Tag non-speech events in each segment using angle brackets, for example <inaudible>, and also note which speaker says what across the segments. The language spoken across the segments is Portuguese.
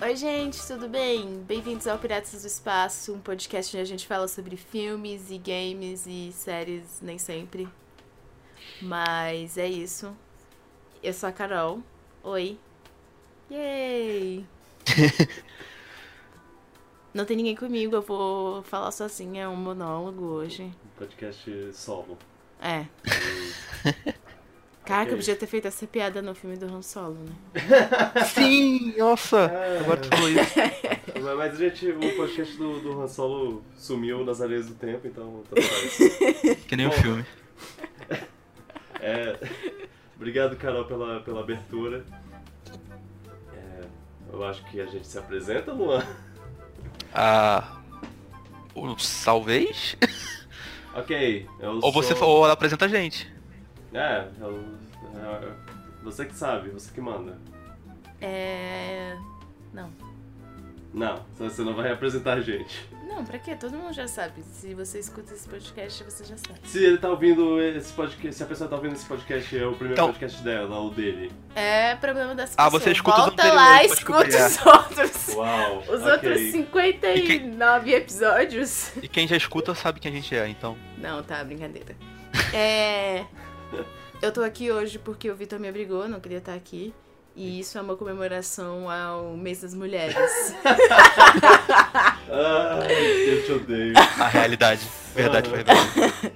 Speaker 1: Oi, gente, tudo bem? Bem-vindos ao Piratas do Espaço, um podcast onde a gente fala sobre filmes e games e séries, nem sempre. Mas é isso. Eu sou a Carol. Oi. Yay! Não tem ninguém comigo, eu vou falar sozinha, é um monólogo hoje.
Speaker 2: Um podcast solo.
Speaker 1: É.
Speaker 2: <laughs>
Speaker 1: Caraca, eu podia ter feito essa piada no filme do Han Solo, né?
Speaker 3: Sim, nossa! Agora tu falou isso.
Speaker 2: Mas, Ah, mas a gente, o podcast do, do Han Solo sumiu nas areias do tempo, então tá fácil.
Speaker 3: Que nem o
Speaker 2: Bom.
Speaker 3: filme.
Speaker 2: É, <laughs> Obrigado, Carol, pela, pela abertura. É, eu acho que a gente se apresenta, Luan. <laughs>
Speaker 3: Ah. o- Talvez?
Speaker 2: Ok, eu
Speaker 3: Ou você
Speaker 2: sou...
Speaker 3: fa- ou ela apresenta a gente.
Speaker 2: É, eu, é, você que sabe, você que manda.
Speaker 1: É. Não.
Speaker 2: Não, você não vai representar a gente.
Speaker 1: Não, pra quê? Todo mundo já sabe. Se você escuta esse podcast, você já sabe.
Speaker 2: Se ele tá ouvindo esse podcast, se a pessoa tá ouvindo esse podcast, é o primeiro
Speaker 3: Então-
Speaker 2: podcast dela ou dele.
Speaker 1: É problema das pessoas.
Speaker 3: Ah, você escuta os
Speaker 1: Volta
Speaker 3: anteriores
Speaker 1: lá,
Speaker 3: pra
Speaker 1: escuta
Speaker 3: descobrir.
Speaker 1: os
Speaker 2: <laughs>
Speaker 1: outros.
Speaker 2: Uau!
Speaker 1: Os
Speaker 2: ok.
Speaker 1: outros 59 episódios.
Speaker 3: E quem já escuta sabe quem a gente é, então.
Speaker 1: Não, tá, brincadeira.
Speaker 3: <laughs>
Speaker 1: É. Eu tô aqui hoje porque o Vitor me obrigou, eu não queria estar aqui. E isso é uma comemoração ao mês das mulheres.
Speaker 3: <laughs>
Speaker 2: Ai, eu te odeio.
Speaker 3: A realidade. <laughs> Verdade, foi verdade.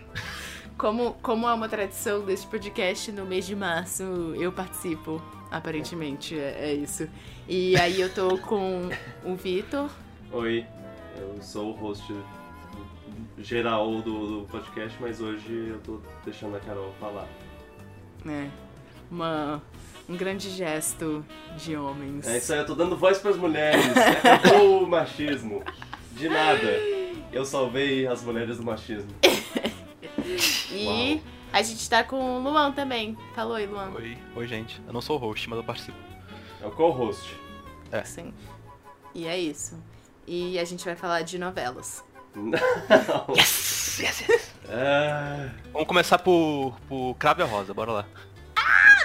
Speaker 1: Como, como é uma tradição deste podcast, no mês de março eu participo, aparentemente, é, é isso. E aí eu tô com o Vitor.
Speaker 2: <laughs> Oi, eu sou o host geral do, do podcast, mas hoje eu tô deixando a Carol falar.
Speaker 1: né? Uma, um grande gesto de homens.
Speaker 2: É isso aí, eu tô dando voz pras mulheres. Acabou o machismo. De nada. Eu salvei as mulheres do machismo.
Speaker 1: e a gente tá com o Luan também. Falou aí, Luan.
Speaker 3: Oi, oi, gente. Eu não sou o host, mas eu participo.
Speaker 2: É o
Speaker 3: <laughs>
Speaker 2: co-host.
Speaker 3: É.
Speaker 1: Sim. Assim. E é isso. E a gente vai falar de novelas.
Speaker 2: Não.
Speaker 3: Yes! Yes, yes.
Speaker 2: Ah,
Speaker 3: Vamos começar por, por Crave a Rosa, bora lá.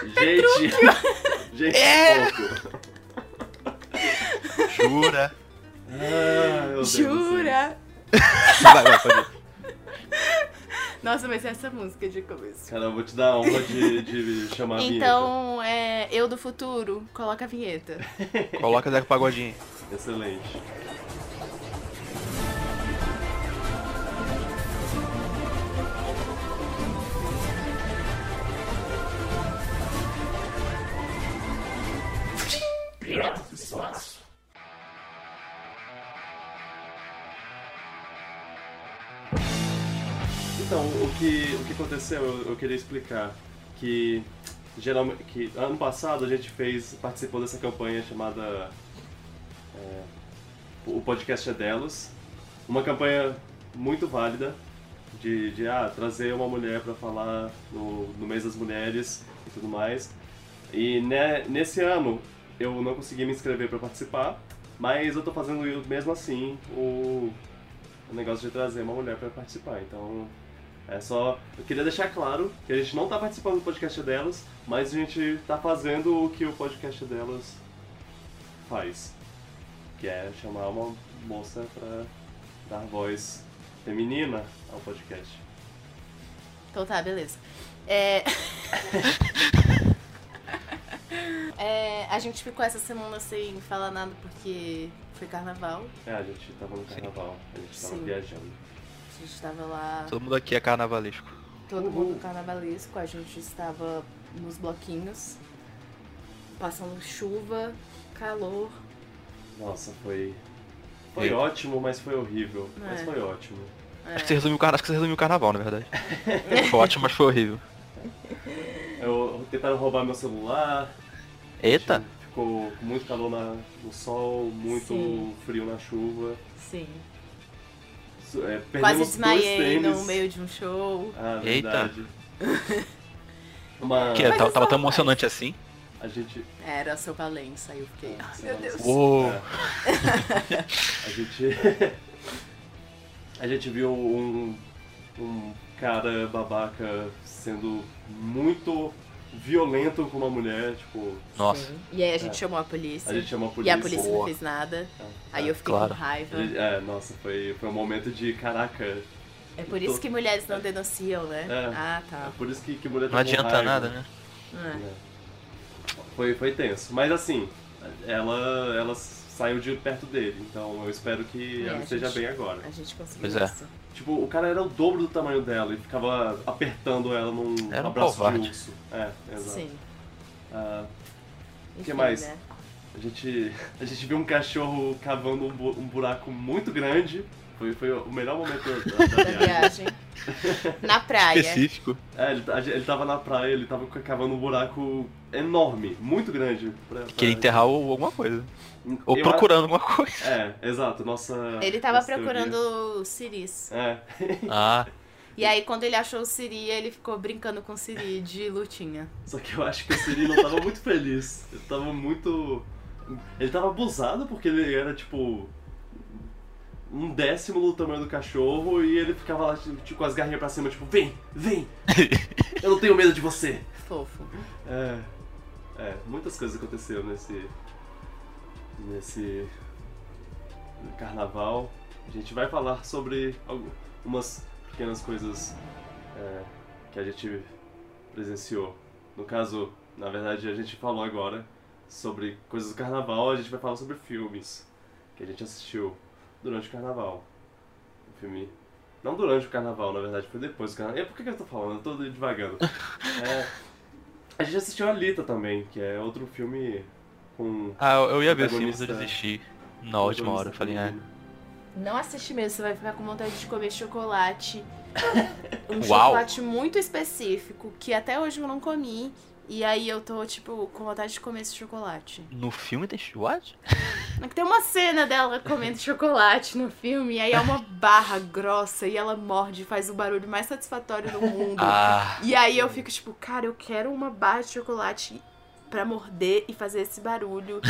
Speaker 2: gente. <laughs> gente,
Speaker 3: É.
Speaker 2: pouco.
Speaker 3: Jura?
Speaker 2: Ah, eu odeio
Speaker 1: Jura?
Speaker 3: <laughs> Vai, vai, pode ir.
Speaker 1: Nossa, mas essa música de começo.
Speaker 2: vocês. Cara, eu vou te dar a honra de, de chamar a vinheta.
Speaker 1: Então, é, eu do futuro, coloca a vinheta.
Speaker 3: Coloca o Zeca Pagodinho.
Speaker 2: Excelente. Então, o que, o que aconteceu, eu, eu queria explicar que, geralmente, que ano passado a gente fez, participou dessa campanha chamada é, O Podcast é Delas, uma campanha muito válida de, de ah, trazer uma mulher para falar no, no mês das mulheres e tudo mais. E né, nesse ano eu não consegui me inscrever para participar, mas eu tô fazendo mesmo assim o, o negócio de trazer uma mulher para participar. Então é só. Eu queria deixar claro que a gente não tá participando do podcast delas, mas a gente tá fazendo o que o podcast delas faz. Que é chamar uma moça pra dar voz feminina ao podcast.
Speaker 1: Então tá, beleza. É... <laughs> É, a gente ficou essa semana sem falar nada porque foi carnaval.
Speaker 2: É, a gente tava no carnaval, a gente tava
Speaker 1: Sim.
Speaker 2: viajando.
Speaker 1: A gente tava lá
Speaker 3: Todo mundo aqui é carnavalesco.
Speaker 1: Todo
Speaker 2: Uhum.
Speaker 1: mundo carnavalesco, a gente estava nos bloquinhos, passando chuva, calor.
Speaker 2: Nossa, foi. Foi
Speaker 3: E-
Speaker 2: ótimo, mas foi horrível.
Speaker 1: É.
Speaker 2: Mas foi ótimo.
Speaker 3: Acho
Speaker 2: É
Speaker 3: que você resumiu o carna- acho que você resumiu o carnaval, na <laughs> verdade. Foi ótimo, mas foi horrível.
Speaker 2: Eu tentaram roubar meu celular.
Speaker 3: Eita!
Speaker 2: Ficou muito calor na- no sol, muito
Speaker 1: Sim.
Speaker 2: frio na chuva.
Speaker 1: Sim.
Speaker 2: Su- É,
Speaker 1: Quase
Speaker 2: perdemos dois
Speaker 1: desmaiei
Speaker 2: tênis.
Speaker 1: no meio de um show.
Speaker 2: Ah,
Speaker 3: Eita.
Speaker 1: <laughs>
Speaker 2: verdade. Uma...
Speaker 3: Que é, tava,
Speaker 1: isso
Speaker 3: tava tão
Speaker 1: não
Speaker 3: emocionante assim.
Speaker 2: A gente.
Speaker 1: Era seu Valença, aí eu fiquei. assim,
Speaker 2: Ah,
Speaker 1: "Ai,
Speaker 2: sei
Speaker 1: Meu
Speaker 2: lá,
Speaker 1: Deus.
Speaker 2: não sei.
Speaker 3: Uou!
Speaker 2: É. A gente. <laughs> a gente viu um, um cara babaca sendo muito violento com uma mulher, tipo.
Speaker 3: Nossa.
Speaker 1: Sim. E aí a gente
Speaker 2: É.
Speaker 1: chamou a polícia.
Speaker 2: A gente chamou a
Speaker 1: E
Speaker 2: polícia.
Speaker 1: a polícia não
Speaker 3: Boa.
Speaker 1: fez nada.
Speaker 2: É,
Speaker 1: Aí
Speaker 2: é.
Speaker 1: eu fiquei
Speaker 3: Claro.
Speaker 1: com raiva.
Speaker 2: A gente- É, nossa, foi, foi um momento de caraca.
Speaker 1: É por isso que mulheres não denunciam, né?
Speaker 2: É.
Speaker 1: Ah,
Speaker 2: É
Speaker 1: tá.
Speaker 2: por isso que, que mulher
Speaker 3: Não
Speaker 2: tá com
Speaker 3: adianta
Speaker 2: raiva.
Speaker 3: nada, né?
Speaker 1: É.
Speaker 2: Foi, foi tenso. Mas assim, ela, ela saiu de perto dele, então eu espero que
Speaker 1: É,
Speaker 2: ela
Speaker 1: a
Speaker 2: esteja
Speaker 1: gente-
Speaker 2: bem agora.
Speaker 1: A gente conseguiu
Speaker 3: Pois é.
Speaker 1: isso.
Speaker 2: Tipo, o cara era o dobro do tamanho dela e ficava apertando ela num
Speaker 3: Era um
Speaker 2: abraço de
Speaker 3: covarde.
Speaker 2: urso. É, exato.
Speaker 1: Sim. né?
Speaker 2: Ah,
Speaker 1: O
Speaker 2: que mais? a, gente, <laughs> a gente viu um cachorro cavando um, bu- um buraco muito grande. Foi, foi o melhor momento da,
Speaker 1: <laughs> Da
Speaker 2: da <laughs> viagem.
Speaker 1: viagem. Na praia.
Speaker 3: Específico.
Speaker 2: É, ele, a gente- ele tava na praia, ele tava cavando um buraco enorme, muito grande. Pra, pra...
Speaker 3: Queria enterrar o, alguma coisa. Ou
Speaker 2: Eu a-
Speaker 3: procurando
Speaker 1: <laughs>
Speaker 3: alguma coisa.
Speaker 2: É, exato, nossa.
Speaker 1: Ele tava
Speaker 2: nossa
Speaker 1: procurando o Siris.
Speaker 2: teoria. É.
Speaker 3: Ah,
Speaker 1: E aí, quando ele achou o Siri, ele ficou brincando com o Siri de lutinha.
Speaker 2: Só que eu acho que o Siri não tava muito feliz. Ele tava muito. Ele tava abusado porque ele era tipo. Um décimo do tamanho do cachorro e ele ficava lá tipo, com as garrinhas pra cima, tipo, vem, vem! Eu não tenho medo de você!
Speaker 1: Fofo.
Speaker 2: É. É, muitas coisas aconteceram nesse. nesse. carnaval. A gente vai falar sobre algumas pequenas coisas é, que a gente presenciou. No caso, na verdade, a gente falou agora sobre coisas do carnaval, a gente vai falar sobre filmes que a gente assistiu durante o carnaval. O filme. Não durante o carnaval, na verdade, foi depois do carnaval. É, Por que que eu tô falando? Eu tô devagando. É, a gente assistiu a Alita também, que é outro filme com.
Speaker 3: ah, eu eu ia ver o filme, mas eu
Speaker 2: Protagonista-
Speaker 3: desisti. Na última hora, eu falei, ah,
Speaker 1: Não assiste mesmo, você vai ficar com vontade de comer chocolate. Um
Speaker 3: Uau.
Speaker 1: chocolate muito específico, que até hoje eu não comi. E aí eu tô, tipo, com vontade de comer esse chocolate.
Speaker 3: no filme tem what?
Speaker 1: É que Tem uma cena dela comendo chocolate no filme, e aí é uma barra grossa e ela morde e faz o barulho mais satisfatório do mundo.
Speaker 3: Ah,
Speaker 1: E aí eu fico tipo, cara, eu quero uma barra de chocolate pra morder e fazer esse
Speaker 2: <laughs>
Speaker 1: barulho.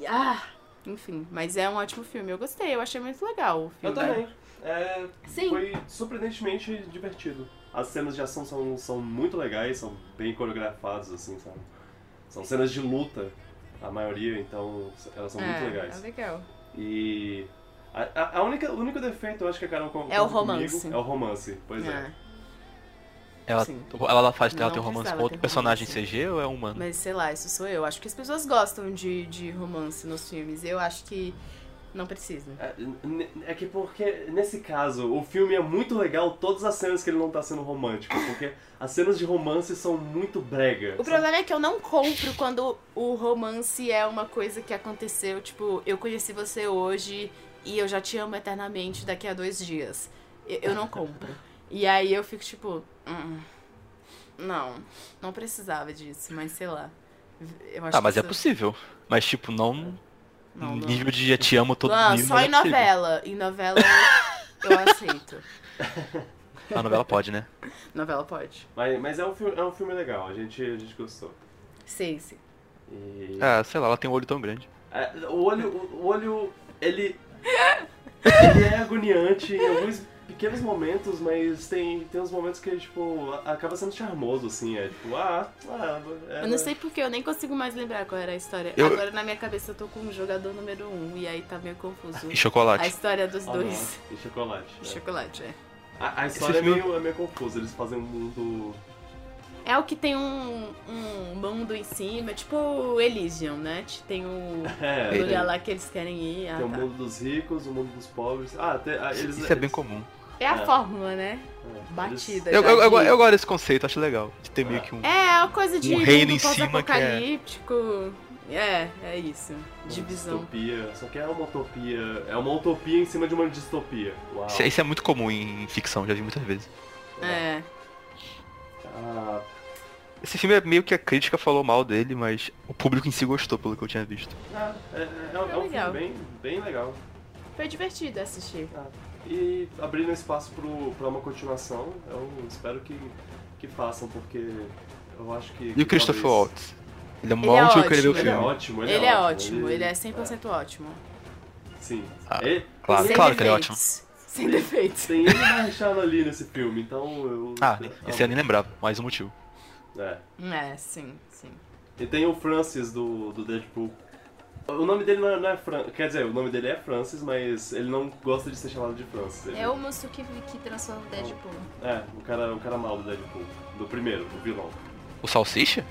Speaker 1: E- ah, enfim, mas é um ótimo filme. Eu gostei, eu achei muito legal o filme.
Speaker 2: Eu também. É,
Speaker 1: Sim.
Speaker 2: Foi surpreendentemente divertido. As cenas de ação são, são muito legais, são bem coreografadas, assim, sabe? São cenas de luta, a maioria, então elas são
Speaker 1: É.
Speaker 2: muito legais.
Speaker 1: legal.
Speaker 2: E. A, a- a única, o único defeito, eu acho que a Carol concorda
Speaker 1: É o
Speaker 2: comigo,
Speaker 1: romance.
Speaker 2: é o romance, pois é.
Speaker 3: ela,
Speaker 1: Sim.
Speaker 3: ela, ela faz, ela
Speaker 1: Não
Speaker 3: tem um romance
Speaker 1: precisava
Speaker 3: com outro
Speaker 1: ter
Speaker 3: personagem
Speaker 1: romance.
Speaker 3: CG ou é um humano?
Speaker 1: Mas sei lá, isso sou eu. Acho que as pessoas gostam de, de romance nos filmes. Eu acho que não precisa.
Speaker 2: É, n- é que porque, nesse caso, o filme é muito legal, todas as cenas que ele não tá sendo romântico, porque as cenas de romance são muito brega.
Speaker 1: O
Speaker 2: sabe?
Speaker 1: problema é que eu não compro quando o romance é uma coisa que aconteceu, tipo, eu conheci você hoje e eu já te amo eternamente daqui a dois dias. Eu, eu não compro. E aí eu fico tipo, "Hum, não, não precisava disso, mas sei lá. Eu acho
Speaker 3: Ah, mas
Speaker 1: que
Speaker 3: é
Speaker 1: isso-
Speaker 3: possível. Mas, tipo, não
Speaker 1: não, não.
Speaker 3: nível de já te amo todo
Speaker 1: Luan,
Speaker 3: nível.
Speaker 1: só em
Speaker 3: mas é possível.
Speaker 1: novela. Em novela eu eu aceito.
Speaker 3: A novela pode, né?
Speaker 1: <laughs> Novela pode.
Speaker 2: Mas, mas é, um, fi- é um filme legal, a gente, a gente gostou.
Speaker 1: Sim, sim.
Speaker 2: E-
Speaker 3: Ah, sei lá, ela tem um olho tão grande.
Speaker 2: É, O olho, o olho, ele, ele é agoniante em alguns pequenos momentos, mas tem, tem uns momentos que, tipo, a- acaba sendo charmoso, assim, é tipo, ah, ah... ela-
Speaker 1: Eu não sei porque, eu nem consigo mais lembrar qual era a história.
Speaker 3: Eu-
Speaker 1: Agora na minha cabeça eu tô com o jogador número um, e aí tá meio confuso.
Speaker 3: E
Speaker 1: A
Speaker 3: chocolate.
Speaker 1: história dos
Speaker 2: Ah,
Speaker 1: dois.
Speaker 2: não, E chocolate, né?
Speaker 1: Chocolate, é.
Speaker 2: A, a história é
Speaker 3: Esse filme-
Speaker 2: meio, é meio confusa, eles fazem um mundo...
Speaker 1: É o que tem um, um mundo em cima, tipo o Elysium, né? Te- Tem o
Speaker 2: É, tem,
Speaker 1: lugar lá que eles querem ir. Ah,
Speaker 2: tem é um o
Speaker 1: tá.
Speaker 2: mundo dos ricos, o mundo dos pobres... Ah, tem, ah, eles...
Speaker 3: Isso é bem comum.
Speaker 1: É a
Speaker 2: É.
Speaker 1: fórmula, né?
Speaker 2: eles-
Speaker 1: Batida.
Speaker 3: Eu,
Speaker 1: já
Speaker 3: eu, eu,
Speaker 1: vi.
Speaker 3: eu gosto desse conceito, acho legal. De ter meio que um.
Speaker 1: É, é uma coisa de
Speaker 3: Um reino em
Speaker 1: mundo
Speaker 3: cima que é-
Speaker 1: apocalíptico. É, é isso. Divisão.
Speaker 2: Distopia, só que é uma utopia, é uma utopia em cima de uma distopia. Uau.
Speaker 3: Isso, isso é muito comum em ficção, já vi muitas vezes.
Speaker 2: né?
Speaker 1: É.
Speaker 2: Ah,
Speaker 3: Esse filme é meio que a crítica falou mal dele, mas o público em si gostou pelo que eu tinha visto.
Speaker 2: Ah, é, é, é um-
Speaker 1: É
Speaker 2: é um
Speaker 1: legal.
Speaker 2: filme bem, bem legal.
Speaker 1: Foi divertido assistir.
Speaker 2: E abrindo espaço pro, pra uma continuação, eu espero que, que façam, porque eu acho que.
Speaker 3: E
Speaker 2: que
Speaker 3: o Christopher
Speaker 2: talvez-
Speaker 3: Waltz? Ele é
Speaker 1: Ele
Speaker 3: mó
Speaker 1: é
Speaker 3: ótimo que ele vê o
Speaker 1: ótimo,
Speaker 2: Ele é
Speaker 3: filme.
Speaker 2: ótimo, ele,
Speaker 1: Ele é ótimo, ele é
Speaker 2: É,
Speaker 1: 100% ótimo.
Speaker 2: sim.
Speaker 3: Ah,
Speaker 2: Ele-
Speaker 3: Claro,
Speaker 1: Sem
Speaker 3: claro que ele é ótimo.
Speaker 1: defeitos. Sem defeitos.
Speaker 2: tem ele marchado ali nesse filme, então eu.
Speaker 3: Ah,
Speaker 2: eu-
Speaker 3: esse eu nem lembrava, mais um motivo.
Speaker 2: É.
Speaker 1: É, sim, sim.
Speaker 2: E tem o Francis do, do Deadpool. O nome dele não é, não é Fran... Quer dizer, o nome dele é Francis, mas ele não gosta de ser chamado de Francis. Ele-
Speaker 1: É o moço que, que transforma o Deadpool.
Speaker 2: É, o cara, o cara mal do Deadpool. Do primeiro, do vilão.
Speaker 3: O Salsicha?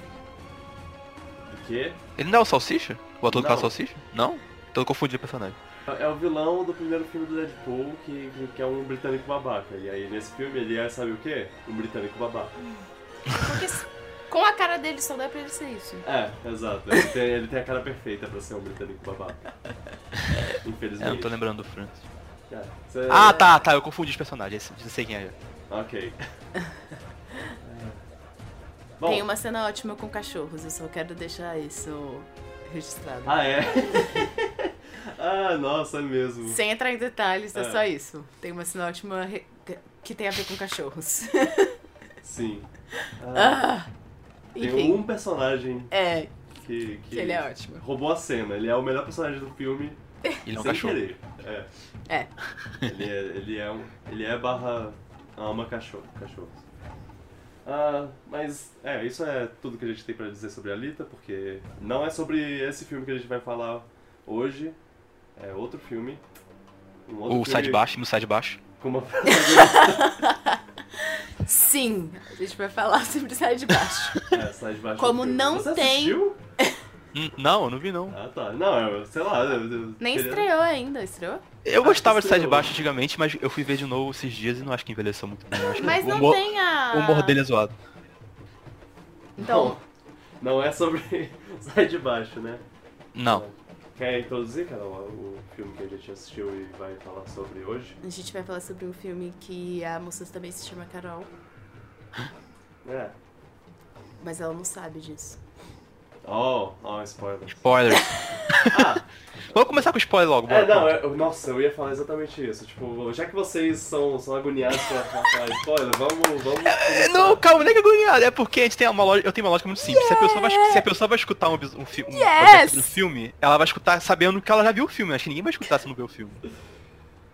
Speaker 2: Que
Speaker 3: Ele não é o Salsicha? O ator que
Speaker 2: Não.
Speaker 3: faz o Salsicha? Não? Então eu confundi o personagem.
Speaker 2: é é o vilão do primeiro filme do Deadpool, que, que, que é um britânico babaca. E aí nesse filme ele é, sabe o quê? Um britânico babaca.
Speaker 1: Porque s- com a cara dele só dá pra ele ser isso.
Speaker 2: É, exato. Ele tem, ele tem a cara perfeita pra ser um britânico babaca.
Speaker 3: É, eu não
Speaker 2: Infelizmente.
Speaker 3: tô lembrando do Francis.
Speaker 2: É, você-
Speaker 3: Ah, tá, tá, eu confundi os personagens. esse- Eu sei quem é.
Speaker 2: Ok. Bom,
Speaker 1: Tem uma cena ótima com cachorros, eu só quero deixar isso registrado.
Speaker 2: Ah, é? <laughs> ah, nossa, é mesmo.
Speaker 1: Sem entrar em detalhes, é,
Speaker 2: É.
Speaker 1: só isso. Tem uma cena ótima re- que tem a ver com cachorros.
Speaker 2: Sim.
Speaker 1: Ah,
Speaker 2: Ah, tem
Speaker 1: enfim,
Speaker 2: um personagem
Speaker 1: é,
Speaker 2: que, que
Speaker 1: que ele é ótimo.
Speaker 2: roubou a cena. Ele é o melhor personagem do filme
Speaker 3: Ele é um
Speaker 2: sem
Speaker 3: cachorro.
Speaker 2: querer. É.
Speaker 1: É.
Speaker 2: Ele é, ele é, um, ele é barra ama cachorro, cachorros. Ah, mas é, isso é tudo que a gente tem pra dizer sobre a Lita, porque não é sobre esse filme que a gente vai falar hoje. É outro filme. Um outro
Speaker 3: O sai de baixo, no sai de baixo.
Speaker 2: Com uma <laughs> protagonista.
Speaker 1: Sim, a gente vai falar <laughs> sobre sai de baixo.
Speaker 2: É, sai de baixo.
Speaker 1: Como
Speaker 2: do filme.
Speaker 1: não
Speaker 2: Você
Speaker 1: tem-
Speaker 2: Assistiu?
Speaker 3: Hum, Não, eu não vi não.
Speaker 2: Ah, tá. Não, eu, sei lá. eu- eu
Speaker 1: Nem
Speaker 2: queria-
Speaker 1: estreou ainda, estreou?
Speaker 3: Eu
Speaker 2: Acho
Speaker 3: gostava
Speaker 2: que
Speaker 3: de sai de
Speaker 2: eu-
Speaker 3: baixo antigamente, mas eu fui ver de novo esses dias e não acho que envelheceu muito bem. Eu acho que
Speaker 1: Mas
Speaker 3: o
Speaker 1: não
Speaker 3: humor,
Speaker 1: tem a.
Speaker 2: Ah.
Speaker 3: O humor dele é zoado.
Speaker 1: Então,
Speaker 2: Não, não é sobre <laughs> sai de baixo, né?
Speaker 3: Não.
Speaker 2: Quer introduzir, Carol, o filme que a gente assistiu e vai falar sobre hoje?
Speaker 1: a gente vai falar sobre um filme que a moça também se chama Carol,
Speaker 2: É.
Speaker 1: mas ela não sabe disso.
Speaker 2: Oh, oh, spoiler. <laughs>
Speaker 3: Spoilers.
Speaker 2: Ah,
Speaker 3: Vamos começar com spoiler logo,
Speaker 2: é,
Speaker 3: bora.
Speaker 2: não,
Speaker 3: pronto.
Speaker 2: eu, nossa, eu ia falar exatamente isso. Tipo, já que vocês são, são agoniados pra pra falar spoiler, vamos, vamos.
Speaker 3: É,
Speaker 2: começar.
Speaker 3: Não, calma, nem que agoniado. É porque a gente tem uma lógica, eu tenho uma lógica muito simples. Se, a pessoa vai, se a pessoa vai escutar um, bis- um, fi- um podcast do filme, ela vai escutar sabendo que ela já viu o filme. Acho que ninguém vai escutar se não ver o filme.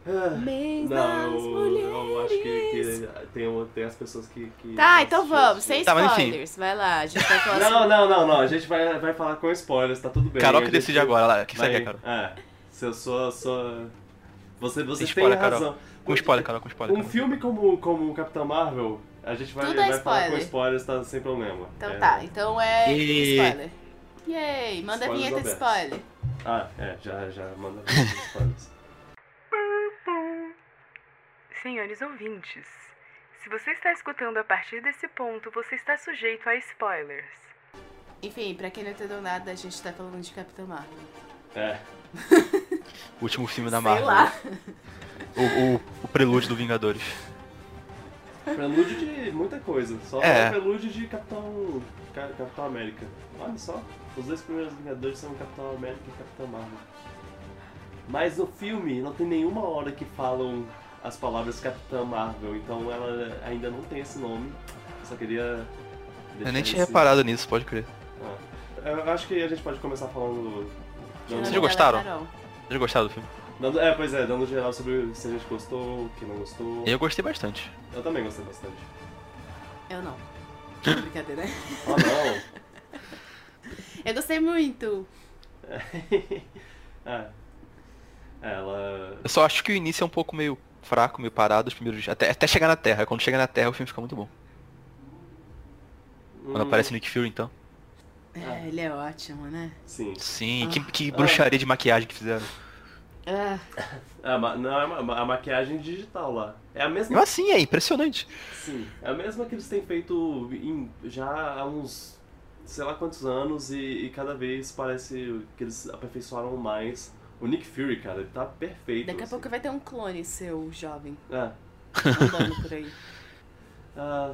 Speaker 2: Ah,
Speaker 1: Mês das
Speaker 2: Não, eu, eu acho que, que tem, um- tem as pessoas que. que
Speaker 1: Tá, então vamos, sem
Speaker 2: sem
Speaker 3: Tá, mas enfim.
Speaker 1: spoilers. Vai lá, a gente vai falar
Speaker 2: Não,
Speaker 1: sobre.
Speaker 2: não, não, não. A gente vai, vai falar com spoilers, tá tudo bem.
Speaker 3: Carol
Speaker 2: A
Speaker 3: que
Speaker 2: gente
Speaker 3: decide agora. Ela, o que você
Speaker 2: vai-
Speaker 3: quer, Carol?
Speaker 2: É. Se eu sou. sou... Você, você tem,
Speaker 3: spoiler, Carol.
Speaker 2: razão.
Speaker 3: Com spoiler, Carol, com spoiler.
Speaker 2: Um
Speaker 3: Carol.
Speaker 2: filme como, como o Capitão Marvel, a gente vai,
Speaker 1: Tudo é
Speaker 2: vai falar com
Speaker 1: spoiler.
Speaker 2: spoilers, tá sem problema.
Speaker 1: Então
Speaker 2: É.
Speaker 1: tá, então é
Speaker 3: E-
Speaker 1: spoiler. Yay, manda a
Speaker 2: Spoilers
Speaker 1: vinheta de
Speaker 2: abertos.
Speaker 1: spoiler.
Speaker 2: Ah, é, já, já manda
Speaker 3: <laughs>
Speaker 2: spoilers.
Speaker 4: Senhores ouvintes, se você está escutando a partir desse ponto, você está sujeito a spoilers.
Speaker 1: Enfim, pra quem não entendeu nada, a gente tá falando de Capitão Marvel.
Speaker 2: É.
Speaker 3: O último filme da
Speaker 1: Sei
Speaker 3: Marvel.
Speaker 1: lá.
Speaker 3: O, o, o prelúdio do Vingadores.
Speaker 2: Prelúdio de muita coisa. Só
Speaker 3: É.
Speaker 2: o prelúdio de Capitão. Ca- Capitão América. Olha só. Os dois primeiros Vingadores são Capitão América e Capitão Marvel. Mas no filme não tem nenhuma hora que falam as palavras Capitã Marvel, então ela ainda não tem esse nome. Eu só queria.
Speaker 3: Eu nem
Speaker 2: deixar
Speaker 3: tinha
Speaker 2: esse-
Speaker 3: reparado nisso, pode crer.
Speaker 2: Ah. Eu acho que a gente pode começar falando.
Speaker 1: Que o nome
Speaker 3: Vocês
Speaker 1: dela é
Speaker 3: gostaram?
Speaker 1: Carol.
Speaker 3: Vocês gostaram do filme?
Speaker 2: Dando- é, pois é, dando geral sobre se a gente gostou, o que não gostou.
Speaker 3: Eu gostei bastante.
Speaker 2: Eu também gostei bastante.
Speaker 1: Eu não. Brincadeira.
Speaker 2: Oh não!
Speaker 1: Eu gostei muito.
Speaker 2: <laughs> é. Ela.
Speaker 3: Eu só acho que o início é um pouco meio fraco, meio parado, os primeiros. Até, até chegar na Terra. Quando chega na Terra o filme fica muito bom. Quando
Speaker 2: Hum,
Speaker 3: aparece o Nick Fury, então.
Speaker 1: É, ele é ótimo, né?
Speaker 2: Sim.
Speaker 3: Sim,
Speaker 1: Ah.
Speaker 3: que, que bruxaria de maquiagem que fizeram.
Speaker 1: Ah,
Speaker 2: Ah, ma- não, é ma- a maquiagem digital lá. É a mesma.
Speaker 3: Mas sim, é impressionante.
Speaker 2: Sim. É a mesma que eles têm feito em- já há uns. sei lá quantos anos e, e cada vez parece que eles aperfeiçoaram mais. O Nick Fury, cara, ele tá perfeito.
Speaker 1: daqui a
Speaker 2: assim.
Speaker 1: pouco vai ter um clone seu jovem
Speaker 2: É.
Speaker 1: andando por aí.
Speaker 2: Ah,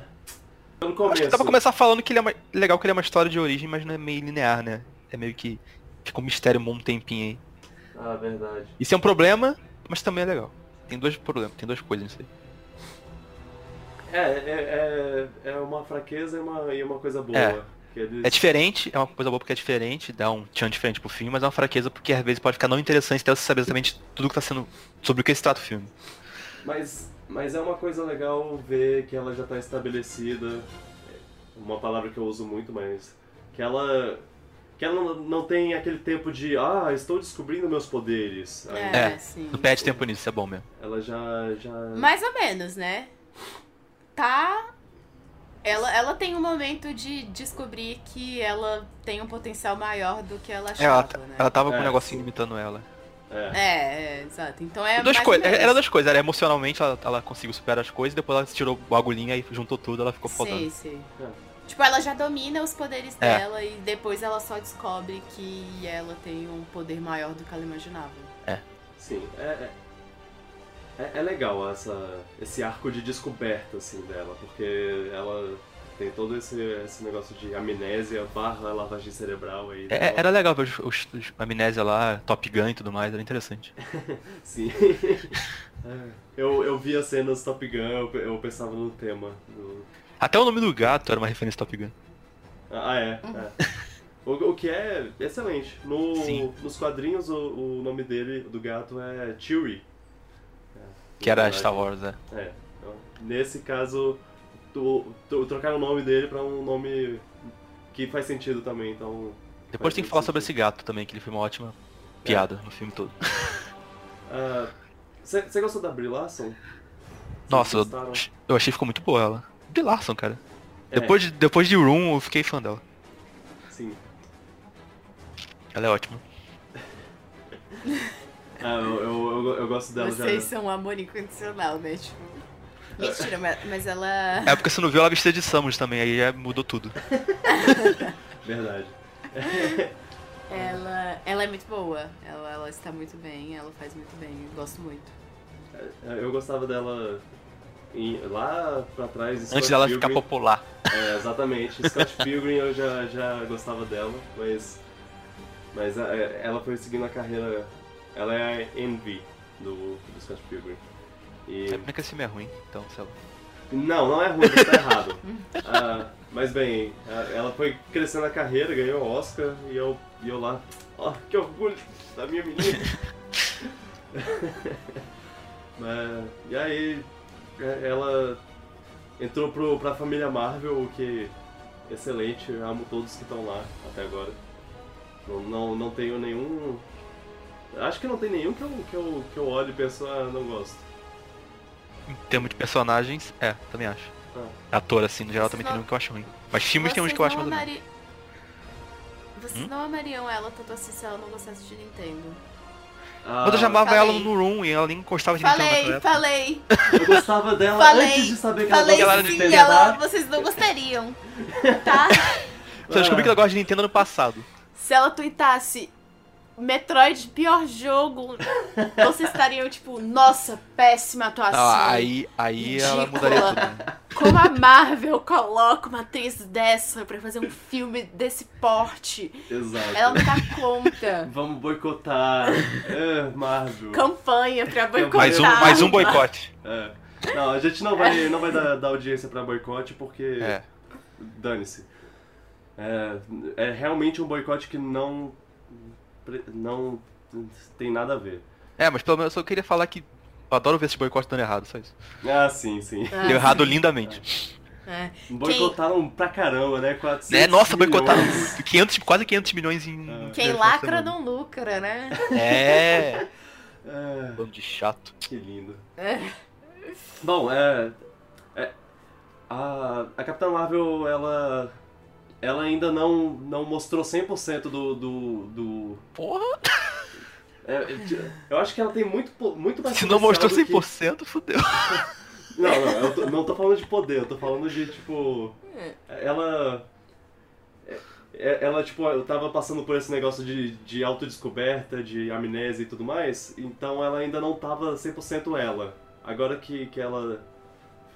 Speaker 2: pelo
Speaker 3: Eu
Speaker 2: Tá
Speaker 3: Acho
Speaker 2: começo.
Speaker 3: que dá pra começar falando que ele é uma- legal que ele é uma história de origem, mas não é meio linear, né? É meio que fica um mistério um bom tempinho aí.
Speaker 2: Ah, verdade.
Speaker 3: Isso é um problema, mas também é legal. Tem dois problemas, tem duas coisas nisso aí.
Speaker 2: É, é, é, é uma fraqueza e uma, e uma coisa boa.
Speaker 3: É.
Speaker 2: Que eles...
Speaker 3: É diferente, é uma coisa boa porque é diferente, dá um tchan diferente pro filme, mas é uma fraqueza porque às vezes pode ficar não interessante até você saber exatamente tudo que tá sendo. sobre o que se trata o filme.
Speaker 2: Mas, mas é uma coisa legal ver que ela já tá estabelecida. uma palavra que eu uso muito, mas que ela que ela não- não tem aquele tempo de ah, estou descobrindo meus poderes. Tá Aí
Speaker 1: É, sim.
Speaker 3: Não perde tempo nisso, isso é bom mesmo.
Speaker 2: Ela já já
Speaker 1: Mais ou menos, né? Tá. Ela, ela tem um momento de descobrir que ela tem um potencial maior do que ela achava,
Speaker 3: Ela, ta-
Speaker 1: né?
Speaker 3: ela tava com
Speaker 2: É,
Speaker 3: um negocinho
Speaker 2: sim.
Speaker 3: limitando ela.
Speaker 2: é.
Speaker 1: É, é, exato. Então é.
Speaker 3: duas
Speaker 1: mais
Speaker 3: coisas.
Speaker 1: ou menos.
Speaker 3: Era duas coisas. Era emocionalmente, ela, ela conseguiu superar as coisas, depois ela tirou a agulhinha e juntou tudo, ela ficou faltando.
Speaker 1: Sim, sim.
Speaker 2: É.
Speaker 1: Tipo, ela já domina os poderes
Speaker 3: É.
Speaker 1: dela e depois ela só descobre que ela tem um poder maior do que ela imaginava.
Speaker 2: Sim, é, é, é- é legal essa, esse arco de descoberta assim dela, porque ela tem todo esse, esse negócio de amnésia barra lavagem cerebral aí.
Speaker 3: É-
Speaker 2: dela.
Speaker 3: era legal ver os, os, os amnésia lá, Top Gun e tudo mais, era interessante.
Speaker 2: Sim. É, <laughs> eu, eu vi as cenas Top Gun, eu, pe- eu pensava no tema. no-
Speaker 3: Até o nome do gato era uma referência a Top Gun.
Speaker 2: Ah, é. é. O, o que é excelente. No,
Speaker 3: Sim.
Speaker 2: nos quadrinhos, o, o nome dele, do gato, é Chewie. É,
Speaker 3: Que era
Speaker 2: verdade.
Speaker 3: Star Wars, é.
Speaker 2: É. então, Nesse caso, tu, tu, trocaram o nome dele pra um nome que faz sentido também, então.
Speaker 3: Depois
Speaker 2: faz
Speaker 3: tem que
Speaker 2: muito
Speaker 3: falar sobre
Speaker 2: sentido.
Speaker 3: esse gato também, que ele foi uma ótima piada no filme todo.
Speaker 2: Você Ah, gostou da Brie Larson? Vocês
Speaker 3: Nossa, eu,
Speaker 2: gostaram?
Speaker 3: eu achei que ficou muito boa ela. De Larson, cara.
Speaker 2: É.
Speaker 3: Depois, de, depois de Room, eu fiquei fã dela.
Speaker 2: Sim.
Speaker 3: Ela é ótima.
Speaker 2: Ah, eu, eu, eu, eu gosto dela
Speaker 1: Vocês
Speaker 2: já. É.
Speaker 1: são um amor incondicional, né? Tipo. Mentira, mas, mas ela.
Speaker 3: É porque você não viu ela vestida de Samus também, aí já mudou tudo.
Speaker 2: Verdade.
Speaker 1: Ela, ela é muito boa. Ela, ela está muito bem, ela faz muito bem. Eu gosto muito.
Speaker 2: É, Eu gostava dela em- lá pra trás. Scott
Speaker 3: Antes dela ficar
Speaker 2: Pilgrim.
Speaker 3: popular.
Speaker 2: É, exatamente. Scott Pilgrim eu já, já gostava dela, mas. Mas é, ela foi seguindo a carreira. Ela é a Envy do, do Scott Pilgrim. E.
Speaker 3: É como é que esse filme é ruim, então, sei lá.
Speaker 2: Não, não é ruim, você tá errado. Ah, mas bem, a- ela foi crescendo a carreira, ganhou o Oscar e eu, e eu lá. Ó, que orgulho da minha menina!
Speaker 3: <laughs>
Speaker 2: <laughs> Mas, e aí, é, ela entrou pro, pra família Marvel, o que é excelente, eu amo todos que estão lá até agora. Não, não, não tenho nenhum. Acho que não tem nenhum que eu, que eu, que eu olho e penso, ah, não gosto.
Speaker 3: Em termos de personagens, é, também acho.
Speaker 2: Ah.
Speaker 3: Ator, assim, no geral, também tem um que eu acho ruim. Mas filmes tem uns que eu acho mais ou menos. Hum?
Speaker 1: amari... Vocês não amariam ela tanto assim se ela não gostasse de Nintendo.
Speaker 2: Ah,
Speaker 3: Quando eu chamava
Speaker 1: Falei.
Speaker 3: ela no Room e ela nem encostava de Nintendo naquela
Speaker 1: Falei,
Speaker 3: época.
Speaker 1: falei,
Speaker 2: Ah, Eu gostava dela
Speaker 1: Falei,
Speaker 2: antes de saber que
Speaker 1: falei
Speaker 2: ela gostava de
Speaker 1: sim,
Speaker 2: Nintendo.
Speaker 1: ela, vocês não gostariam. Tá?
Speaker 3: Eu descobri
Speaker 2: Ah.
Speaker 3: que ela gosta de Nintendo no passado.
Speaker 1: se ela tweetasse Metroid, pior jogo, vocês estariam tipo, nossa, péssima atuação.
Speaker 3: Ah, aí aí ela
Speaker 1: Ridícula.
Speaker 3: mudaria tudo. né?
Speaker 1: Como a Marvel coloca uma atriz dessa pra fazer um filme desse porte?
Speaker 2: Exato.
Speaker 1: Ela não dá conta.
Speaker 2: Vamos boicotar. É, Marvel.
Speaker 1: Campanha pra boicotar.
Speaker 3: <laughs> Mais um, mais um boicote.
Speaker 2: É. Não, a gente não vai, não vai dar, dar audiência pra boicote porque.
Speaker 3: É.
Speaker 2: Dane-se. É, é realmente um boicote que não. pre- Não tem nada a ver.
Speaker 3: É, mas pelo menos eu só queria falar que eu adoro ver esse boicote dando errado, só isso.
Speaker 2: Ah, sim, sim.
Speaker 3: Deu errado lindamente.
Speaker 1: É.
Speaker 2: Boicotaram pra caramba, né? 400
Speaker 3: É, nossa,
Speaker 2: milhões.
Speaker 3: boicotaram 500, quase 500 milhões em.
Speaker 1: Quem
Speaker 2: Ah.
Speaker 3: primeira
Speaker 1: lacra
Speaker 3: semana.
Speaker 1: não lucra, né?
Speaker 3: É.
Speaker 2: É.
Speaker 3: Bando de chato.
Speaker 2: Que lindo.
Speaker 1: É.
Speaker 2: Bom, é, é- a, a Capitã Marvel, ela, ela ainda não, não mostrou 100% do... do, do
Speaker 3: Porra!
Speaker 2: é, eu acho que ela tem muito, po- muito mais
Speaker 3: Se não
Speaker 2: potencial
Speaker 3: mostrou
Speaker 2: do que-
Speaker 3: 100%, fudeu.
Speaker 2: Não, não, eu tô- não tô falando de poder, eu tô falando de, tipo... Ela... é- é- Ela, tipo, eu tava passando por esse negócio de, de autodescoberta, de amnésia e tudo mais, então ela ainda não tava 100% ela. Agora que, que ela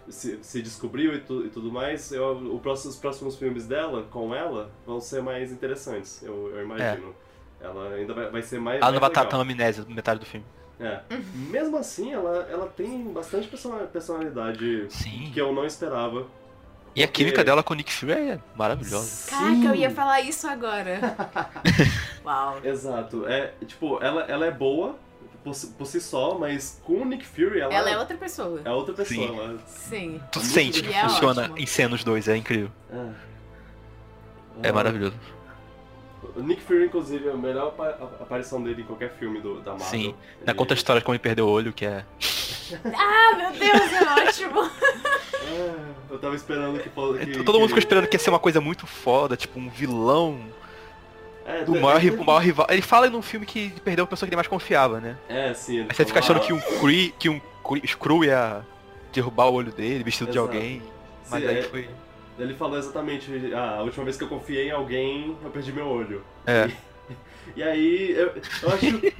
Speaker 2: se, se descobriu e, tu- e tudo mais, eu- o próximo- os próximos filmes dela, com ela, vão ser mais interessantes, eu, eu imagino. Ela ainda vai, vai ser mais.
Speaker 3: É. Ela não vai
Speaker 2: mais
Speaker 3: estar
Speaker 2: legal.
Speaker 3: tão amnésia na metade do filme.
Speaker 2: É. Mesmo assim, ela, ela tem bastante persona- personalidade
Speaker 3: Sim.
Speaker 2: que eu não esperava.
Speaker 3: E a química
Speaker 2: Porque-
Speaker 3: dela com o Nick Fury é maravilhosa.
Speaker 1: Caraca,
Speaker 2: Sim.
Speaker 1: eu ia falar isso agora. Uau.
Speaker 2: Exato. É, tipo, ela, ela é boa por, si- por si só, mas com o Nick Fury ela,
Speaker 1: Ela é outra pessoa.
Speaker 2: é outra pessoa.
Speaker 3: Sim.
Speaker 2: ela-
Speaker 1: Sim.
Speaker 3: Tu
Speaker 2: Muito
Speaker 3: sente que
Speaker 1: legal.
Speaker 3: funciona
Speaker 1: Ótimo.
Speaker 3: em cena os dois, é incrível.
Speaker 2: Ah,
Speaker 3: É maravilhoso.
Speaker 2: O Nick Fury, inclusive, é a melhor apa- a- aparição dele em qualquer filme do, da Marvel.
Speaker 3: Sim.
Speaker 2: Ele-
Speaker 3: Na é conta a história de como ele perdeu o olho, que é.
Speaker 1: Ah, meu Deus,
Speaker 2: <laughs>
Speaker 1: é ótimo.
Speaker 2: Ah, Eu tava esperando que fosse.
Speaker 3: é,
Speaker 2: que-
Speaker 3: Todo mundo
Speaker 2: que-
Speaker 3: ficou esperando que ia ser uma coisa muito foda, tipo um vilão
Speaker 2: É,
Speaker 3: do
Speaker 2: tem-
Speaker 3: maior, ri- o maior rival. Ele fala num filme que perdeu a pessoa que ele mais confiava, né?
Speaker 2: É, sim. ele
Speaker 3: Aí você fica
Speaker 2: fala,
Speaker 3: achando que um Kree, que um Kree, Screw ia derrubar o olho dele, vestido de
Speaker 2: Exato.
Speaker 3: alguém.
Speaker 2: "Ah, sim,
Speaker 3: Mas
Speaker 2: é."
Speaker 3: aí foi.
Speaker 2: Ele falou exatamente, ah, a última vez que eu confiei em alguém, eu perdi meu olho.
Speaker 3: É.
Speaker 2: <laughs> E aí, eu, eu acho...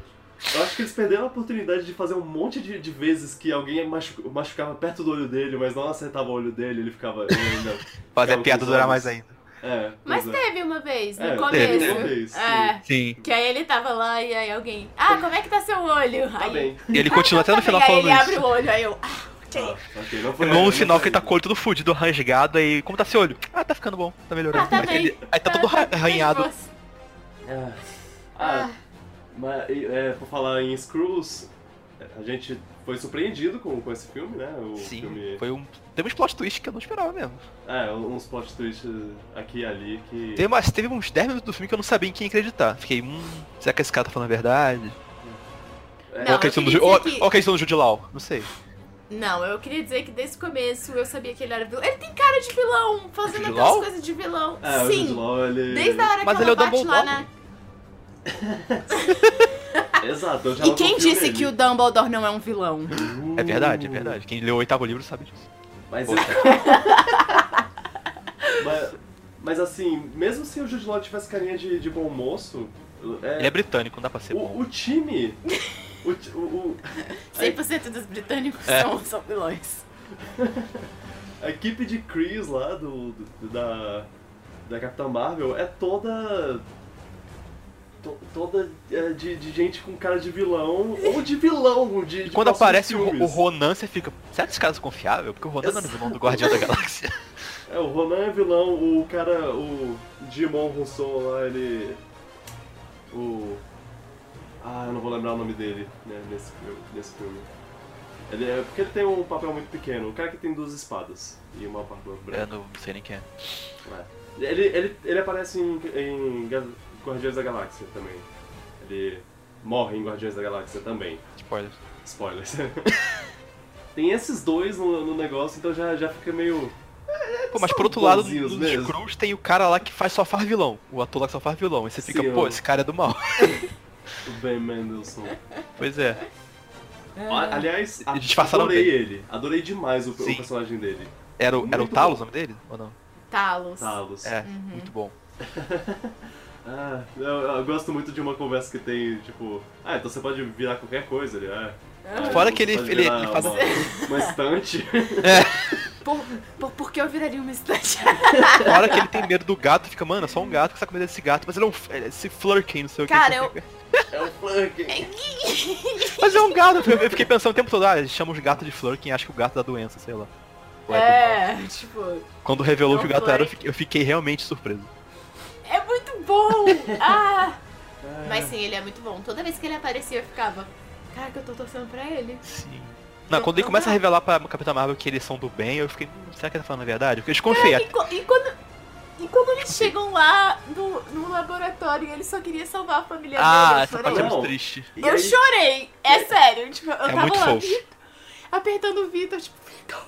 Speaker 2: Eu acho que eles perderam a oportunidade de fazer um monte de, de vezes que alguém machu- machucava perto do olho dele, mas não acertava o olho dele, ele ficava. ele ainda-
Speaker 3: Fazer
Speaker 2: ficava
Speaker 3: a piada
Speaker 2: com os
Speaker 3: durar
Speaker 2: olhos.
Speaker 3: mais ainda.
Speaker 2: É,
Speaker 1: Mas
Speaker 2: pois é.
Speaker 1: teve uma vez, no
Speaker 2: É,
Speaker 1: começo.
Speaker 3: teve
Speaker 2: uma vez, Tá
Speaker 1: é.
Speaker 3: Sim.
Speaker 1: Que aí ele tava lá e aí alguém. Ah, como é que tá seu olho?
Speaker 2: Tá
Speaker 1: aí
Speaker 2: bem.
Speaker 3: E ele continua
Speaker 1: <laughs>
Speaker 3: até no final
Speaker 1: aí
Speaker 3: falando
Speaker 1: ele abre
Speaker 3: isso.
Speaker 1: o olho, aí eu. Ah, ok.
Speaker 2: Ah, ok, não foi-
Speaker 3: Não
Speaker 2: não
Speaker 3: no final
Speaker 2: foi-
Speaker 3: que ele tá com o olho todo fudido, rasgado, aí como tá seu olho? Ah, tá ficando bom, tá melhorando.
Speaker 1: Ah, tá
Speaker 3: aí,
Speaker 1: bem.
Speaker 3: ele- aí tá todo ra- arranhado.
Speaker 2: Ah, ah,
Speaker 1: Ah,
Speaker 2: Mas, e, é, por falar em Screws, a gente foi surpreendido com, com esse filme, né? O
Speaker 3: Sim,
Speaker 2: filme.
Speaker 3: foi um. Teve uns plot twist que eu não esperava mesmo.
Speaker 2: É, uns plot twists eh, aqui e ali que.
Speaker 3: Teve, umas, teve uns 10 minutos do filme que eu não sabia em quem acreditar. Fiquei, hum, será que esse cara tá falando a verdade?
Speaker 2: É,
Speaker 1: Não,
Speaker 3: ou acreditando no,
Speaker 1: eu
Speaker 3: Ju-
Speaker 1: queria
Speaker 3: ou,
Speaker 1: dizer que-
Speaker 3: ou acreditando no Jude Law, não sei.
Speaker 1: não, eu queria dizer que desde o começo eu sabia que ele era vilão. Ele tem cara de vilão, fazendo
Speaker 3: Jude
Speaker 1: aquelas
Speaker 3: Law?
Speaker 1: coisas de vilão.
Speaker 2: É, o Jude
Speaker 1: Sim.
Speaker 2: Law, ele...
Speaker 1: Desde a hora
Speaker 3: Mas
Speaker 1: que
Speaker 3: ele
Speaker 1: ela
Speaker 3: é o
Speaker 1: bate lá
Speaker 3: Dumbledore.
Speaker 1: na.
Speaker 2: Exato, eu já
Speaker 1: E
Speaker 2: não
Speaker 1: quem
Speaker 2: confio
Speaker 1: disse
Speaker 2: nele.
Speaker 1: que o Dumbledore não é um
Speaker 2: <laughs>
Speaker 1: vilão?
Speaker 3: É verdade, é verdade. Quem leu o oitavo livro sabe disso.
Speaker 2: Mas,
Speaker 3: Poxa.
Speaker 2: <laughs> mas, mas assim, mesmo se o Jude Law tivesse carinha de, de bom moço,
Speaker 3: Ele
Speaker 2: é,
Speaker 3: é britânico, não dá pra ser bom.
Speaker 2: o,
Speaker 1: <laughs>
Speaker 2: o time... O, ti- o, o- É.
Speaker 1: 100% dos britânicos
Speaker 3: É.
Speaker 1: são, são vilões.
Speaker 2: a equipe de Chris lá, do, do- da, da Capitã Marvel, é toda... to- Toda é, de, de gente com cara de vilão, ou de vilão, de,
Speaker 3: E
Speaker 2: de
Speaker 3: quando
Speaker 2: próximos
Speaker 3: aparece o, o
Speaker 2: filmes.
Speaker 3: Ronan, você fica. Será que esse cara é confiável? Porque o Ronan não era o vilão do Guardião <laughs> da Galáxia.
Speaker 2: É, o Ronan é vilão, o cara, o Digimon Rousseau lá, ele. O. Ah, eu não vou lembrar o nome dele né, nesse, filme, nesse filme. Ele é porque ele tem um papel muito pequeno, o cara que tem duas espadas e uma barba
Speaker 3: Eu
Speaker 2: branca.
Speaker 3: não sei nem quem é.
Speaker 2: É. Ele, ele, ele aparece em, em Ga- Guardiões da Galáxia também. Ele morre em Guardiões da Galáxia também.
Speaker 3: Spoiler.
Speaker 2: Spoilers. <laughs> tem esses dois no, no negócio, então já, já fica meio.
Speaker 3: Pô, mas
Speaker 2: São
Speaker 3: por outro lado,
Speaker 2: bonzinhos
Speaker 3: nos
Speaker 2: mesmo.
Speaker 3: Screws tem o cara lá que faz só faz vilão. O ator lá que só faz vilão. E você fica,
Speaker 2: Sim,
Speaker 3: pô,
Speaker 2: eu-
Speaker 3: esse cara é do mal. <laughs>
Speaker 2: Ben Mendelssohn.
Speaker 3: pois é.
Speaker 2: A- Aliás, a-
Speaker 3: disfarçaram
Speaker 2: adorei
Speaker 3: bem.
Speaker 2: ele. Adorei demais o, o
Speaker 3: Sim.
Speaker 2: personagem dele.
Speaker 3: Era, o- era o
Speaker 2: Muito
Speaker 3: Talos o nome dele? Ou não?
Speaker 1: Talos.
Speaker 2: Talos.
Speaker 1: Uhum.
Speaker 3: É, muito bom.
Speaker 2: Ah, eu, eu gosto muito de uma conversa que tem, tipo, ah, então você pode virar qualquer coisa, ele é. Ah,
Speaker 3: Fora
Speaker 2: você
Speaker 3: que ele-
Speaker 2: pode
Speaker 3: ele-
Speaker 2: virar
Speaker 3: ele faz-
Speaker 2: uma, uma estante.
Speaker 1: Por, por, por que eu viraria uma estante?
Speaker 3: Na hora que ele tem medo do gato, fica, mano, é só um gato que tá com medo desse gato. Mas ele é um. f- ele- Esse flurkin, não sei o que.
Speaker 1: Cara,
Speaker 3: você
Speaker 1: eu-
Speaker 3: fica,
Speaker 2: <laughs> É um flank.
Speaker 3: Mas é um gato. Eu eu fiquei pensando o tempo todo, ah, eles chamam os gatos de flurkin, acho que o gato da doença, sei lá. Ou do mal.
Speaker 1: É, um tipo.
Speaker 3: Quando revelou
Speaker 1: Não
Speaker 3: que o gato
Speaker 1: foi.
Speaker 3: era, eu fiquei, eu fiquei realmente surpreso.
Speaker 1: É muito <laughs> bom! Ah! Mas sim, ele é muito bom. Toda vez que ele aparecia, eu ficava. Cara, que eu tô torcendo pra ele.
Speaker 3: Sim. Não, quando ele
Speaker 1: Eu-
Speaker 3: começa a
Speaker 1: eu-
Speaker 3: revelar pra Capitã Marvel que eles são do bem, eu fiquei, hum, será que ele tá falando a verdade? Porque eu desconfiei.
Speaker 1: E, co- e quando. E quando eles chegam lá no, no laboratório e ele só queria salvar a família
Speaker 3: Ah,
Speaker 1: dele,
Speaker 3: essa
Speaker 1: eu
Speaker 3: parte é
Speaker 1: chorei.
Speaker 2: Não.
Speaker 3: muito triste.
Speaker 2: E
Speaker 1: Eu
Speaker 2: aí-
Speaker 1: chorei! É sério, tipo, eu
Speaker 3: É
Speaker 1: tava
Speaker 3: muito
Speaker 1: lá
Speaker 3: fofo.
Speaker 1: <laughs> apertando o Vitor, tipo, Vitor.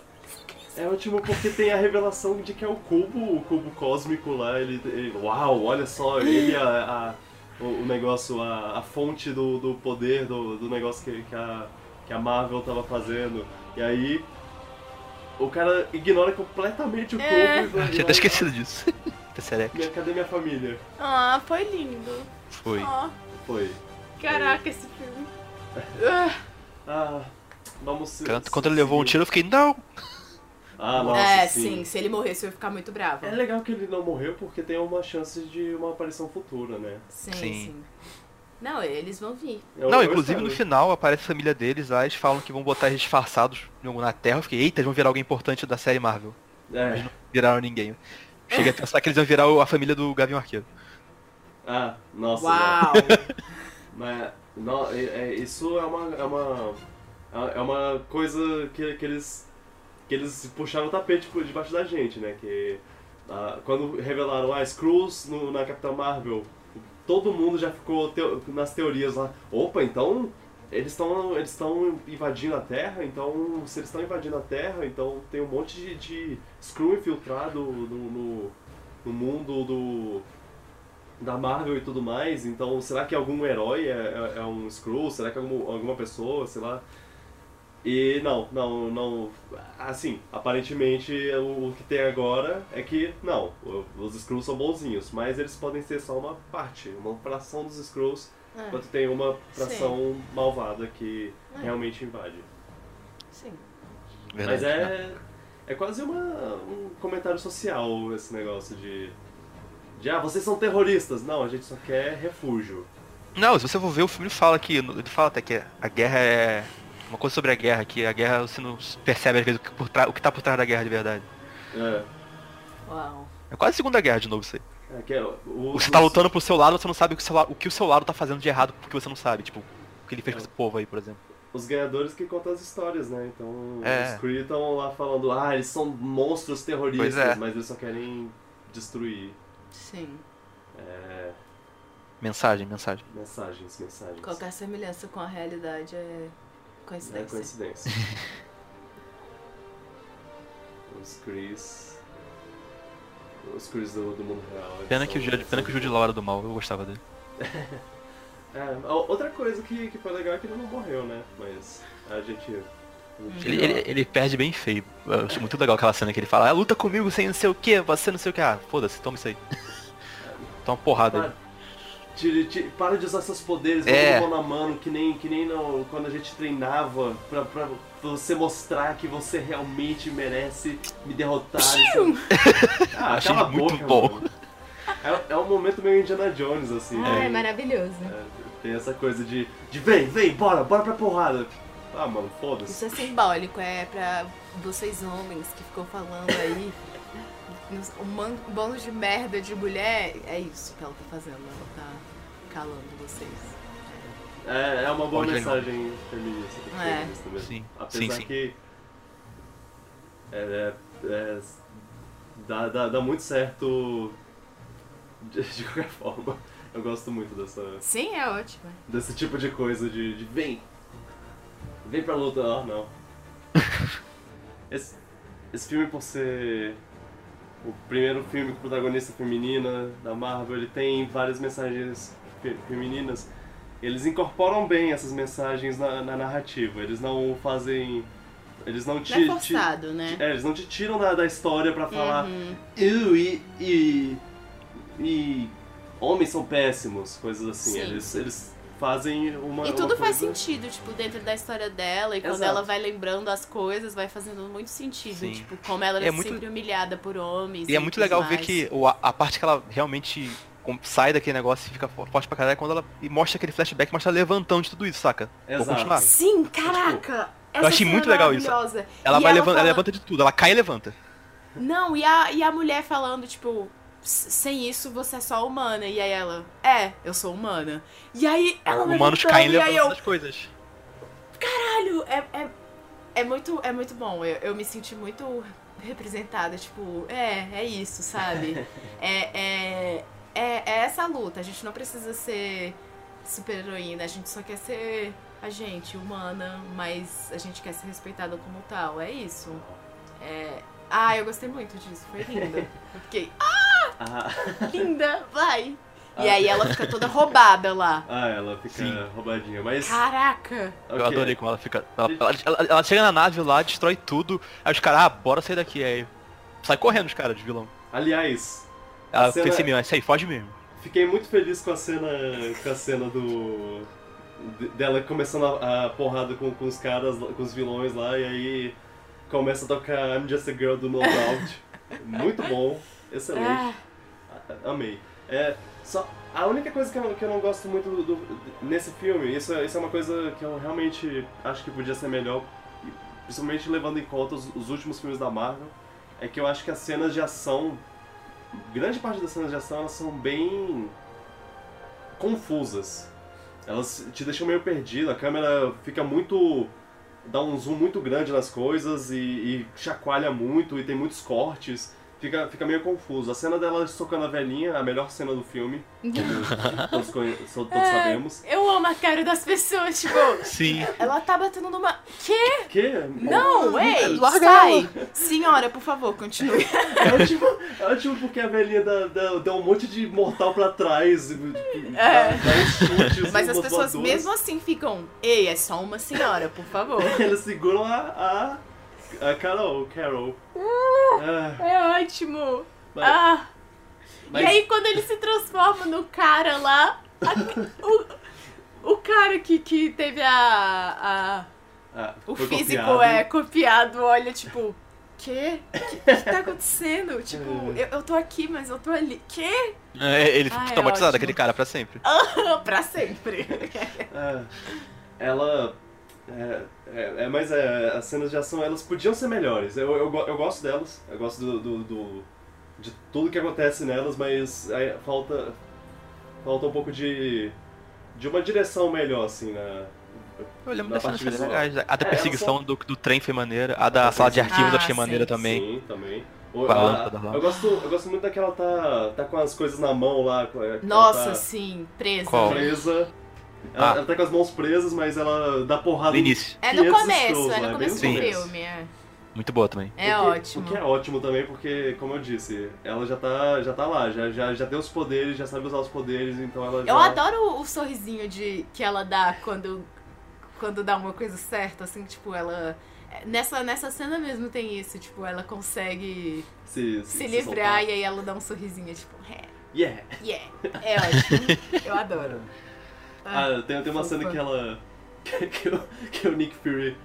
Speaker 2: É ótimo porque tem a revelação de que é o cubo, o cubo cósmico lá, ele. ele- uau, olha só, ele a. a- o, o negócio, a, a fonte do, do poder do, do negócio que, que, a, que a Marvel tava fazendo. E aí. O cara ignora completamente o cubo
Speaker 1: É.
Speaker 2: e vai.
Speaker 3: Tinha até esquecido disso. Tesseract.
Speaker 2: Minha, cadê minha família?
Speaker 1: Ah, foi lindo.
Speaker 3: Foi.
Speaker 1: Ah,
Speaker 2: Foi.
Speaker 1: caraca, esse filme. Ah,
Speaker 2: Ah, vamos. se-
Speaker 3: Tanto
Speaker 2: se-
Speaker 3: quando ele levou um
Speaker 2: seguir.
Speaker 3: tiro, eu fiquei, não!
Speaker 2: Ah, nossa.
Speaker 1: é,
Speaker 2: sim.
Speaker 1: sim, se ele morresse eu ia ficar muito brava.
Speaker 2: É legal que ele não morreu porque tem uma chance de uma aparição futura, né?
Speaker 1: Sim, sim.
Speaker 3: Sim.
Speaker 1: Não, eles vão vir.
Speaker 2: Eu-
Speaker 3: não,
Speaker 2: eu
Speaker 3: inclusive no
Speaker 2: espero.
Speaker 3: final aparece a família deles lá, eles falam que vão botar eles disfarçados na Terra. Eu fiquei, eita, eles vão virar alguém importante da série Marvel.
Speaker 2: É.
Speaker 3: Viraram ninguém. Cheguei a pensar que eles iam virar o- a família do Gavião Arqueiro.
Speaker 2: Ah, nossa.
Speaker 1: Uau!
Speaker 3: é.
Speaker 2: né? Mas não, é- é- isso é uma. É uma, é uma coisa que, que eles. que eles puxaram o tapete por debaixo da gente, né? Que Ah, quando revelaram as Skrulls no- na Capitã Marvel, todo mundo já ficou teo- nas teorias lá. Opa, então eles estão eles tão invadindo a Terra, então se eles estão invadindo a Terra, então tem um monte de, de Skrull infiltrado no, no, no mundo do da Marvel e tudo mais. Então será que algum herói é, é- é um Skrull? Será que algum, alguma pessoa, sei lá? E não, não, não. Assim, aparentemente o, o que tem agora é que não, o- os Skrulls são bonzinhos, mas eles podem ser só uma parte, uma fração dos Skrulls,
Speaker 1: Ah,
Speaker 2: enquanto tem uma fração malvada que
Speaker 1: É.
Speaker 2: realmente invade.
Speaker 1: sim.
Speaker 2: Mas
Speaker 3: Verdade. né?
Speaker 2: é. É quase uma, um comentário social esse negócio de. De ah, vocês são terroristas! Não, a gente só quer refúgio.
Speaker 3: Não, se você for ver, o filme fala que. Ele fala até que a guerra é. Uma coisa sobre a guerra, que a guerra você não percebe às vezes o que, por trás- o que tá por trás da guerra de verdade.
Speaker 2: É.
Speaker 1: Uau.
Speaker 3: É quase a Segunda Guerra de novo isso aí.
Speaker 2: é que é, o,
Speaker 3: Você tá lutando pro seu lado, você não sabe o que o seu, la- o que o seu lado tá fazendo de errado, porque você não sabe, tipo, o que ele fez com esse povo aí, por exemplo.
Speaker 2: os ganhadores que contam as histórias, né? Então
Speaker 3: É.
Speaker 2: os Kree estão lá falando, ah, eles são monstros terroristas,
Speaker 3: Pois é.
Speaker 2: mas eles só querem destruir.
Speaker 1: Sim.
Speaker 2: É,
Speaker 3: Mensagem, mensagem.
Speaker 2: mensagens, mensagens.
Speaker 1: Qualquer semelhança com a realidade é
Speaker 2: É
Speaker 1: coincidência. <laughs>
Speaker 2: coincidência. os Krees. Os Krees do, do mundo real. eles
Speaker 3: Pena
Speaker 2: são-
Speaker 3: que o Jude, pena que o Jude Law era do mal, eu gostava dele.
Speaker 2: É, o- outra coisa que, que foi legal é que ele não morreu, né? Mas a gente. a
Speaker 1: Hum.
Speaker 2: gente-
Speaker 3: Ele, ele, ele perde bem feio. Eu acho muito legal aquela cena que ele fala, ah, luta comigo sem não sei o que, você não sei o que. Ah, foda-se, toma <laughs> isso aí. Toma uma porrada aí.
Speaker 2: Para, tire- tire- para de usar seus poderes,
Speaker 3: É.
Speaker 2: não com a mão na mano, que nem, que nem no- quando a gente treinava pra, pra você mostrar que você realmente merece me derrotar.
Speaker 3: <laughs>
Speaker 2: Isso- Ah,
Speaker 3: Achei
Speaker 2: cala a
Speaker 3: muito
Speaker 2: boca,
Speaker 3: bom.
Speaker 2: mano. É, é um momento meio Indiana Jones, assim.
Speaker 1: Ah, é
Speaker 2: né?
Speaker 1: maravilhoso.
Speaker 2: Tem essa coisa de, de vem, vem, bora, bora pra porrada. Ah, mano, foda-se.
Speaker 1: Isso é simbólico, é pra vocês homens que ficam falando aí. Um man- um bando de merda de mulher, é isso que ela tá fazendo, ela tá calando vocês.
Speaker 2: É, é uma boa
Speaker 3: Pode legal.
Speaker 2: mensagem feminista. tem que ser
Speaker 1: É.
Speaker 2: feminista mesmo.
Speaker 3: Sim,
Speaker 2: Apesar
Speaker 3: sim, sim.
Speaker 2: que. É, é- é- dá, dá, dá muito certo. De, <laughs> de qualquer forma. Eu gosto muito dessa,
Speaker 1: Sim, é ótimo.
Speaker 2: desse tipo de coisa de, de vem! Vem pra luta, ah, não. Esse, esse filme, por ser o primeiro filme com protagonista feminina da Marvel, ele tem várias mensagens fe- femininas. Eles incorporam bem essas mensagens na, na narrativa. Eles não fazem. Eles não
Speaker 1: Não é
Speaker 2: te. te
Speaker 1: forçado, né?
Speaker 2: é, eles não te tiram da, da história pra falar.
Speaker 1: Uhum.
Speaker 2: "Eu e. e. e. homens são péssimos, coisas assim.
Speaker 1: Sim.
Speaker 2: Eles, eles fazem uma.
Speaker 1: E
Speaker 2: uma
Speaker 1: tudo faz
Speaker 2: coisa-
Speaker 1: sentido, tipo, dentro da história dela, e quando
Speaker 2: Exato.
Speaker 1: ela vai lembrando as coisas, vai fazendo muito sentido.
Speaker 3: Sim.
Speaker 1: Tipo, como ela
Speaker 3: É
Speaker 1: é
Speaker 3: muito-
Speaker 1: sempre humilhada por homens.
Speaker 3: E é muito
Speaker 1: tudo
Speaker 3: legal ver
Speaker 1: mais.
Speaker 3: que o- a a parte que ela realmente com- sai daquele negócio e fica fo- forte pra caralho é quando ela e mostra aquele flashback, mostra ela levantando de tudo isso, saca? Vou
Speaker 2: Exato.
Speaker 3: continuar.
Speaker 1: Sim, caraca!
Speaker 3: Tipo, eu achei
Speaker 1: cena
Speaker 3: muito
Speaker 1: é
Speaker 3: legal isso.
Speaker 1: maravilhosa.
Speaker 3: Ela
Speaker 1: E
Speaker 3: vai
Speaker 1: ela
Speaker 3: levanta,
Speaker 1: fala-
Speaker 3: ela levanta de tudo, ela cai e levanta.
Speaker 1: Não, e a, e a mulher falando, tipo, "S- sem isso você é só humana. E aí ela, é, eu sou humana. E aí ela
Speaker 3: Humanos
Speaker 1: levantando,
Speaker 3: caem e
Speaker 1: e aí
Speaker 3: levantando
Speaker 1: eu,
Speaker 3: as coisas.
Speaker 1: caralho, é, é, é, muito, é muito bom. Eu, eu me senti muito representada, tipo, é, é isso, sabe? é, é, é, é essa luta. A gente não precisa ser super heroína, a gente só quer ser a gente, humana, mas a gente quer ser respeitada como tal. É isso. É... Ah, eu gostei muito disso, foi lindo. Eu fiquei,
Speaker 2: Ah,
Speaker 1: linda, vai. E
Speaker 2: Ah.
Speaker 1: aí ela fica toda roubada
Speaker 2: <laughs>
Speaker 1: lá.
Speaker 2: ah, ela fica
Speaker 3: Sim.
Speaker 2: roubadinha, mas.
Speaker 1: Caraca!
Speaker 3: Eu
Speaker 2: ok.
Speaker 3: adorei como ela fica. Ela, ela- ela- ela chega na nave lá, destrói tudo, aí os caras, ah, bora sair daqui. Aí sai correndo os caras de vilão.
Speaker 2: Aliás,
Speaker 3: Ela
Speaker 2: A cena-
Speaker 3: pensa em mim, mas isso aí, foge mesmo.
Speaker 2: fiquei muito feliz com a cena. Com a cena do. de- dela começando a, a porrada com, com os caras, com os vilões lá, e aí começa a tocar I'm Just a Girl do No Doubt.
Speaker 1: <laughs>
Speaker 2: muito bom, excelente.
Speaker 1: Ah,
Speaker 2: A- Amei. É, só, a única coisa que eu, que eu não gosto muito do, do- nesse filme, isso, é- isso é uma coisa que eu realmente acho que podia ser melhor, e principalmente levando em conta os, os últimos filmes da Marvel, é que eu acho que as cenas de ação, grande parte das cenas de ação, elas são bem confusas. Elas te deixam meio perdido, a câmera fica muito. dá um zoom muito grande nas coisas e, e chacoalha muito e tem muitos cortes. Fica, fica meio confuso. A cena dela socando a velhinha, a melhor cena do filme.
Speaker 1: <laughs>
Speaker 2: como todos, conhe- so- todos
Speaker 1: É.
Speaker 2: sabemos.
Speaker 1: Eu amo a cara das pessoas, tipo,
Speaker 3: Sim.
Speaker 1: ela tá batendo numa. Quê?
Speaker 2: Que?
Speaker 1: Não, ei,
Speaker 3: larga
Speaker 1: sai! Senhora, por favor, continue.
Speaker 2: É ótimo, é ótimo porque a velhinha dá, dá- dá um monte de mortal pra trás. e, tipo, dá-
Speaker 1: É.
Speaker 2: dá uns chutes,
Speaker 1: Mas
Speaker 2: umas
Speaker 1: as pessoas
Speaker 2: voadoras. <laughs>
Speaker 1: mesmo assim ficam. Ei, é só uma senhora, por favor.
Speaker 2: Eles seguram a, a, a Carol. Carol. Ah,
Speaker 1: É ótimo.
Speaker 2: mas-
Speaker 1: Ah,
Speaker 2: mas-
Speaker 1: E aí quando ele se transforma no cara lá. a- o, o cara que, que teve a. a-
Speaker 2: ah,
Speaker 1: o
Speaker 2: foi
Speaker 1: físico
Speaker 2: copiado.
Speaker 1: é copiado, olha, tipo. Quê? O que, que tá acontecendo? Tipo,
Speaker 2: É.
Speaker 1: eu, eu tô aqui, mas eu tô ali. Quê?
Speaker 3: É, ele
Speaker 1: Ah,
Speaker 3: ficou
Speaker 1: é
Speaker 3: traumatizado
Speaker 1: ótimo.
Speaker 3: aquele cara pra sempre.
Speaker 1: <laughs> pra sempre.
Speaker 2: <laughs> Ah, ela. É, é, é, mas é, as cenas de ação elas podiam ser melhores. Eu, eu, go- eu gosto delas, eu gosto do, do- do- de tudo que acontece nelas, mas aí falta falta um pouco de de uma direção melhor assim na.
Speaker 3: Eu lembro
Speaker 2: Da
Speaker 3: dessas
Speaker 2: parte
Speaker 3: cenas
Speaker 2: visual.
Speaker 3: legais. A da
Speaker 2: É,
Speaker 3: perseguição do, do trem foi maneira. A da sala de arquivos
Speaker 1: Ah,
Speaker 3: eu achei
Speaker 1: sim.
Speaker 3: maneira também.
Speaker 2: Sim, também. Ou-
Speaker 3: Com a
Speaker 2: a-
Speaker 3: lâmpada lá.
Speaker 2: eu gosto eu gosto muito daquela tá tá com as coisas na mão lá. com- ela
Speaker 1: Nossa,
Speaker 2: tá
Speaker 1: sim, presa.
Speaker 3: Qual?
Speaker 2: presa. Ela,
Speaker 3: Ah.
Speaker 2: ela tá com as mãos presas, mas ela dá porrada
Speaker 3: No início.
Speaker 1: É no
Speaker 2: 500
Speaker 1: começo,
Speaker 2: scrolls,
Speaker 1: é no
Speaker 2: né?
Speaker 1: começo
Speaker 2: Bem
Speaker 1: do
Speaker 2: no começo.
Speaker 1: filme. É,
Speaker 3: Muito boa também.
Speaker 1: É
Speaker 2: O que-
Speaker 1: ótimo.
Speaker 2: O que é ótimo também, porque, como eu disse, ela já tá, já tá lá, já, já, já tem os poderes, já sabe usar os poderes, então ela já...
Speaker 1: Eu adoro o sorrisinho de que ela dá quando quando dá uma coisa certa, assim, tipo, ela nessa nessa cena mesmo tem isso, tipo, ela consegue
Speaker 2: se,
Speaker 1: se, livrar
Speaker 2: soltar.
Speaker 1: e aí ela dá um sorrisinho, tipo, é,
Speaker 2: Yeah!
Speaker 1: yeah, é
Speaker 2: <laughs>
Speaker 1: ótimo. Eu adoro.
Speaker 2: Ah, tem, tem uma
Speaker 1: fofa.
Speaker 2: cena que ela... <laughs> que, que o, que o Nick Fury...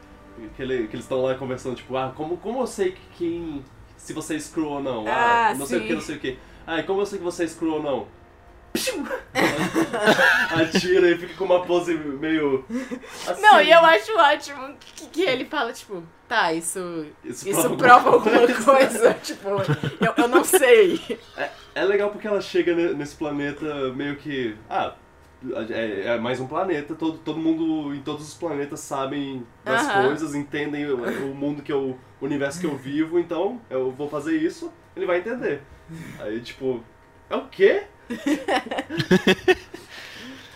Speaker 2: Que, ele- que eles estão lá conversando, tipo, ah, como, como eu sei que quem... Se você é screw ou não.
Speaker 1: Ah,
Speaker 2: não sei o
Speaker 1: sim.
Speaker 2: que, não sei o que. Ah, e como eu sei que você é screw ou não?
Speaker 1: <laughs>
Speaker 2: Pshiu! Atira e fica com uma pose meio... assim.
Speaker 1: Não, e eu acho ótimo que, que ele fala, tipo, tá, isso, isso prova alguma coisa. <laughs> tipo, eu, eu não sei.
Speaker 2: É legal porque ela chega ne- nesse planeta meio que. Ah, é, é mais um planeta, todo, todo mundo em todos os planetas sabem das
Speaker 1: Aham.
Speaker 2: coisas, entendem o, o mundo que eu. o universo que eu vivo, então eu vou fazer isso, ele vai entender. Aí, tipo, é o quê? <laughs>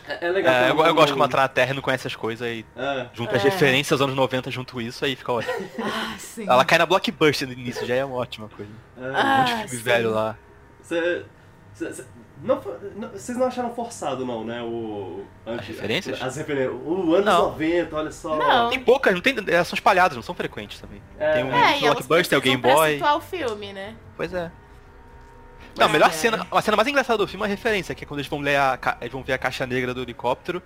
Speaker 2: é, é legal.
Speaker 3: É, eu,
Speaker 2: como-
Speaker 3: eu gosto como ela tá na Terra e não conhece as coisas e
Speaker 2: É,
Speaker 3: junta as
Speaker 1: É.
Speaker 3: referências aos anos 90 junto isso, aí fica ótimo.
Speaker 1: Ah, sim.
Speaker 3: Ela cai na blockbuster no início, já é uma ótima coisa.
Speaker 2: é.
Speaker 1: Ah.
Speaker 3: Um monte de filme
Speaker 1: sim.
Speaker 3: velho lá.
Speaker 2: Cê- cê- cê- não foi- não- Vocês não acharam forçado, não, né? O, antes-
Speaker 3: referências?
Speaker 2: As referências. O anos
Speaker 3: Não.
Speaker 2: 90, olha só.
Speaker 1: Não.
Speaker 3: Tem poucas, não tem, elas são espalhadas, não são frequentes também.
Speaker 2: É.
Speaker 3: Tem um
Speaker 1: É, e elas
Speaker 3: blockbuster, tem o Game
Speaker 1: precisam pra
Speaker 3: Boy.
Speaker 1: situar o filme, né?
Speaker 3: Pois é. Não, a
Speaker 1: Mas
Speaker 3: melhor
Speaker 1: é.
Speaker 3: cena, a cena mais engraçada do filme é a referência, que é quando eles vão ler a, ca- eles vão ver a caixa negra do helicóptero,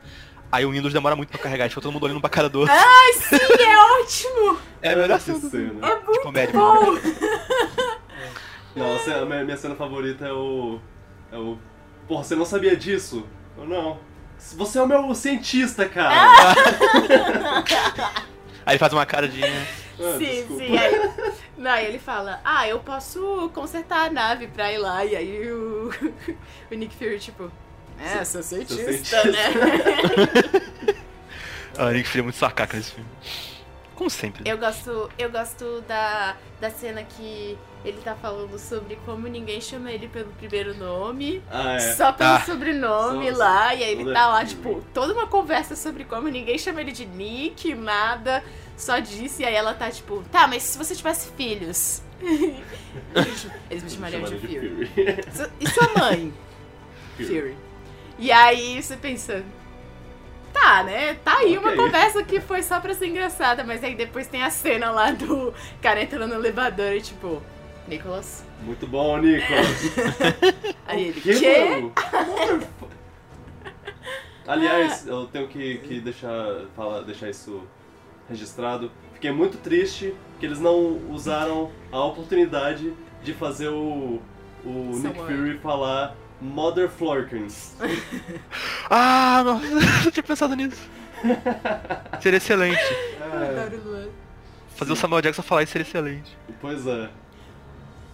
Speaker 3: aí o Windows demora muito pra carregar, eles ficam todo mundo olhando pra cara do outro. <laughs>
Speaker 1: Ótimo!
Speaker 3: É a melhor
Speaker 2: Que
Speaker 3: cena do filme
Speaker 2: cena.
Speaker 1: É? É
Speaker 3: de
Speaker 1: muito
Speaker 3: comédia.
Speaker 1: bom!
Speaker 2: Não, a cena- a minha, minha cena favorita é o. É o. Porra, você não sabia disso? Eu não. Você é o meu cientista, cara!
Speaker 1: Ah,
Speaker 3: Aí ele faz uma cara de.
Speaker 2: Ah,
Speaker 1: sim,
Speaker 2: desculpa.
Speaker 1: sim. Aí, não, aí ele fala, ah, eu posso consertar a nave pra ir lá. E aí o, <laughs> o Nick Fury, tipo, é, sou cientista,
Speaker 2: cientista."
Speaker 3: <laughs>
Speaker 1: né?
Speaker 3: Ah, Nick Fury é muito sacaca nesse filme. Como sempre. né?
Speaker 1: eu gosto, eu gosto da, da cena que ele tá falando sobre como ninguém chama ele pelo primeiro nome.
Speaker 2: Ah, é.
Speaker 1: Só pelo
Speaker 3: Ah.
Speaker 1: sobrenome
Speaker 2: Só-
Speaker 1: lá, e aí ele
Speaker 2: tudo
Speaker 1: tá lá,
Speaker 2: aqui.
Speaker 1: tipo, toda uma conversa sobre como ninguém chama ele de Nick, nada, só disse, e aí ela tá tipo, tá, mas se você tivesse filhos. <laughs> Eles me chamariam de Fury. Su- E sua mãe?
Speaker 2: Fury.
Speaker 1: Fury. E aí você pensa, tá, né? Tá aí uma
Speaker 2: Ok.
Speaker 1: conversa que foi só pra ser engraçada, mas aí depois tem a cena lá do cara entrando no elevador e tipo, Nicholas.
Speaker 2: <laughs> Muito bom, Nicolas.
Speaker 1: Aí ele,
Speaker 2: Que,
Speaker 1: quê? <laughs>
Speaker 2: mano? Motherf-
Speaker 1: Ah.
Speaker 2: Aliás, eu tenho que, que deixar, falar, deixar isso registrado. Fiquei muito triste que eles não usaram a oportunidade de fazer o, o
Speaker 1: Seu
Speaker 2: Nick
Speaker 1: amor.
Speaker 2: Fury falar
Speaker 1: <laughs>
Speaker 2: Mother Florkins.
Speaker 3: Ah, nossa, <laughs> eu não tinha pensado nisso. Seria excelente.
Speaker 2: É,
Speaker 1: Adoro o Luan.
Speaker 3: Fazer o Samuel Jackson falar isso seria excelente.
Speaker 2: pois é.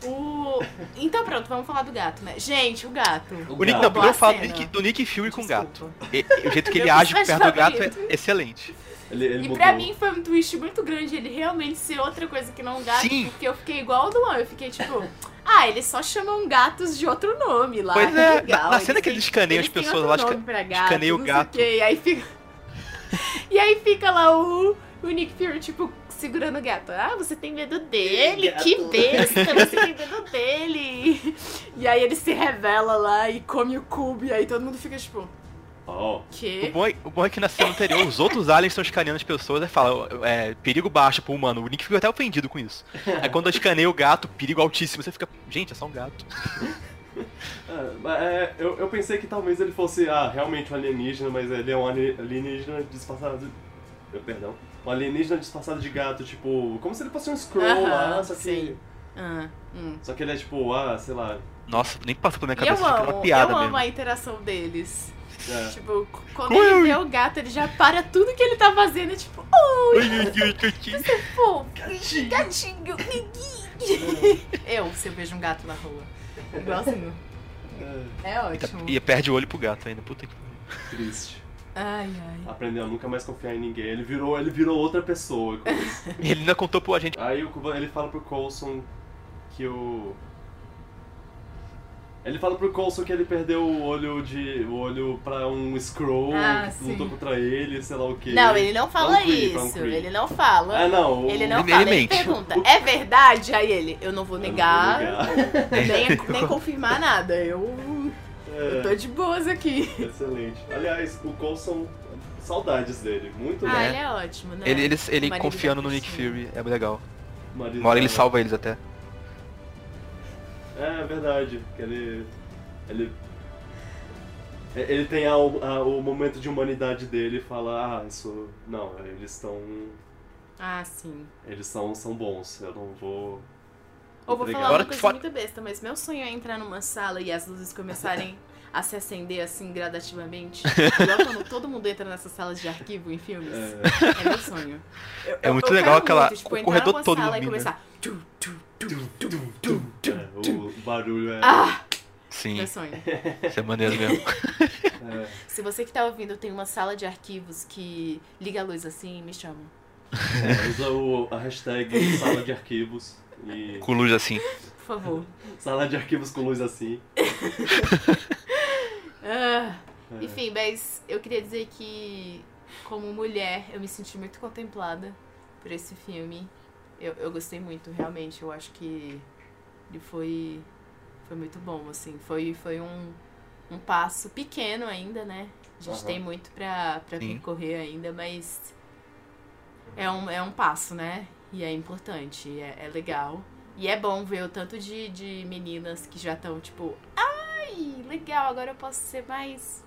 Speaker 1: O... Então pronto, vamos falar do gato, né? Gente, o gato.
Speaker 3: O Nick,
Speaker 2: Tá.
Speaker 1: Boa
Speaker 3: não, primeiro eu falo do
Speaker 1: cena.
Speaker 3: Nick, do Nick Fury com
Speaker 1: Desculpa.
Speaker 3: gato. E- e o jeito que ele
Speaker 1: Meu
Speaker 3: age
Speaker 1: personagem
Speaker 3: perto do gato
Speaker 1: favorito.
Speaker 3: é excelente.
Speaker 2: Ele, ele
Speaker 1: E
Speaker 2: mudou.
Speaker 1: pra mim foi um twist muito grande ele realmente ser outra coisa que não um gato,
Speaker 3: Sim.
Speaker 1: porque eu fiquei igual ao do Luan, eu fiquei tipo, <laughs> ah, eles só chamam gatos de outro nome lá.
Speaker 3: Pois é,
Speaker 1: legal.
Speaker 3: na- na cena que eles
Speaker 1: têm-
Speaker 3: escaneiam as
Speaker 1: eles têm
Speaker 3: pessoas
Speaker 1: outro
Speaker 3: lá, esca-
Speaker 1: nome pra gato,
Speaker 3: escaneia o
Speaker 1: não
Speaker 3: gato.
Speaker 1: Sei o quê, e aí fica <laughs> E aí fica lá o, o Nick Fury tipo segurando o gato. Ah, você tem medo dele?
Speaker 2: Gato.
Speaker 1: Que besta, você tem medo dele. E aí ele se revela lá e come o cubo e aí todo mundo fica tipo,
Speaker 2: Oh,
Speaker 3: O
Speaker 1: que?
Speaker 3: bom, é, o bom é que na cena anterior os outros aliens estão escaneando as pessoas e fala, é, perigo baixo pro humano. O Nick ficou até ofendido com isso. Aí quando eu escaneio o gato, perigo altíssimo, você fica, gente, é só um gato.
Speaker 2: ah, mas, é, eu, eu pensei que talvez ele fosse ah, realmente um alienígena, mas ele é um ali- alienígena disfarçado. de- Eu, perdão. Um alienígena disfarçado de gato, tipo. Como se ele fosse um Skrull
Speaker 1: Aham,
Speaker 2: lá, só que.
Speaker 1: sim. Ah, hum.
Speaker 2: Só que ele é tipo, ah, sei lá.
Speaker 3: Nossa, nem passou pela minha
Speaker 1: E
Speaker 3: cabeça,
Speaker 1: eu
Speaker 3: isso aqui é
Speaker 1: amo,
Speaker 3: uma piada
Speaker 1: eu amo
Speaker 3: mesmo.
Speaker 1: a interação deles.
Speaker 2: É.
Speaker 1: Tipo, c- quando
Speaker 3: Ui.
Speaker 1: ele vê o gato, ele já para tudo que ele tá fazendo e tipo, oi,
Speaker 3: Ui, ui, ui, ui, ui.
Speaker 1: pô, gatinho,
Speaker 3: <laughs>
Speaker 1: Eu, se eu vejo um gato na rua. Igualzinho.
Speaker 2: É,
Speaker 1: É
Speaker 3: E tá-
Speaker 1: ótimo.
Speaker 3: E perde o olho pro gato ainda, puta que pariu.
Speaker 2: triste.
Speaker 1: Ai, ai.
Speaker 2: Aprendeu a nunca mais confiar em ninguém. Ele virou, ele virou outra pessoa. com isso.
Speaker 3: E ele ainda contou pro agente.
Speaker 2: Aí o Cuba- ele fala pro Coulson que o. Ele fala pro Coulson que ele perdeu o olho de. o olho pra um Scroll
Speaker 1: Ah,
Speaker 2: que
Speaker 1: sim.
Speaker 2: lutou contra ele, sei lá o que.
Speaker 1: Não, ele não fala
Speaker 2: Vamos crer, vamos
Speaker 1: isso.
Speaker 2: crer.
Speaker 1: Ele não fala.
Speaker 2: Ah não, o-
Speaker 1: Ele não
Speaker 3: Ele
Speaker 1: fala. Ele
Speaker 3: mente.
Speaker 1: pergunta, é verdade? Aí ele, eu não vou
Speaker 2: Eu não vou
Speaker 1: negar,
Speaker 2: negar.
Speaker 3: <laughs> É.
Speaker 1: Nem, nem confirmar nada. Eu, eu tô de boas aqui.
Speaker 2: É, excelente. Aliás, o Coulson, saudades dele, muito
Speaker 1: Ah,
Speaker 2: né?
Speaker 1: ele é ótimo, né?
Speaker 3: Ele, ele, ele
Speaker 1: Marido
Speaker 3: confiando
Speaker 1: da
Speaker 3: no Nick
Speaker 1: Cristina.
Speaker 3: Fury, é legal.
Speaker 2: Marido
Speaker 3: Uma hora ele
Speaker 2: dela.
Speaker 3: salva eles até.
Speaker 2: É é verdade, que ele. Ele. é, Ele tem a- a- o momento de humanidade dele e fala, ah, isso. Não, eles estão.
Speaker 1: Ah, sim.
Speaker 2: Eles são, são bons, eu não vou.
Speaker 1: Ou vou
Speaker 2: entregar.
Speaker 1: falar
Speaker 3: Agora
Speaker 1: uma
Speaker 3: que
Speaker 1: coisa
Speaker 3: fora-
Speaker 1: muito besta, mas meu sonho é entrar numa sala e as luzes começarem a se acender assim gradativamente.
Speaker 3: <laughs>
Speaker 1: Igual quando todo mundo entra nessas salas de arquivo em filmes. É,
Speaker 2: É,
Speaker 1: meu sonho.
Speaker 3: É muito
Speaker 1: Eu
Speaker 3: legal
Speaker 1: quero
Speaker 3: aquela.
Speaker 1: muito, tipo,
Speaker 3: o
Speaker 1: entrar
Speaker 3: corredor
Speaker 1: numa
Speaker 3: todo
Speaker 1: sala e
Speaker 3: ilumina.
Speaker 1: começar. tu, tu, tu, tu, tu, tu.
Speaker 2: é, o barulho é.
Speaker 1: Ah,
Speaker 3: Sim,
Speaker 1: meu sonho.
Speaker 3: isso é maneiro mesmo.
Speaker 2: é,
Speaker 1: Se você que tá ouvindo tem uma sala de arquivos que liga a luz assim, me chama.
Speaker 2: é, usa o, a hashtag sala de arquivos
Speaker 3: <laughs>
Speaker 2: e.
Speaker 3: Com luz assim.
Speaker 1: Por
Speaker 3: <laughs>
Speaker 1: favor.
Speaker 2: Sala de arquivos com luz assim.
Speaker 1: Ah.
Speaker 2: É.
Speaker 1: Enfim, mas eu queria dizer que, como mulher, eu me senti muito contemplada por esse filme. Eu, eu gostei muito, realmente. Eu acho que ele foi, foi muito bom, assim. Foi, foi um, um passo pequeno ainda, né? A gente
Speaker 2: Aham.
Speaker 1: tem muito pra, pra
Speaker 3: Sim.
Speaker 1: percorrer ainda, mas é um, é um passo, né? E é importante, é, é legal. E é bom ver o tanto de, de meninas que já estão, tipo, ai, legal, agora eu posso ser mais,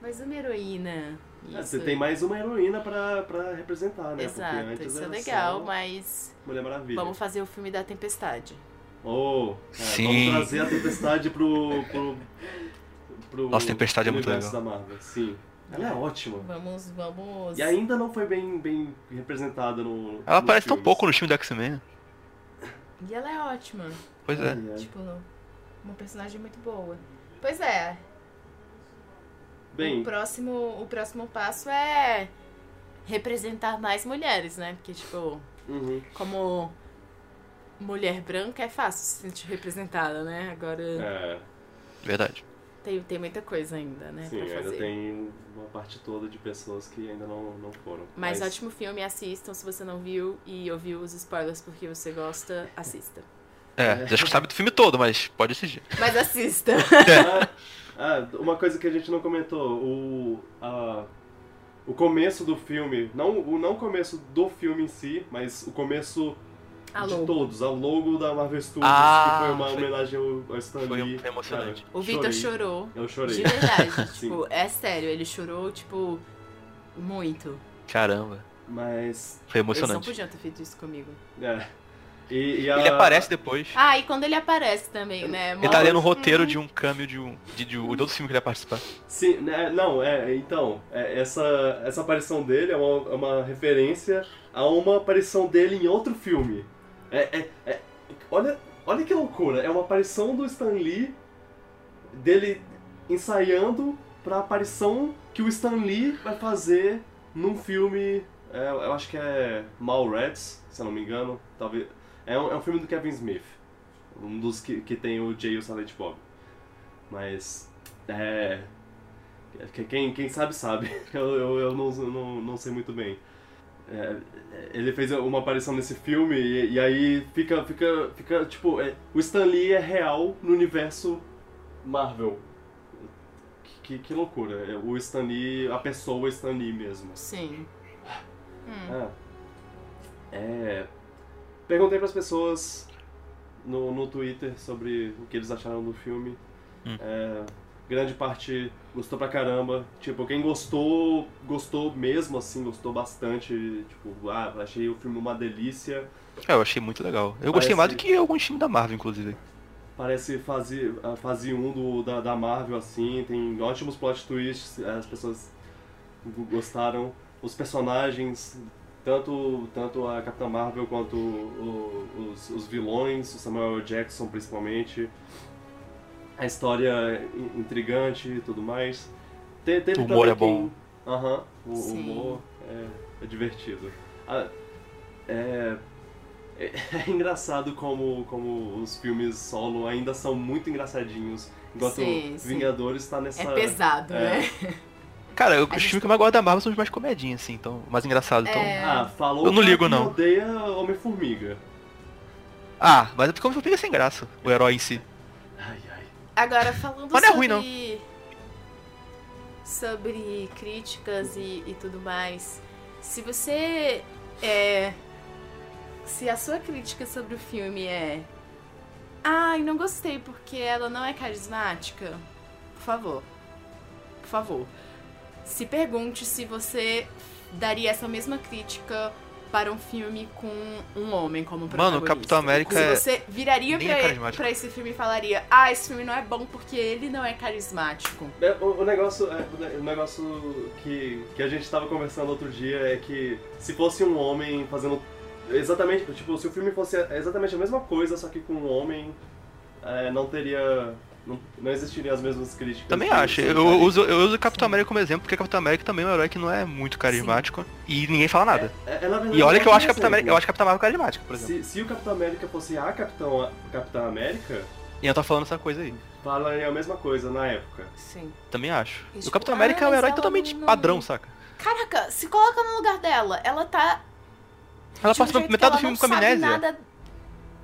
Speaker 1: mais uma heroína.
Speaker 2: É, você tem mais uma heroína pra, pra representar, né? Porque
Speaker 1: Exato,
Speaker 2: antes
Speaker 1: isso é
Speaker 2: era
Speaker 1: legal,
Speaker 2: só
Speaker 1: mas
Speaker 2: Mulher Maravilha.
Speaker 1: vamos fazer o filme da tempestade.
Speaker 2: Oh, é,
Speaker 3: Sim.
Speaker 2: vamos trazer a tempestade pro. pro, pro
Speaker 3: Nossa, Tempestade é muito
Speaker 2: universo da Marvel, sim. Ela é ótima.
Speaker 1: Vamos, vamos.
Speaker 2: E ainda não foi bem, bem representada no.
Speaker 3: Ela
Speaker 2: nos
Speaker 3: aparece tão
Speaker 2: filmes.
Speaker 3: pouco no time do X-Men. né?
Speaker 1: E ela é ótima.
Speaker 3: Pois é.
Speaker 2: Ai, ai.
Speaker 1: Tipo, uma personagem muito boa. Pois é,
Speaker 2: Bem,
Speaker 1: O próximo, o próximo passo é representar mais mulheres, né? Porque, tipo,
Speaker 2: uhum.
Speaker 1: como mulher branca é fácil se sentir representada, né? Agora
Speaker 2: É,
Speaker 3: Verdade.
Speaker 1: tem, tem muita coisa ainda, né?
Speaker 2: sim,
Speaker 1: pra fazer.
Speaker 2: ainda tem uma parte toda de pessoas que ainda não, não foram.
Speaker 1: Mas ótimo filme, assistam se você não viu e ouviu os spoilers porque você gosta, assista.
Speaker 3: É, já acho que sabe do filme todo, mas pode assistir.
Speaker 1: Mas
Speaker 2: <laughs>
Speaker 1: assista!
Speaker 2: Ah, ah, uma coisa que a gente não comentou, o, a- o começo do filme, não o não começo do filme em si, mas o começo de
Speaker 1: Alô.
Speaker 2: todos, ao logo da Marvel Studios,
Speaker 3: Ah,
Speaker 2: que foi uma
Speaker 3: foi-
Speaker 2: homenagem ao, ao Stan
Speaker 3: foi
Speaker 2: Lee.
Speaker 3: um- foi emocionante.
Speaker 2: Cara,
Speaker 1: O Victor
Speaker 2: chorei.
Speaker 1: chorou.
Speaker 2: Eu chorei.
Speaker 1: De verdade,
Speaker 2: <laughs> Sim.
Speaker 1: tipo, é sério, ele chorou, tipo, muito.
Speaker 3: Caramba.
Speaker 2: Mas,
Speaker 3: Foi
Speaker 1: Eles não
Speaker 3: emocionante.
Speaker 1: podiam ter feito isso comigo.
Speaker 2: é. E, e a-
Speaker 3: Ele aparece depois.
Speaker 1: Ah, e quando ele aparece também, né?
Speaker 3: Ele tá
Speaker 1: Mó-
Speaker 3: lendo o roteiro de um câmbio de um. de, de, um- de outro filme que ele vai participar.
Speaker 2: Sim, né, não, é, então, é, essa, essa aparição dele é uma, é uma referência a uma aparição dele em outro filme. É, é- é- olha, olha que loucura, é uma aparição do Stan Lee, dele ensaiando pra aparição que o Stan Lee vai fazer num filme, é, eu acho que é Mallrats, se eu não me engano, talvez. É um, é um filme do Kevin Smith, um dos que, que tem o Jay e o Silent Bob. Mas, é... que- Quem, quem sabe, sabe. <laughs> Eu, eu, eu não, não, não sei muito bem. É, ele fez uma aparição nesse filme e, e aí fica, fica, fica tipo, é, o Stan Lee é real no universo Marvel. Que, que, que loucura. É, O Stan Lee, a pessoa Stan Lee mesmo.
Speaker 1: Sim. Hum.
Speaker 2: Ah. É, perguntei para as pessoas no, no Twitter sobre o que eles acharam do filme.
Speaker 3: Hum.
Speaker 2: É, grande parte gostou pra caramba. Tipo, quem gostou, gostou mesmo, assim, gostou bastante. Tipo, ah, achei o filme uma delícia.
Speaker 3: É, eu achei muito legal. Eu
Speaker 2: Parece-
Speaker 3: gostei mais do que alguns filmes da Marvel, inclusive.
Speaker 2: Parece fase, a fase 1 do, da, da Marvel, assim, tem ótimos plot twists, eh, as pessoas go- gostaram. Os personagens, tanto, tanto a Capitã Marvel quanto o- os, os vilões, o Samuel Jackson principalmente. A história in- intrigante e tudo mais. Te, teve
Speaker 3: O humor
Speaker 2: também
Speaker 3: é bom.
Speaker 2: quem- Aham, o- o
Speaker 1: Sim.
Speaker 2: humor é, é divertido. Ah, é, é, é engraçado como, como os filmes solo ainda são muito engraçadinhos. Enquanto
Speaker 1: Sim, sim.
Speaker 2: Vingadores tá nessa.
Speaker 1: É pesado,
Speaker 2: É.
Speaker 1: né?
Speaker 3: Cara, eu-
Speaker 1: A
Speaker 3: os
Speaker 1: gente
Speaker 3: filmes que eu mais gosto da Marvel são os mais comedinhos, assim, então, mais engraçado. Então...
Speaker 1: É.
Speaker 2: Ah, falou
Speaker 3: Eu não
Speaker 2: cara
Speaker 3: ligo,
Speaker 2: que
Speaker 3: não.
Speaker 2: odeia Homem-Formiga.
Speaker 3: Ah, mas é porque eu fico sem graça, o herói em si.
Speaker 2: Ai, ai.
Speaker 1: Agora, falando
Speaker 3: Mas não é
Speaker 1: sobre...
Speaker 3: ruim, não.
Speaker 1: Sobre críticas e, e tudo mais. Se você... É... Se a sua crítica sobre o filme é... Ai, não gostei porque ela não é carismática. Por favor. Por favor. Se pergunte se você daria essa mesma crítica para um filme com um homem como protagonista.
Speaker 3: Mano, o Capitão América
Speaker 1: Se
Speaker 3: é-
Speaker 1: você viraria
Speaker 3: Nem é
Speaker 1: pra,
Speaker 3: carismático.
Speaker 1: pra esse filme e falaria: Ah, esse filme não é bom porque ele não é carismático.
Speaker 2: É, O, o negócio, é, o ne- o negócio que, que a gente tava conversando outro dia é que se fosse um homem fazendo. Exatamente, tipo, se o filme fosse exatamente a mesma coisa, só que com um homem, é, não teria. Não, não existiriam as mesmas críticas.
Speaker 3: Também
Speaker 2: que-
Speaker 3: acho.
Speaker 2: que-
Speaker 3: Eu uso, eu uso o Capitão
Speaker 1: Sim.
Speaker 3: América como exemplo, porque o Capitão América também é um herói que não é muito carismático e ninguém fala nada.
Speaker 2: É- é, na verdade,
Speaker 3: E olha
Speaker 2: um
Speaker 3: que eu
Speaker 2: exemplo.
Speaker 3: acho Capitão América, eu acho Capitão Marvel carismático, por exemplo.
Speaker 2: Se, se o Capitão América fosse a Capitão, Capitão América,
Speaker 3: E eu tô falando essa coisa aí.
Speaker 2: falaria a mesma coisa na época.
Speaker 1: Sim.
Speaker 3: Também acho.
Speaker 1: E
Speaker 3: o
Speaker 1: tipo,
Speaker 3: Capitão América
Speaker 1: ah,
Speaker 3: é um
Speaker 1: mas
Speaker 3: herói
Speaker 1: ela
Speaker 3: totalmente
Speaker 1: não-
Speaker 3: padrão, saca?
Speaker 1: Caraca, se coloca no lugar dela. Ela tá.
Speaker 3: Ela
Speaker 1: de um
Speaker 3: passa
Speaker 1: jeito que
Speaker 3: metade
Speaker 1: ela
Speaker 3: do filme
Speaker 1: não
Speaker 3: com
Speaker 1: sabe
Speaker 3: amnésia.
Speaker 1: nada-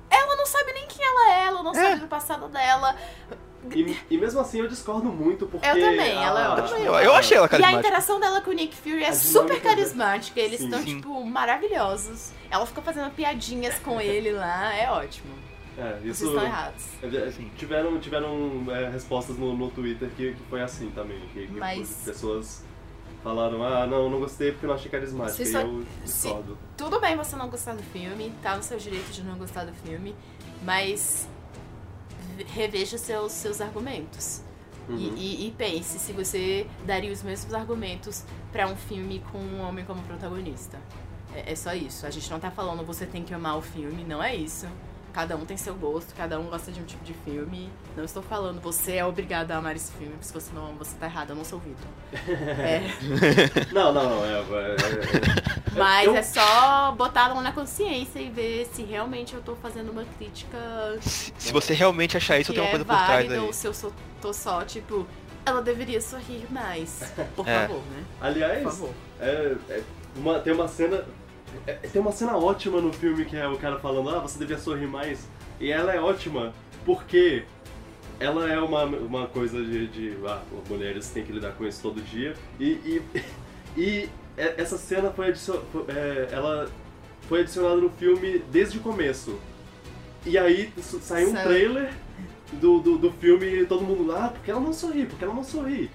Speaker 1: Ela não sabe nem quem ela é, ela não
Speaker 3: É.
Speaker 1: sabe do passado dela.
Speaker 2: E, e mesmo assim eu discordo muito, porque.
Speaker 1: Eu também,
Speaker 2: a-
Speaker 1: ela é ótima.
Speaker 3: Eu, eu achei
Speaker 1: E
Speaker 3: ela
Speaker 1: a
Speaker 3: carismática.
Speaker 1: interação dela com o Nick Fury é
Speaker 2: A
Speaker 1: super
Speaker 2: dinâmica
Speaker 1: carismática. Eles
Speaker 2: Sim.
Speaker 1: estão,
Speaker 3: Sim.
Speaker 1: tipo, maravilhosos. Ela fica fazendo piadinhas com ele lá. É ótimo.
Speaker 2: É,
Speaker 1: Vocês
Speaker 2: isso.
Speaker 1: estão errados.
Speaker 3: Sim.
Speaker 2: Tiveram, tiveram é, respostas no, no Twitter que, que foi assim também. Que, que
Speaker 1: Mas-
Speaker 2: pessoas falaram, ah, não, não gostei porque não achei carismática.
Speaker 1: Vocês
Speaker 2: E
Speaker 1: só-
Speaker 2: eu
Speaker 1: <laughs>
Speaker 2: discordo.
Speaker 1: Tudo bem você não gostar do filme, tá no seu direito de não gostar do filme, mas ve- reveja seus, seus argumentos. E-
Speaker 2: Uhum.
Speaker 1: E, e pense se você daria os mesmos argumentos pra um filme com um homem como protagonista. É, é só isso. A gente não tá falando você tem que amar o filme, não é isso. Cada um tem seu gosto, cada um gosta de um tipo de filme. Não estou falando você é obrigado a amar esse filme, porque se você não ama, você tá errado, eu não sou o Vitor. É.
Speaker 2: Não, não, não. É, é-
Speaker 1: Mas
Speaker 2: Eu-
Speaker 1: é só botar a mão na consciência e ver se realmente eu tô fazendo uma crítica
Speaker 3: Se, se você realmente achar isso,
Speaker 1: que
Speaker 3: tem uma
Speaker 1: é
Speaker 3: coisa por trás
Speaker 1: válida
Speaker 3: aí.
Speaker 1: ou se eu sou, tô só, tipo, ela deveria sorrir mais. <laughs> Por
Speaker 3: É.
Speaker 1: favor, né?
Speaker 2: é-
Speaker 1: Por
Speaker 2: Aliás,
Speaker 1: favor.
Speaker 2: É, é uma- tem uma cena. é- tem uma cena ótima no filme que é o cara falando, ah, você devia sorrir mais. E ela é ótima porque ela é uma, uma coisa de, de. Ah, mulheres têm que lidar com isso todo dia. E. <laughs> E, e é- essa cena foi, adicio- foi- é, ela foi adicionada no filme desde o começo. E aí su- saiu um
Speaker 1: Saiu.
Speaker 2: trailer do, do, do filme e todo mundo lá, ah, porque ela não sorri, porque ela não sorri.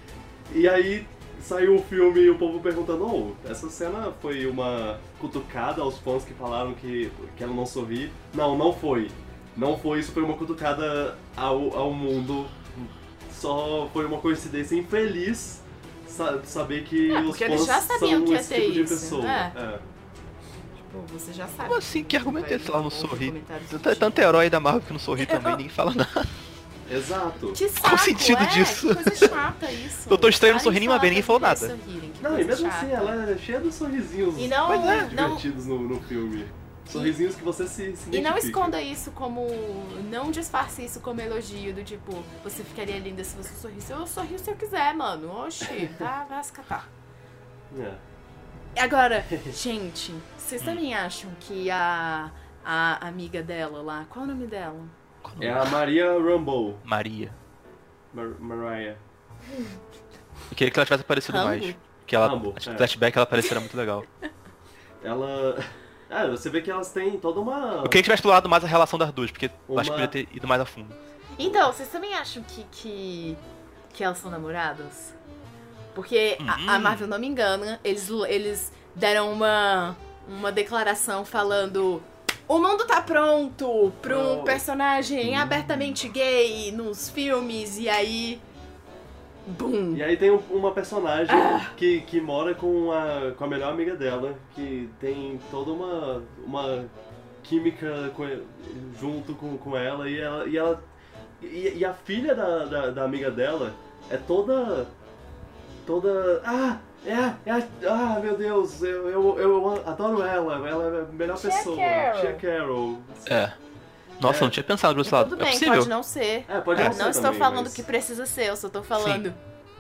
Speaker 2: E aí saiu o filme e o povo perguntando, oh, essa cena foi uma cutucada aos fãs que falaram que, que ela não sorri. Não, não foi. Não foi, isso foi uma cutucada ao, ao mundo. Só foi uma coincidência infeliz sa- saber que
Speaker 1: É,
Speaker 2: os
Speaker 1: porque
Speaker 2: fãs
Speaker 1: eles já sabiam
Speaker 2: são
Speaker 1: que ia
Speaker 2: esse
Speaker 1: ter
Speaker 2: tipo de
Speaker 1: isso,
Speaker 2: pessoa.
Speaker 1: né?
Speaker 2: É.
Speaker 1: Tipo, você já sabe.
Speaker 3: Como assim? Que argumento é
Speaker 1: Vai
Speaker 3: esse lá no
Speaker 1: ouvir
Speaker 3: sorrir? Tá,
Speaker 1: comentários
Speaker 3: Tanto,
Speaker 1: do
Speaker 3: tanto
Speaker 1: tipo. <laughs>
Speaker 3: herói da Marvel que não sorri também, ninguém fala nada.
Speaker 2: Exato.
Speaker 1: Que saco,
Speaker 3: o sentido
Speaker 1: é?
Speaker 3: disso?
Speaker 1: Que coisa chata
Speaker 3: <laughs>
Speaker 1: isso.
Speaker 3: Doutor Estranho não
Speaker 1: Parem de
Speaker 3: sorri nem uma
Speaker 1: falar
Speaker 3: vez, ninguém
Speaker 1: pra
Speaker 3: falou
Speaker 1: mulheres
Speaker 3: nada.
Speaker 1: sorrirem, que
Speaker 2: Não, e
Speaker 1: coisa
Speaker 2: mesmo
Speaker 1: chata.
Speaker 2: assim, ela é cheia de sorrisinhos
Speaker 1: E não- é,
Speaker 2: mais
Speaker 1: não-
Speaker 2: divertidos no, no filme. Sorrisinhos que você se, se
Speaker 1: E não
Speaker 2: identifica.
Speaker 1: esconda isso como. Não disfarce isso como elogio, do tipo, você ficaria linda se você sorrisse. Eu sorrio se eu quiser, mano. Oxi, vá, vá se catar.
Speaker 2: É.
Speaker 1: Agora, gente, vocês também acham que a, a amiga dela lá, qual o nome dela?
Speaker 2: <laughs> É a Maria Rumble.
Speaker 3: Maria.
Speaker 2: Mar Mariah.
Speaker 3: Eu queria que ela tivesse aparecido
Speaker 1: Rambo?
Speaker 3: mais. Que ela,
Speaker 2: Rambo,
Speaker 3: acho que
Speaker 2: é.
Speaker 3: o flashback ela parecerá
Speaker 2: <laughs>
Speaker 3: muito legal.
Speaker 2: Ela. <laughs> Ah, você vê que elas têm toda uma.
Speaker 3: Eu queria que tivesse explorado mais a relação das duas, porque eu acho que
Speaker 2: Uma-
Speaker 3: podia ter ido mais a fundo.
Speaker 1: Então, vocês também acham que, que, que elas são namoradas? Porque a, a
Speaker 2: Hum.
Speaker 3: Uhum.
Speaker 1: Marvel não me engana, eles, eles deram uma, uma declaração falando. O mundo tá pronto pra um
Speaker 2: Oh.
Speaker 1: personagem abertamente gay nos filmes, e aí. Bum!
Speaker 2: E aí tem um- uma personagem
Speaker 1: Ah.
Speaker 2: que, que mora com a, com a melhor amiga dela, que tem toda uma, uma química co- junto com, com ela e ela. E, ela e, e a filha da, da, da amiga dela é toda. toda. Ah! É, a- é, a- ah, meu Deus, eu, eu, eu adoro ela, ela é a melhor
Speaker 1: Tia
Speaker 2: pessoa.
Speaker 1: Carol.
Speaker 2: Tia Carol.
Speaker 3: É. Nossa,
Speaker 2: É.
Speaker 3: eu não tinha pensado por esse
Speaker 1: Então Tudo
Speaker 3: lado.
Speaker 1: bem,
Speaker 3: é possível?
Speaker 1: pode não ser.
Speaker 2: É, pode
Speaker 3: É.
Speaker 2: ser
Speaker 1: Não estou
Speaker 2: também,
Speaker 1: falando
Speaker 2: mas-
Speaker 1: que precisa ser, eu só tô falando.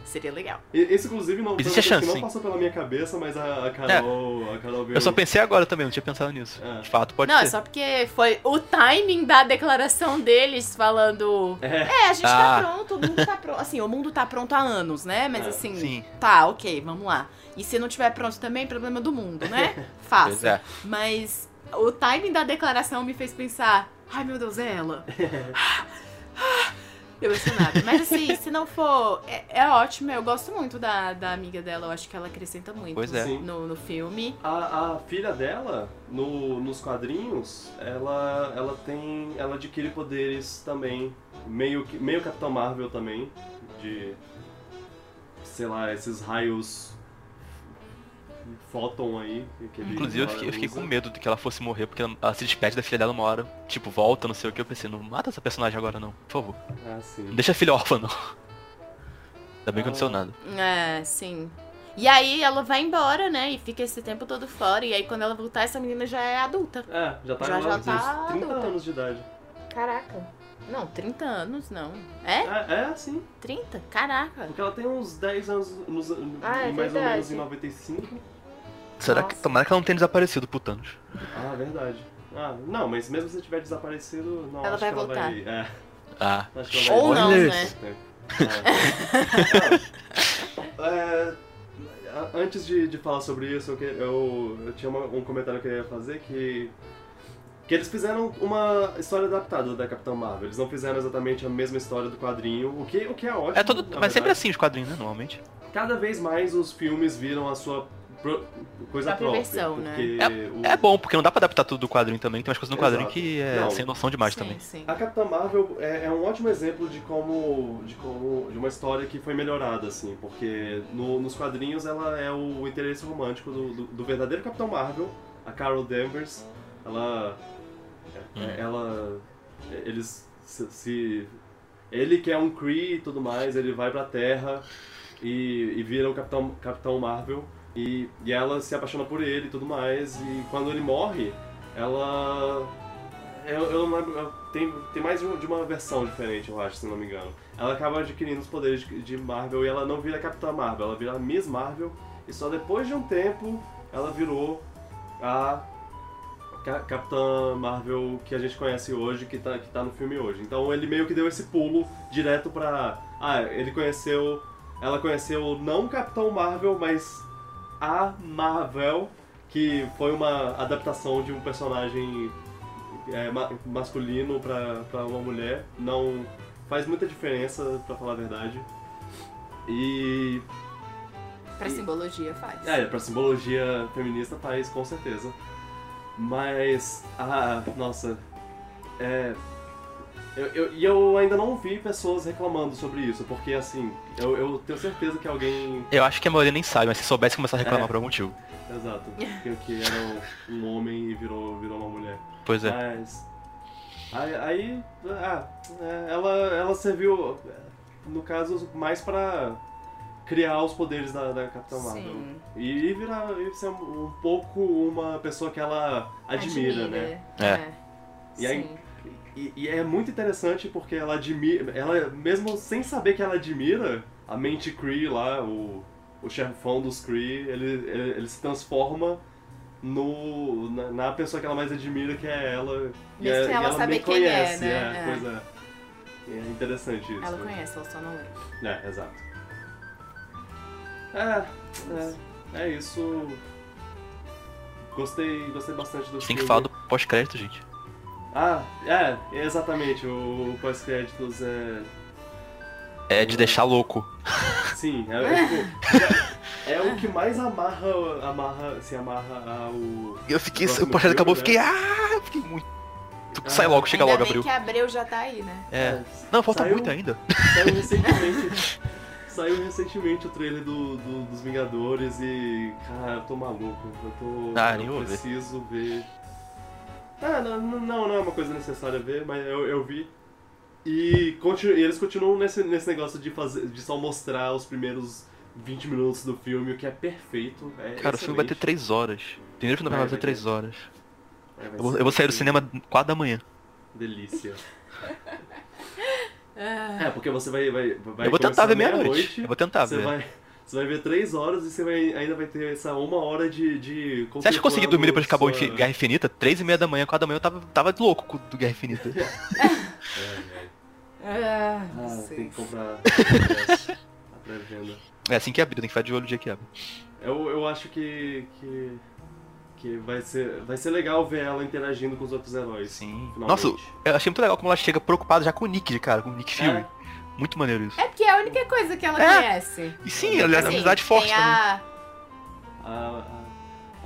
Speaker 1: Seria legal.
Speaker 2: E- Esse, inclusive, não,
Speaker 3: Existe
Speaker 2: foi uma coisa
Speaker 3: a chance,
Speaker 2: que não
Speaker 3: sim.
Speaker 2: passou pela minha cabeça, mas a, a Carol. A Carol veio.
Speaker 3: Eu só pensei agora também, não tinha pensado nisso.
Speaker 2: É.
Speaker 3: De fato, pode
Speaker 1: não, é
Speaker 3: ser.
Speaker 1: só porque foi o timing da declaração deles falando.
Speaker 2: É.
Speaker 1: É, a gente
Speaker 3: Ah.
Speaker 1: tá pronto, o mundo tá pronto. Assim, o mundo tá pronto há anos, né? Mas
Speaker 2: É,
Speaker 1: assim,
Speaker 3: Sim,
Speaker 1: tá, ok, vamos lá. E se não tiver pronto também, problema do mundo, né?
Speaker 3: pois
Speaker 1: Fácil.
Speaker 3: é.
Speaker 1: Mas o timing da declaração me fez pensar, ai meu Deus, é ela. Eu emocionada. Mas assim, se não for. É, é ótimo, eu gosto muito da, da amiga dela, eu acho que ela acrescenta muito
Speaker 3: Pois é.
Speaker 2: Sim.
Speaker 1: no, no filme.
Speaker 2: A, a filha dela, no, nos quadrinhos, ela, ela tem. Ela adquire poderes também. Meio, que- meio Capitão Marvel também. De. Sei lá, esses raios. Fóton aí. que ele-
Speaker 3: Inclusive, eu
Speaker 2: ela
Speaker 3: fiquei, eu fiquei com
Speaker 2: usa.
Speaker 3: medo de que ela fosse morrer, porque ela, ela se despede da filha dela uma hora, tipo, volta, não sei o que. Eu pensei, não mata essa personagem agora, não, por favor.
Speaker 2: Ah, sim.
Speaker 3: Não deixa a filha órfã, não.
Speaker 2: Ah.
Speaker 3: Ainda bem que não aconteceu nada.
Speaker 1: É, sim. E aí ela vai embora, né? E fica esse tempo todo fora. E aí quando ela voltar, essa menina já é adulta.
Speaker 2: É, já tá
Speaker 1: Já-
Speaker 2: com
Speaker 1: já tá
Speaker 2: uns 30
Speaker 1: adulta.
Speaker 2: anos de idade.
Speaker 1: Caraca. Não, 30 anos não. É?
Speaker 2: É, é assim.
Speaker 1: 30? Caraca.
Speaker 2: Porque ela tem uns 10 anos. Nos,
Speaker 1: Ah, é
Speaker 2: mais ou
Speaker 1: verdade.
Speaker 2: menos em 95.
Speaker 3: Será que.
Speaker 1: Nossa.
Speaker 3: Tomara que ela não tenha desaparecido, putanos.
Speaker 2: Ah, verdade. Ah, não, mas mesmo se tiver desaparecido, não
Speaker 1: Ela
Speaker 2: acho
Speaker 1: vai
Speaker 2: que ela
Speaker 1: voltar.
Speaker 2: vai. É.
Speaker 3: Ah.
Speaker 2: Acho que ela
Speaker 1: Ou não,
Speaker 3: spoilers.
Speaker 1: né? <laughs>
Speaker 2: É, a- antes de, de falar sobre isso, eu, que- eu, eu tinha uma- um comentário que eu ia fazer que. Que eles fizeram uma história adaptada da Capitão Marvel. Eles não fizeram exatamente a mesma história do quadrinho, o que, o que é ótimo.
Speaker 3: É todo.
Speaker 2: na
Speaker 3: Mas sempre
Speaker 2: verdade.
Speaker 3: assim os quadrinhos, né? Normalmente.
Speaker 2: Cada vez mais os filmes viram a sua pro- coisa
Speaker 1: Própria
Speaker 2: própria.
Speaker 1: versão, né?
Speaker 2: porque o-
Speaker 3: É bom, porque não dá pra adaptar tudo do quadrinho também. Tem umas coisas no
Speaker 2: Exato.
Speaker 3: quadrinho que é
Speaker 2: Não.
Speaker 3: sem noção demais
Speaker 1: sim,
Speaker 3: também.
Speaker 1: sim.
Speaker 2: A Capitã Marvel é, é um ótimo exemplo de como, de como de uma história que foi melhorada assim, porque no- nos quadrinhos ela é o interesse romântico do, do- do verdadeiro Capitão Marvel, a Carol Danvers, ela, é-
Speaker 3: Hum.
Speaker 2: ela, eles se, se- ele que é um Kree e tudo mais, ele vai pra Terra e, e vira o Capitão, Capitão Marvel e, e ela se apaixona por ele e tudo mais e quando ele morre ela É, eu, eu não lembro. eu- Tem, tem mais de uma- de uma versão diferente, eu acho, se não me engano. Ela acaba adquirindo os poderes de, de Marvel e ela não vira Capitã Marvel, ela vira a Miss Marvel. E só depois de um tempo ela virou a Ca- Capitã Marvel que a gente conhece hoje, que tá, que tá no filme hoje. Então ele meio que deu esse pulo direto pra. Ah, ele conheceu. Ela conheceu não Capitão Marvel, mas a Marvel, que foi uma adaptação de um personagem é, ma- masculino pra, pra uma mulher não faz muita diferença, pra falar a verdade. E.
Speaker 1: Pra simbologia faz.
Speaker 2: É, pra simbologia feminista faz, com certeza. Mas. Ah, nossa. É. eu- eu- E eu, ainda não vi pessoas reclamando sobre isso, porque assim, eu, eu tenho certeza que alguém.
Speaker 3: Eu acho que a maioria nem sabe, mas se soubesse começar a reclamar
Speaker 2: É.
Speaker 3: por algum motivo.
Speaker 2: um Exato. Que, que era um homem e virou, virou uma mulher.
Speaker 3: Pois é.
Speaker 2: Mas. Aí, aí, ah, é, ela, ela serviu, no caso, mais pra criar os poderes da, da Capitã Marvel.
Speaker 1: Sim.
Speaker 2: E, e virar e ser um, um pouco uma pessoa que ela admira, né?
Speaker 1: É.
Speaker 2: E aí-
Speaker 1: Sim.
Speaker 2: E, e é muito interessante porque ela admira, ela mesmo sem saber que ela admira a mente Kree lá, o, o chefão dos Kree, ele, ele, ele se transforma no na, na pessoa que ela mais admira, que é ela. e
Speaker 1: Mesmo
Speaker 2: é-
Speaker 1: sem
Speaker 2: e
Speaker 1: ela saber
Speaker 2: nem
Speaker 1: quem é,
Speaker 2: conhece,
Speaker 1: né?
Speaker 2: é,
Speaker 1: É.
Speaker 2: pois é. E é interessante isso.
Speaker 1: Ela
Speaker 2: né?
Speaker 1: conhece, ela só não lembra.
Speaker 2: É, exato. É, é, é isso. Gostei, gostei bastante do
Speaker 3: A gente tem
Speaker 2: filme.
Speaker 3: que falar do pós-crédito, gente.
Speaker 2: Ah, é, exatamente, o pós-créditos é.
Speaker 3: É de deixar louco.
Speaker 2: Sim, é, é, é o que mais amarra, amarra, se amarra ao.
Speaker 3: Eu fiquei.
Speaker 2: Próximo
Speaker 3: O pós-crédito acabou, eu
Speaker 2: filme, né?
Speaker 3: fiquei. Ah, eu fiquei muito.
Speaker 2: Ah.
Speaker 3: Sai logo, chega
Speaker 1: Ainda
Speaker 3: logo,
Speaker 1: bem
Speaker 3: abril.
Speaker 1: que Abreu já tá aí, né?
Speaker 3: É. Não, falta
Speaker 2: Saiu-
Speaker 3: muito ainda.
Speaker 2: Saiu recentemente. <laughs> saiu recentemente o trailer do, do- dos Vingadores e. Cara, eu tô maluco. Eu tô.
Speaker 3: Ah, nem
Speaker 2: eu
Speaker 3: vou ver.
Speaker 2: preciso ver. Ah, não, não, não é uma coisa necessária ver, mas eu, eu vi. E, continu, e eles continuam nesse, nesse negócio de, fazer, de só mostrar os primeiros 20 minutos do filme, o que é perfeito. É
Speaker 3: Cara, o filme vai ter
Speaker 2: excelente.
Speaker 3: 3 horas. Primeiro filme da
Speaker 2: Vai,
Speaker 3: Marvel vai ter
Speaker 2: vai
Speaker 3: 3 horas.
Speaker 2: É, vai
Speaker 3: Eu vou,
Speaker 2: ser
Speaker 3: eu vou sair
Speaker 2: perfeito.
Speaker 3: do cinema 4 da manhã.
Speaker 2: Delícia. É, porque você vai. vai, vai
Speaker 3: eu vou
Speaker 2: começar
Speaker 3: tentar ver meia-noite.
Speaker 2: meia-noite,
Speaker 3: Eu vou tentar
Speaker 2: Você
Speaker 3: ver.
Speaker 2: vai, você vai ver três horas e você vai, ainda vai ter essa uma hora de. de
Speaker 3: Você acha que eu consegui dormir depois que acabou
Speaker 2: sua-
Speaker 3: Infi- Guerra Infinita? Três e meia da manhã, quatro da manhã, eu tava, tava louco com o do Guerra Infinita.
Speaker 2: É, é.
Speaker 1: Ah, não
Speaker 2: Ah,
Speaker 1: sei.
Speaker 2: tem
Speaker 1: <laughs>
Speaker 2: que comprar a pré-venda.
Speaker 3: É assim que abre, tem que ficar de olho no dia que abre.
Speaker 2: Eu, eu acho que. que, que vai, ser, vai ser legal ver ela interagindo com os outros heróis.
Speaker 3: Sim.
Speaker 2: finalmente.
Speaker 3: Nossa, eu achei muito legal como ela chega preocupada já com o Nick, de cara, com o Nick Fury.
Speaker 2: É.
Speaker 3: Muito maneiro isso.
Speaker 1: É porque é a única coisa que ela
Speaker 3: É.
Speaker 1: conhece.
Speaker 3: E sim, ela é uma
Speaker 1: Assim,
Speaker 3: amizade forte
Speaker 1: tem
Speaker 3: também.
Speaker 1: a...
Speaker 2: A, a,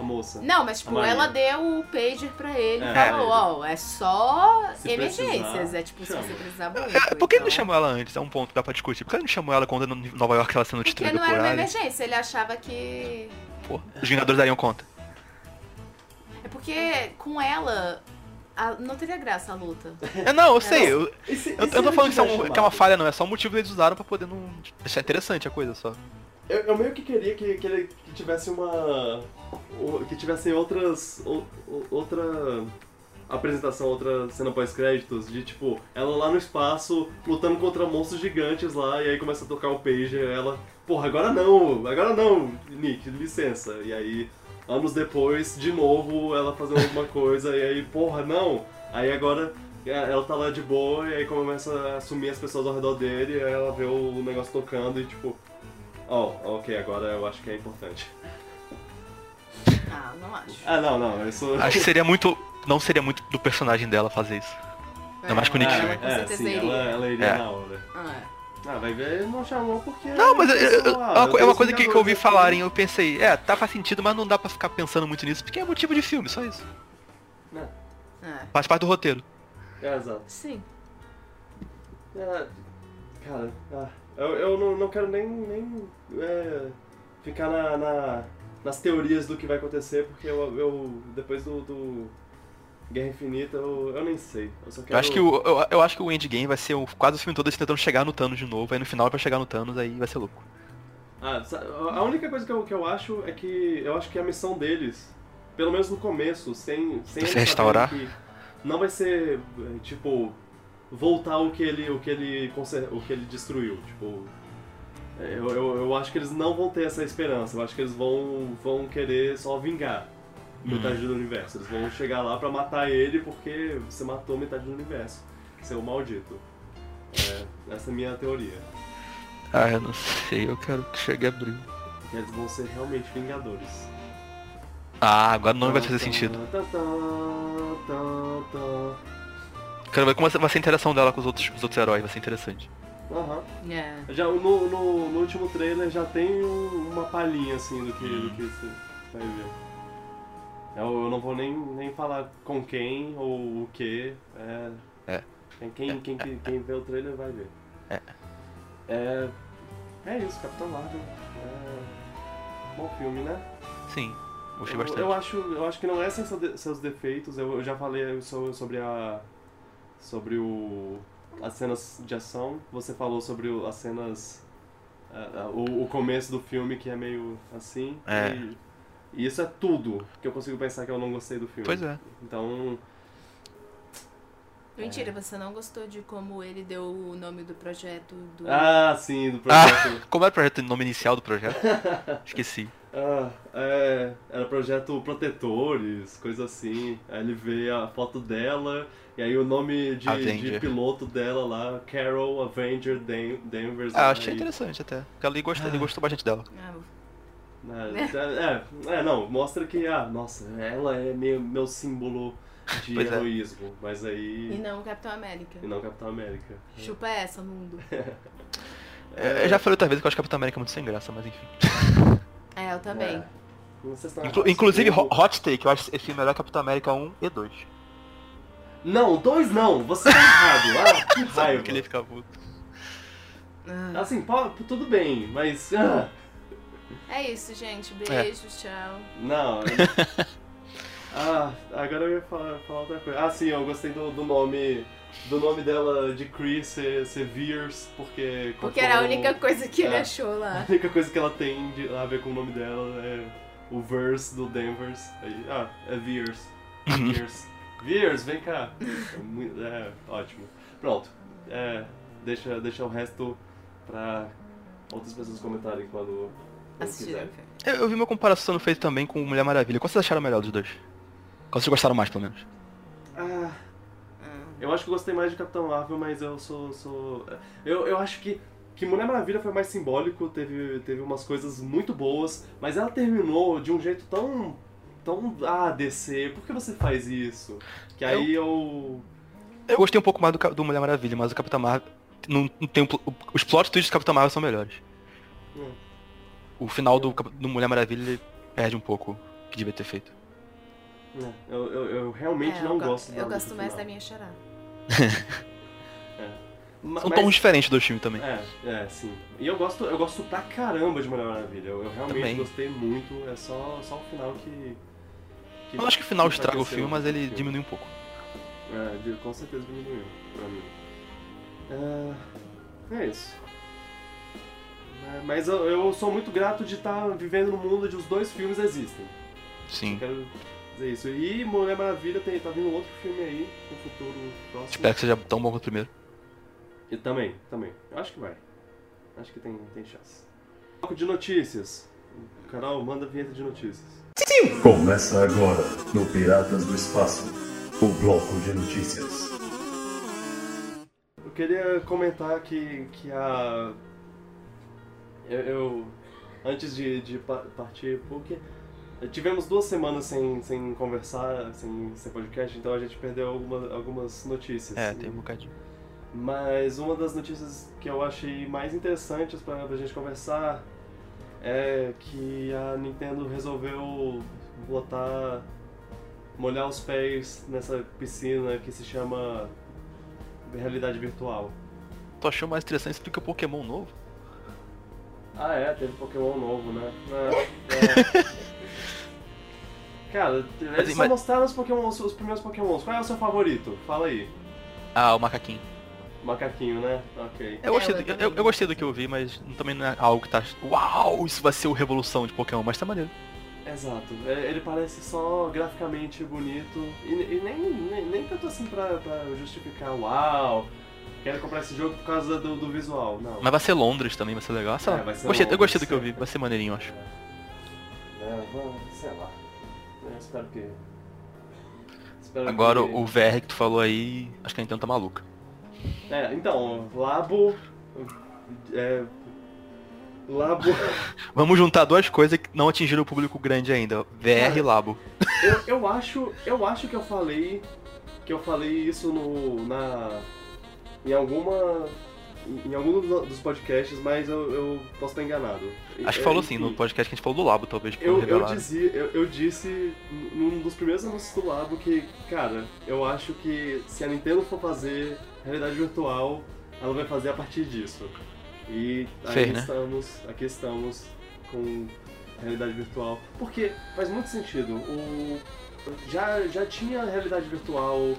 Speaker 2: a moça.
Speaker 1: Não, mas tipo,
Speaker 2: A Maria.
Speaker 1: ela deu o pager pra ele e
Speaker 2: É.
Speaker 1: falou, ó, é só
Speaker 2: Se
Speaker 1: emergências.
Speaker 2: precisar,
Speaker 1: é tipo,
Speaker 2: chama.
Speaker 1: se você precisar muito.
Speaker 3: É, Por que ele
Speaker 1: então.
Speaker 3: não chamou ela antes? É um ponto que dá pra discutir. Por que ele não chamou ela quando em Nova York ela sendo
Speaker 1: Porque
Speaker 3: destruída
Speaker 1: não
Speaker 3: por
Speaker 1: era uma
Speaker 3: aliens?
Speaker 1: emergência, ele achava que...
Speaker 3: Pô, os Vingadores dariam conta.
Speaker 1: É porque com ela, a- não teria graça a luta.
Speaker 3: É, não, eu sei. Eu,
Speaker 2: E se- e se
Speaker 3: eu, eu não tô
Speaker 2: ele
Speaker 3: falando que, isso é
Speaker 2: tiver
Speaker 3: um- que é uma
Speaker 2: chamado?
Speaker 3: falha, não. É só um motivo que eles usaram pra poder não. Deixar interessante a coisa só.
Speaker 2: Eu, eu meio que queria que, que ele que tivesse uma. o- que tivessem outras. o- o- outra apresentação, outra cena pós-créditos, de tipo, ela lá no espaço lutando contra monstros gigantes lá, e aí começa a tocar o Pager, ela, porra, agora não, agora não, Nick, licença. E aí, anos depois, de novo, ela fazendo alguma <laughs> coisa, e aí, porra, não. Aí agora. é, Ela tá lá de boa e aí começa a assumir as pessoas ao redor dele, e aí ela vê o negócio tocando e tipo, Oh, ok, agora eu acho que é importante.
Speaker 1: Ah, não acho.
Speaker 2: Ah, não, não, eu sou.
Speaker 3: Acho que seria muito. Não seria muito do personagem dela fazer isso. Ainda Tá mais com o Nick
Speaker 1: ela
Speaker 3: Fury.
Speaker 1: com
Speaker 2: é,
Speaker 1: certeza
Speaker 2: sim,
Speaker 1: iria.
Speaker 2: ela, ela iria
Speaker 3: É.
Speaker 2: na hora.
Speaker 1: Ah,
Speaker 2: Ah, vai ver, não chamou porque.
Speaker 3: Não, mas eu- eu-
Speaker 2: sei
Speaker 3: eu-
Speaker 2: lá,
Speaker 3: é uma co- é uma
Speaker 2: tenho
Speaker 3: coisa que, que eu ouvi
Speaker 2: aqui.
Speaker 3: falarem, eu pensei, é, tá faz sentido, mas não dá pra ficar pensando muito nisso, porque é motivo de filme, só isso.
Speaker 1: é.
Speaker 3: Faz parte do roteiro.
Speaker 2: É, exato.
Speaker 1: Sim.
Speaker 2: É, cara, ah, eu, eu não, não quero nem, nem é, ficar na, na- nas teorias do que vai acontecer, porque eu, eu depois do, do Guerra Infinita eu, eu nem sei. Eu só quero.
Speaker 3: Eu acho que o, eu, eu acho que o Endgame vai ser o, quase o filme todo eles tentando chegar no Thanos de novo, aí no final vai chegar no Thanos, aí vai ser louco.
Speaker 2: Ah, sa- a única coisa que eu, que eu acho é que eu acho que a missão deles, pelo menos no começo, sem sem eles
Speaker 3: Se restaurar?
Speaker 2: saberem que não vai ser eh, tipo voltar o que ele o que ele conser- o que ele destruiu, tipo eh, eu, eu, eu acho que eles não vão ter essa esperança. Eu acho que eles vão vão querer só vingar metade do universo. Eles vão chegar lá pra matar ele porque você matou metade do universo. Seu maldito. É, essa é a minha teoria.
Speaker 3: Ah, eu não sei, eu quero que chegue abril.
Speaker 2: Que eles vão ser realmente vingadores.
Speaker 3: Ah, agora não vai fazer sentido.
Speaker 2: Tá, tá, tá, tá.
Speaker 3: Quero ver como vai ser- vai ser a interação dela com os outros, com os outros heróis, vai ser interessante.
Speaker 2: Aham.
Speaker 1: É.
Speaker 2: Já no, no, no último trailer já tem um- uma palhinha assim do que,
Speaker 3: Hum.
Speaker 2: do que você vai ver. Eu, eu não vou nem, nem falar com quem ou o que. É.
Speaker 3: É.
Speaker 2: Quem, quem, quem, quem, quem vê o trailer vai ver. É. É, isso, Capitão Marvel. É. Bom filme, né?
Speaker 3: Sim, gostei
Speaker 2: Eu,
Speaker 3: bastante.
Speaker 2: eu acho, eu acho que não é sem seu de- seus defeitos. Eu, eu já falei so- sobre a sobre o as cenas de ação. Você falou sobre o- as cenas ah, ah, o, o começo do filme que é meio assim.
Speaker 3: É.
Speaker 2: E, e isso é tudo que eu consigo pensar que eu não gostei do filme.
Speaker 3: Pois é.
Speaker 2: Então,
Speaker 1: Mentira, você não gostou de como ele deu o nome do projeto do.
Speaker 2: ah, sim, do
Speaker 3: <laughs>
Speaker 2: projeto.
Speaker 3: Como era o projeto, o nome inicial do <laughs> projeto? Esqueci.
Speaker 2: Ah, é, era projeto Protetores, coisa assim. Aí ele vê a foto dela, e aí o nome de,
Speaker 3: Avenger.
Speaker 2: de piloto dela lá, Carol Avenger Dan Danvers.
Speaker 3: Ah, achei
Speaker 2: aí,
Speaker 3: interessante até. Porque ele gostou, ele gostou bastante dela.
Speaker 1: Ah,
Speaker 2: né, é, é, não, mostra que, ah, nossa, ela é meu, meu símbolo de
Speaker 3: Pois é.
Speaker 2: heroísmo, mas
Speaker 1: e
Speaker 2: aí.
Speaker 1: não Capitão América.
Speaker 2: E não Capitão América.
Speaker 1: Chupa essa, mundo.
Speaker 3: É, Eu já falei outra vez que eu acho Capitão América muito sem graça, mas enfim.
Speaker 1: É, eu também.
Speaker 2: É. Vocês estão
Speaker 3: Inclu- inclusive,
Speaker 2: arrasando.
Speaker 3: Ho- Hot Take, eu acho esse filme melhor que Capitão América 1 e 2.
Speaker 2: Não, dois não, você tá errado. Ah, que
Speaker 3: <laughs> Sabe
Speaker 2: raiva.
Speaker 3: que ele fica puto.
Speaker 1: Ah.
Speaker 2: Assim, pô, tudo bem, mas. ah,
Speaker 1: É isso, gente. Beijos, tchau.
Speaker 2: Não. <laughs> ah, agora eu ia falar, falar outra coisa. Ah, sim, eu gostei do, do nome. Do nome dela de Chris ser, ser Veers, porque.
Speaker 1: Porque era a
Speaker 2: como-
Speaker 1: única coisa que ele
Speaker 2: É.
Speaker 1: achou lá.
Speaker 2: <laughs> a única coisa que ela tem de- a ver com o nome dela é o verse do Danvers. Aí, ah, é Veers. Veers. Veers, vem cá. É, mui- é, ótimo. Pronto. É, deixa, deixa o resto pra outras pessoas comentarem quando. quando
Speaker 1: Assistiram.
Speaker 2: quiser.
Speaker 1: o filme.
Speaker 3: Eu, eu vi uma comparação no Face também com Mulher Maravilha. Qual vocês acharam melhor dos dois? Qual vocês gostaram mais, pelo menos?
Speaker 1: Ah.
Speaker 2: Ah. Eu acho que eu gostei mais de Capitão Marvel, mas eu sou. sou... é, Eu, eu acho que, que Mulher Maravilha foi mais simbólico, teve, teve umas coisas muito boas, mas ela terminou de um jeito tão. tão. Ah, DC, por que você faz isso? Que aí eu.
Speaker 3: Eu gostei um pouco mais do, Ca- do Mulher Maravilha, mas o Capitão Marvel. Não, não tem um pl- os plot twists do Capitão Marvel são melhores.
Speaker 2: Hum.
Speaker 3: O final do, Cap- do Mulher Maravilha ele perde um pouco o que devia ter feito.
Speaker 2: né, Eu, eu, eu realmente
Speaker 1: É,
Speaker 2: não
Speaker 1: eu go-
Speaker 2: gosto
Speaker 1: Eu
Speaker 2: do
Speaker 1: gosto mais da
Speaker 2: final.
Speaker 1: minha charada.
Speaker 2: Ma-
Speaker 3: São
Speaker 2: mas-
Speaker 3: tons diferentes do filme também.
Speaker 2: É, é, sim. E eu gosto, eu gosto pra caramba de Mulher Maravilha. Eu, eu realmente
Speaker 3: Também.
Speaker 2: gostei muito. É só, só o final que. que
Speaker 3: Eu não acho que o final
Speaker 2: que
Speaker 3: estraga o
Speaker 2: enfraqueceu
Speaker 3: filme, mas ele
Speaker 2: filme.
Speaker 3: diminui um pouco.
Speaker 2: É, de- com certeza diminuiu pra mim. É, é isso. É, Mas eu, eu sou muito grato de estar vivendo num mundo onde os dois filmes existem. Eu
Speaker 3: Sim.
Speaker 2: quero dizer isso. E Mulher Maravilha tem, tá vindo outro filme aí no futuro próximo.
Speaker 3: Espero que seja tão bom quanto o primeiro.
Speaker 2: E também, também. Eu acho que vai. Acho que tem, tem chance. Bloco de notícias. Carol, manda a vinheta de notícias.
Speaker 5: Começa agora, no Piratas do Espaço, o bloco de notícias.
Speaker 2: Eu queria comentar que, que a. Eu. eu- antes de, de pa- partir, porque. Tivemos duas semanas sem, sem conversar, sem, sem podcast, então a gente perdeu alguma- algumas notícias.
Speaker 3: É, tem um bocadinho.
Speaker 2: Mas uma das notícias que eu achei mais interessantes para a gente conversar é que a Nintendo resolveu botar molhar os pés nessa piscina que se chama realidade virtual.
Speaker 3: Tu achou mais interessante isso do que o Pokémon novo?
Speaker 2: Ah é, teve Pokémon novo, né? É, é. Cara,
Speaker 3: Mas-
Speaker 2: eles só
Speaker 3: mas-
Speaker 2: mostraram os, Pokémon, os primeiros Pokémons. Qual é o seu favorito? Fala aí.
Speaker 3: Ah, o macaquinho.
Speaker 2: Macaquinho, né? Ok.
Speaker 3: É, Eu gostei,
Speaker 1: eu
Speaker 3: do, eu- eu,
Speaker 1: também.
Speaker 3: gostei do que eu vi, mas também não é algo que tá. Uau, isso vai ser o revolução de Pokémon, mas tá maneiro.
Speaker 2: Exato. É, Ele parece só graficamente bonito e, e nem, nem, nem tanto assim pra, pra justificar, uau, quero comprar esse jogo por causa do, do visual. Não.
Speaker 3: Mas vai ser Londres também, vai ser legal. Ah, Sei lá.
Speaker 2: É, vai ser
Speaker 3: gostei, eu
Speaker 2: Londres.
Speaker 3: gostei do que eu vi, vai ser maneirinho, eu acho.
Speaker 2: É, vamos- sei lá. Eu espero que. espero
Speaker 3: Agora
Speaker 2: que-
Speaker 3: o VR que tu falou aí, acho que a Nintendo tá maluca.
Speaker 2: É, então, Labo. É. Labo. <laughs>
Speaker 3: Vamos juntar duas coisas que não atingiram o público grande ainda. VR e Labo.
Speaker 2: Eu, eu acho, eu acho que eu falei que eu falei isso no na em alguma em algum do- dos podcasts, mas eu, eu posso estar enganado.
Speaker 3: Acho
Speaker 2: É,
Speaker 3: que falou sim,
Speaker 2: enfim,
Speaker 3: no podcast que a gente falou do Labo, talvez, porque
Speaker 2: Eu, eu,
Speaker 3: revelaram.
Speaker 2: dizia, eu, eu disse num dos primeiros anúncios do Labo que, cara, eu acho que se a Nintendo for fazer realidade virtual, ela vai fazer a partir disso. E aí
Speaker 3: Fez, né?
Speaker 2: estamos, aqui estamos com realidade virtual. Porque faz muito sentido. O... Já, já tinha realidade virtual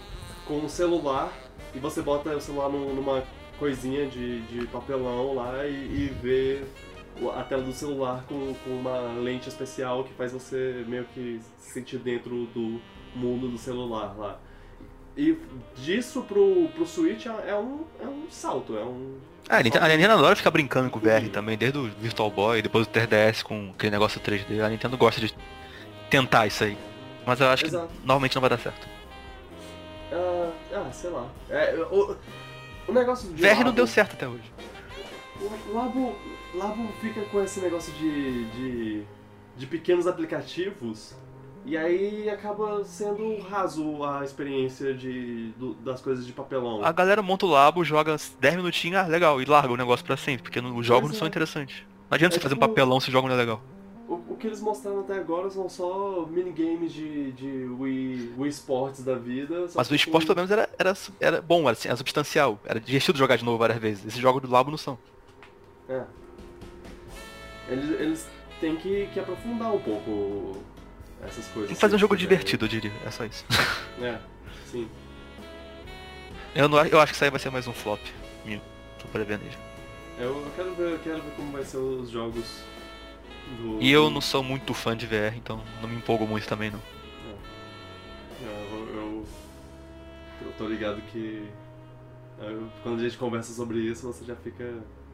Speaker 2: com o celular e você bota o celular num- numa coisinha de, de papelão lá e, e vê o- a tela do celular com, com uma lente especial que faz você meio que se sentir dentro do mundo do celular lá. E disso pro, pro Switch é é um, é um salto, é um.
Speaker 3: Ah, a Nintendo, a Nintendo adora ficar brincando com o VR também, desde o Virtual Boy, depois o 3DS com aquele negócio 3D. A Nintendo gosta de tentar isso aí. Mas eu acho que
Speaker 2: Exato.
Speaker 3: normalmente não vai dar certo.
Speaker 2: Ah, ah, sei lá. É, o, o negócio do
Speaker 3: VR não deu certo até hoje.
Speaker 2: O Labo, Labo fica com esse negócio de, de, de pequenos aplicativos e aí acaba sendo raso a experiência de, do- das coisas de papelão.
Speaker 3: A galera monta o labo, joga 10 minutinhos, ah, legal, e larga o negócio pra sempre, porque não- os jogos
Speaker 2: Pois
Speaker 3: não são
Speaker 2: é.
Speaker 3: interessantes. Não adianta
Speaker 2: É
Speaker 3: você fazer um
Speaker 2: tipo-
Speaker 3: papelão se o jogo não é legal.
Speaker 2: O, o que eles mostraram até agora são só minigames de, de Wii, Wii Sports da vida. só
Speaker 3: Mas o
Speaker 2: que
Speaker 3: esporte
Speaker 2: com-
Speaker 3: pelo menos era, era, su- era bom, era, assim, era substancial. Era divertido jogar de novo várias vezes. Esses jogos do labo não são.
Speaker 2: É. Eles, eles têm que, que aprofundar um pouco essas coisas.
Speaker 3: Tem que fazer um
Speaker 2: se
Speaker 3: jogo
Speaker 2: quiserem.
Speaker 3: divertido, eu diria. É só isso. <laughs>
Speaker 2: É, sim.
Speaker 3: Eu, não, a- eu acho que isso aí vai ser mais um flop. Minha. Tô prevendo isso.
Speaker 2: Eu quero ver, eu quero ver como vai ser os jogos do.
Speaker 3: E eu não sou muito fã de VR, então não me empolgo muito também não.
Speaker 2: É, Eu, eu, eu tô ligado que. eu- quando a gente conversa sobre isso, você já fica.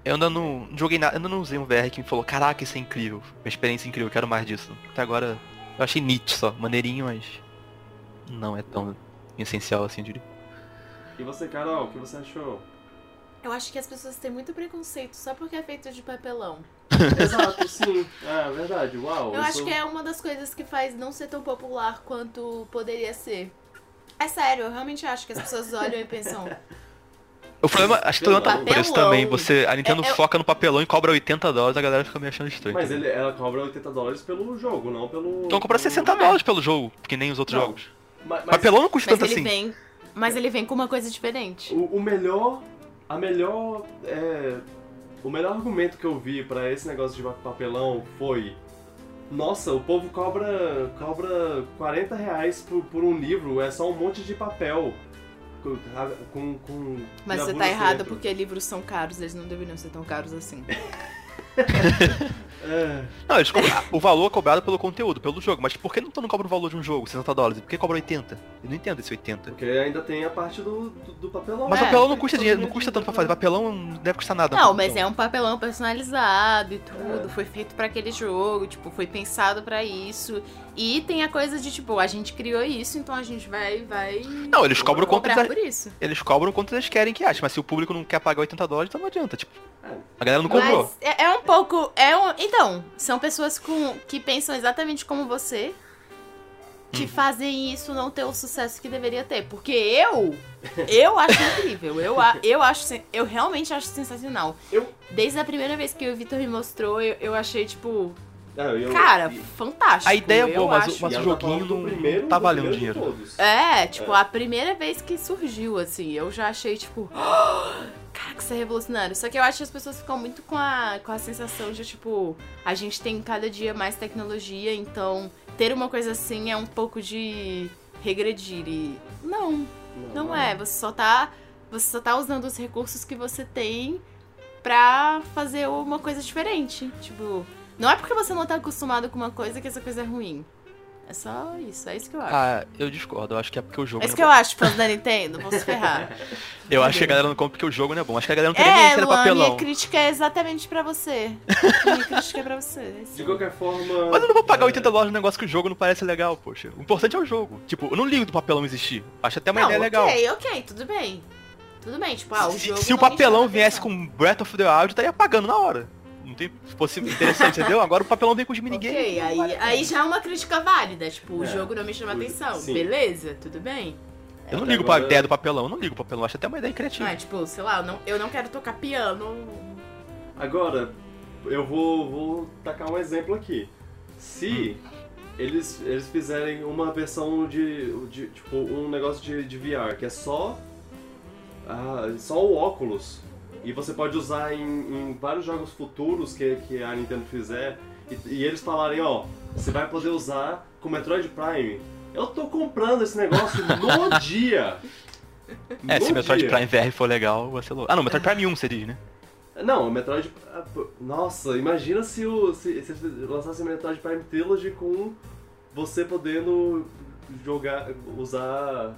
Speaker 3: Eu ainda não não joguei nada, eu ainda não usei um VR que me falou, caraca, isso é incrível, uma experiência incrível, eu quero mais disso. Até agora eu achei Nietzsche só, maneirinho, mas não é tão essencial assim, eu diria.
Speaker 2: E você, Carol, o que você
Speaker 3: <laughs>
Speaker 2: achou?
Speaker 1: Eu acho que as pessoas têm muito preconceito só porque é feito de papelão.
Speaker 2: Exato, sim. Ah, verdade. Uau.
Speaker 1: Eu acho
Speaker 2: sou-
Speaker 1: que é uma das coisas que faz não ser tão popular quanto poderia ser. É sério, eu realmente acho que as
Speaker 2: <laughs>
Speaker 1: pessoas olham e pensam.
Speaker 3: O problema, acho que todo mundo tá com
Speaker 1: Papelão.
Speaker 3: preço também, você, a Nintendo
Speaker 1: É- é-
Speaker 3: foca no papelão e cobra 80 dólares, a galera fica me achando estranho.
Speaker 2: Mas
Speaker 3: entendeu?
Speaker 2: ele, ela cobra 80 dólares pelo jogo, não pelo.
Speaker 3: Então cobra 60
Speaker 1: É.
Speaker 3: dólares pelo jogo, que nem os outros
Speaker 2: Não,
Speaker 3: jogos.
Speaker 2: Mas, mas
Speaker 3: Papelão não custa
Speaker 1: Mas
Speaker 3: tanto
Speaker 1: ele
Speaker 3: assim.
Speaker 1: vem. Mas ele vem com uma coisa diferente.
Speaker 2: o, o melhor. A melhor. é, o melhor argumento que eu vi pra esse negócio de papelão foi. Nossa, o povo cobra, cobra 40 reais por, por um livro, é só um monte de papel. Com, com, com
Speaker 1: Mas você tá
Speaker 2: gravuras
Speaker 1: errado
Speaker 2: dentro.
Speaker 1: porque livros são caros, eles não deveriam ser tão caros
Speaker 2: <laughs>
Speaker 1: assim.
Speaker 2: Tá É,
Speaker 3: Não, eles cobram, o valor é cobrado pelo conteúdo, pelo jogo, mas por que não, não cobra o valor de um jogo, 60 dólares? Por que cobra 80? Eu não entendo esse 80.
Speaker 2: porque ainda tem a parte do, do, do papelão.
Speaker 3: Mas
Speaker 1: É,
Speaker 3: papelão não
Speaker 2: tem
Speaker 3: custa
Speaker 2: todo
Speaker 3: dinheiro,
Speaker 2: dia
Speaker 3: não custa tanto pra
Speaker 2: papelão.
Speaker 3: fazer. Papelão não deve custar nada.
Speaker 1: Não, mas é um papelão personalizado e tudo.
Speaker 2: então. É.
Speaker 1: Foi feito pra aquele jogo, tipo, foi pensado pra isso. E tem a coisa de, tipo, a gente criou isso, então a gente vai, vai
Speaker 3: Não, eles cobram quanto
Speaker 1: cobrar
Speaker 3: eles,
Speaker 1: por isso.
Speaker 3: eles cobram quanto eles querem que ache, mas se o público não quer pagar 80 dólares, então não adianta, tipo.
Speaker 2: É.
Speaker 3: A galera não comprou.
Speaker 1: Mas é, é um pouco. É um, então, são pessoas com, que pensam exatamente como você que
Speaker 3: Uhum.
Speaker 1: fazem isso não ter o sucesso que deveria ter. Porque
Speaker 3: <laughs>
Speaker 1: eu. Eu acho incrível. Eu, a- eu acho. sen- Eu realmente acho sensacional.
Speaker 2: Eu-
Speaker 1: Desde a primeira vez que o Vitor me mostrou, eu, eu achei, tipo.
Speaker 2: É, eu-
Speaker 1: Cara,
Speaker 2: e-
Speaker 1: fantástico.
Speaker 3: A ideia é
Speaker 1: eu
Speaker 3: boa, mas,
Speaker 1: acho.
Speaker 3: o- mas
Speaker 2: e
Speaker 3: o
Speaker 2: ela tá
Speaker 3: joguinho
Speaker 2: falando do
Speaker 3: não,
Speaker 2: primeiro-
Speaker 3: não tá
Speaker 2: do
Speaker 3: valendo
Speaker 2: primeiro de
Speaker 3: dinheiro.
Speaker 2: todos.
Speaker 1: É, tipo,
Speaker 2: É.
Speaker 1: a primeira vez que surgiu, assim, eu já achei, tipo, <gasps> cara, que isso é revolucionário. Só que eu acho que as pessoas ficam muito com a, com a sensação de, tipo, a gente tem cada dia mais tecnologia, então ter uma coisa assim é um pouco de regredir. E não, não é. Você só tá, você só tá usando os recursos que você tem pra fazer uma coisa diferente. Tipo, não é porque você não tá acostumado com uma coisa que essa coisa é ruim. É só isso, é isso que eu acho.
Speaker 3: Ah, eu discordo, eu acho que é porque o jogo
Speaker 1: É isso que
Speaker 3: não é
Speaker 1: eu
Speaker 3: bom.
Speaker 1: acho, fãs da Nintendo, vão se
Speaker 3: <laughs>
Speaker 1: ferrar.
Speaker 3: Eu acho que a galera não compra porque o jogo não é bom. Acho que a galera não queria nem
Speaker 1: é,
Speaker 3: ser
Speaker 1: Luan,
Speaker 3: papelão.
Speaker 1: minha crítica é exatamente pra
Speaker 3: <laughs>
Speaker 1: você. Minha crítica é pra você. é isso.
Speaker 2: De qualquer forma.
Speaker 3: Mas eu não vou pagar
Speaker 2: é,
Speaker 3: 80 dólares num negócio que o jogo não parece legal, poxa. O importante é o jogo. Tipo, eu não ligo do papelão existir. Acho até uma
Speaker 1: não,
Speaker 3: ideia legal.
Speaker 1: ok, ok, tudo bem. Tudo bem, tipo, ah, o
Speaker 3: se,
Speaker 1: jogo
Speaker 3: se o
Speaker 1: não me
Speaker 3: papelão
Speaker 1: chama
Speaker 3: viesse
Speaker 1: atenção.
Speaker 3: com um Breath of the Wild, eu estaria pagando na hora. Não tem possível interessante, entendeu? Agora o papelão vem com os minigames.
Speaker 1: Ok, aí, aí já é uma crítica válida, tipo,
Speaker 2: É,
Speaker 1: o jogo não me chama
Speaker 2: o-
Speaker 1: atenção.
Speaker 2: sim.
Speaker 1: Beleza, tudo bem.
Speaker 3: Eu não
Speaker 1: Tá
Speaker 2: Até
Speaker 3: ligo pra
Speaker 2: agora-
Speaker 3: ideia do papelão, eu não ligo pro papelão, acho até uma ideia criativa.
Speaker 1: Mas, tipo, sei lá, eu não, eu não quero tocar piano.
Speaker 2: Agora, eu vou, vou tacar um exemplo aqui. Se eles, eles fizerem uma versão de, de- tipo, um negócio de, de VR, que é só, ah, só o óculos, e você pode usar em, em vários jogos futuros que, que a Nintendo fizer, e, e eles falarem, ó, você vai poder usar com Metroid Prime. Eu tô comprando esse negócio no <laughs> dia!
Speaker 3: É, se
Speaker 2: No
Speaker 3: Metroid
Speaker 2: dia.
Speaker 3: Prime VR for legal, vai ser louco. Ah, não, Metroid Prime 1 você diz, né?
Speaker 2: Não, o Metroid. ah, pô, Nossa, imagina se, o, se, se eles lançassem o Metroid Prime Trilogy com você podendo jogar. usar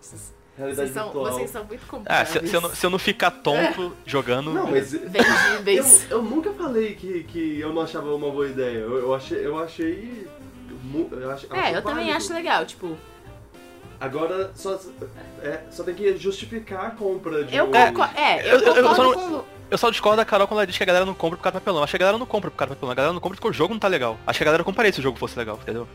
Speaker 1: Vocês,
Speaker 2: realidade
Speaker 1: vocês são,
Speaker 2: virtual.
Speaker 1: vocês são muito
Speaker 3: Ah,
Speaker 1: complicados.
Speaker 3: se, se eu, não, se eu não ficar tonto
Speaker 1: É.
Speaker 3: jogando.
Speaker 2: Não, mas. Eu,
Speaker 1: Vendíveis.
Speaker 2: eu nunca falei que, que eu não achava uma boa ideia. Eu, eu achei. Eu achei. mu- Eu acho,
Speaker 1: É, eu também
Speaker 2: válido.
Speaker 1: acho legal, tipo,
Speaker 2: Agora só, é, só tem que justificar a compra de
Speaker 1: eu
Speaker 2: um-
Speaker 1: concordo, é, eu
Speaker 3: Eu- eu- eu só
Speaker 1: concordo
Speaker 3: não-
Speaker 1: com-
Speaker 3: Eu só discordo da Carol quando ela diz que a galera não compra por causa do papelão. Acho que a galera não compra por causa do papelão. A galera não compra porque o jogo não tá legal. Acho que a galera compraria se o jogo fosse legal, entendeu?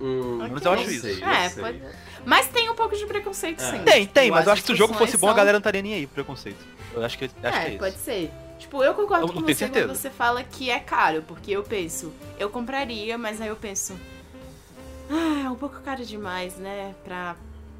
Speaker 2: Hum,
Speaker 3: Mas eu
Speaker 1: Ok.
Speaker 3: acho isso.
Speaker 2: sei, eu
Speaker 1: É,
Speaker 2: sei.
Speaker 1: pode... Mas tem um pouco de preconceito,
Speaker 2: É.
Speaker 1: sim.
Speaker 3: Tem, tem,
Speaker 1: Tipo,
Speaker 3: mas eu
Speaker 1: as
Speaker 3: acho que se o jogo
Speaker 1: discussões
Speaker 3: fosse bom, a
Speaker 1: são-
Speaker 3: galera não estaria nem aí pro preconceito. Eu acho que, acho que é
Speaker 1: É,
Speaker 3: isso.
Speaker 1: pode ser. Tipo, eu concordo
Speaker 3: Eu não
Speaker 1: com
Speaker 3: tenho
Speaker 1: você quando
Speaker 3: certeza.
Speaker 1: você fala que é caro, porque eu penso, eu compraria, mas aí eu penso, ah, é um pouco caro demais, né, pra...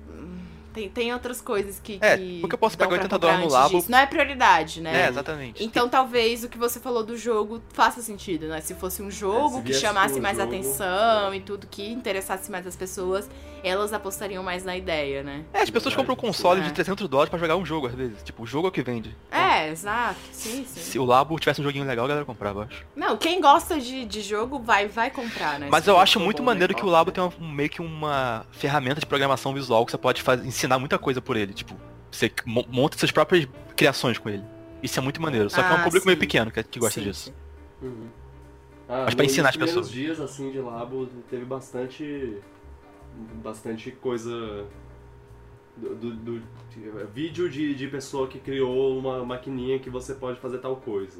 Speaker 1: hum, Tem, tem outras coisas que.
Speaker 3: É,
Speaker 1: que
Speaker 3: porque eu posso
Speaker 1: dão
Speaker 3: pagar
Speaker 1: pra
Speaker 3: 80
Speaker 1: comprar
Speaker 3: dólares no
Speaker 1: antes
Speaker 3: Labo.
Speaker 1: disso. Não é prioridade, né?
Speaker 3: É, exatamente.
Speaker 1: Então talvez o que você falou do jogo faça sentido, né? Se fosse um jogo
Speaker 2: É, se
Speaker 1: que
Speaker 2: viesse
Speaker 1: chamasse
Speaker 2: com o
Speaker 1: mais
Speaker 2: jogo, é.
Speaker 1: atenção e tudo, que interessasse mais as pessoas, elas apostariam mais na ideia, né?
Speaker 3: É, as pessoas compram um console
Speaker 1: É.
Speaker 3: de 300 dólares pra jogar um jogo, às vezes. Tipo, o jogo é o que vende.
Speaker 1: É, exato. Sim, sim.
Speaker 3: Se o Labo tivesse um joguinho legal, a galera comprava, acho.
Speaker 1: Não, quem gosta de, de jogo vai, vai comprar, né?
Speaker 3: Mas eu acho muito
Speaker 2: bom
Speaker 3: maneiro que
Speaker 2: negócio,
Speaker 3: o Labo tem uma- um- meio que uma ferramenta de programação visual que você pode faz- ensinar muita coisa por ele. Tipo, você mo- monta suas próprias criações com ele. Isso é muito maneiro. Só que é
Speaker 1: Ah,
Speaker 3: um público meio
Speaker 1: sim.
Speaker 3: pequeno que, que gosta
Speaker 1: Sim,
Speaker 3: disso.
Speaker 1: sim.
Speaker 2: Uhum. Ah,
Speaker 3: Mas pra
Speaker 2: no-
Speaker 3: ensinar
Speaker 2: nos
Speaker 3: as pessoas.
Speaker 2: primeiros dias assim de labo teve bastante bastante coisa do, do- do- de- vídeo de, de pessoa que criou uma maquininha que você pode fazer tal coisa.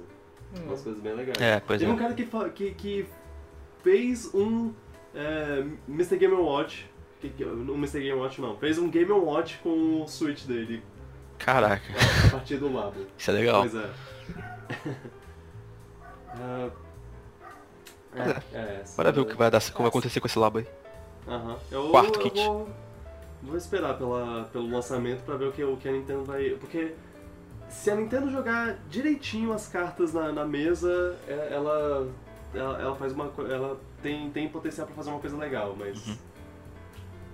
Speaker 2: Umas coisas bem legais.
Speaker 3: É, pois
Speaker 2: Teve um
Speaker 3: é.
Speaker 2: cara que, fa- que, que fez um é, Mr. Game Watch. Que, que, não Mr. Game Watch não. Fez um Game Watch com o Switch dele
Speaker 3: Caraca,
Speaker 2: a partir do labo.
Speaker 3: isso é legal.
Speaker 2: Pois é. <laughs> Ah, é, é, essa-
Speaker 3: Bora ver o que vai dar, o que vai acontecer com esse Labo aí.
Speaker 2: Aham. Eu,
Speaker 3: Quarto
Speaker 2: eu
Speaker 3: kit.
Speaker 2: Vou, vou esperar pela, pelo lançamento pra ver o que, o que a Nintendo vai. Porque se a Nintendo jogar direitinho as cartas na, na mesa, é- ela, ela. ela faz uma. co- Ela tem, tem potencial pra fazer uma coisa legal, mas.
Speaker 3: Uhum.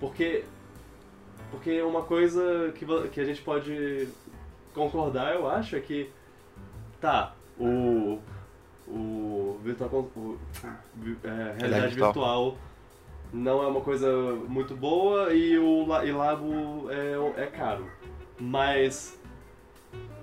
Speaker 2: Porque. Porque uma coisa que, vo- que a gente pode concordar, eu acho, é que. Tá, o. O. Virtual, con- o vi- é, realidade
Speaker 3: virtual.
Speaker 2: virtual não é uma coisa muito boa e o la- e Labo é, é caro. Mas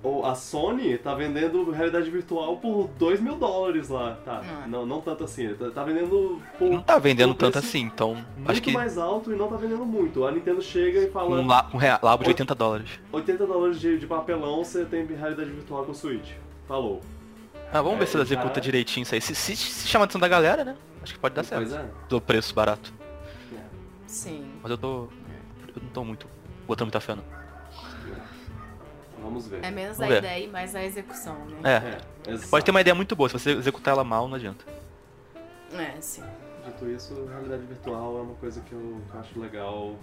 Speaker 2: o- a Sony tá vendendo realidade virtual por 2 mil dólares lá. Tá,
Speaker 1: Ah.
Speaker 2: não, não tanto assim. Tá, tá vendendo por
Speaker 3: Não tá vendendo
Speaker 2: Por um
Speaker 3: tanto
Speaker 2: preço
Speaker 3: assim, então acho
Speaker 2: muito
Speaker 3: que
Speaker 2: mais alto e não tá vendendo muito. A Nintendo chega e fala
Speaker 3: um, la, um rea- Labo de 80 dólares.
Speaker 2: 80 dólares de, de papelão, você tem realidade virtual com Switch. Falou.
Speaker 3: Ah, vamos ver se ela
Speaker 2: É, tá.
Speaker 3: executa direitinho isso aí. Se, se, se chama a atenção da galera, né? Acho que pode dar certo.
Speaker 2: Pois é.
Speaker 3: Do preço barato.
Speaker 1: Sim.
Speaker 3: Mas eu tô. Eu não tô muito. Botando muita fé, não.
Speaker 2: Vamos ver.
Speaker 1: É menos
Speaker 3: Vamos
Speaker 1: a
Speaker 3: ver.
Speaker 1: ideia e mais a execução, né?
Speaker 3: É.
Speaker 2: É, exato.
Speaker 3: Pode ter uma ideia muito boa, se você executar ela mal, não adianta.
Speaker 1: É, sim.
Speaker 2: Dito isso, realidade virtual é uma coisa que eu acho legal,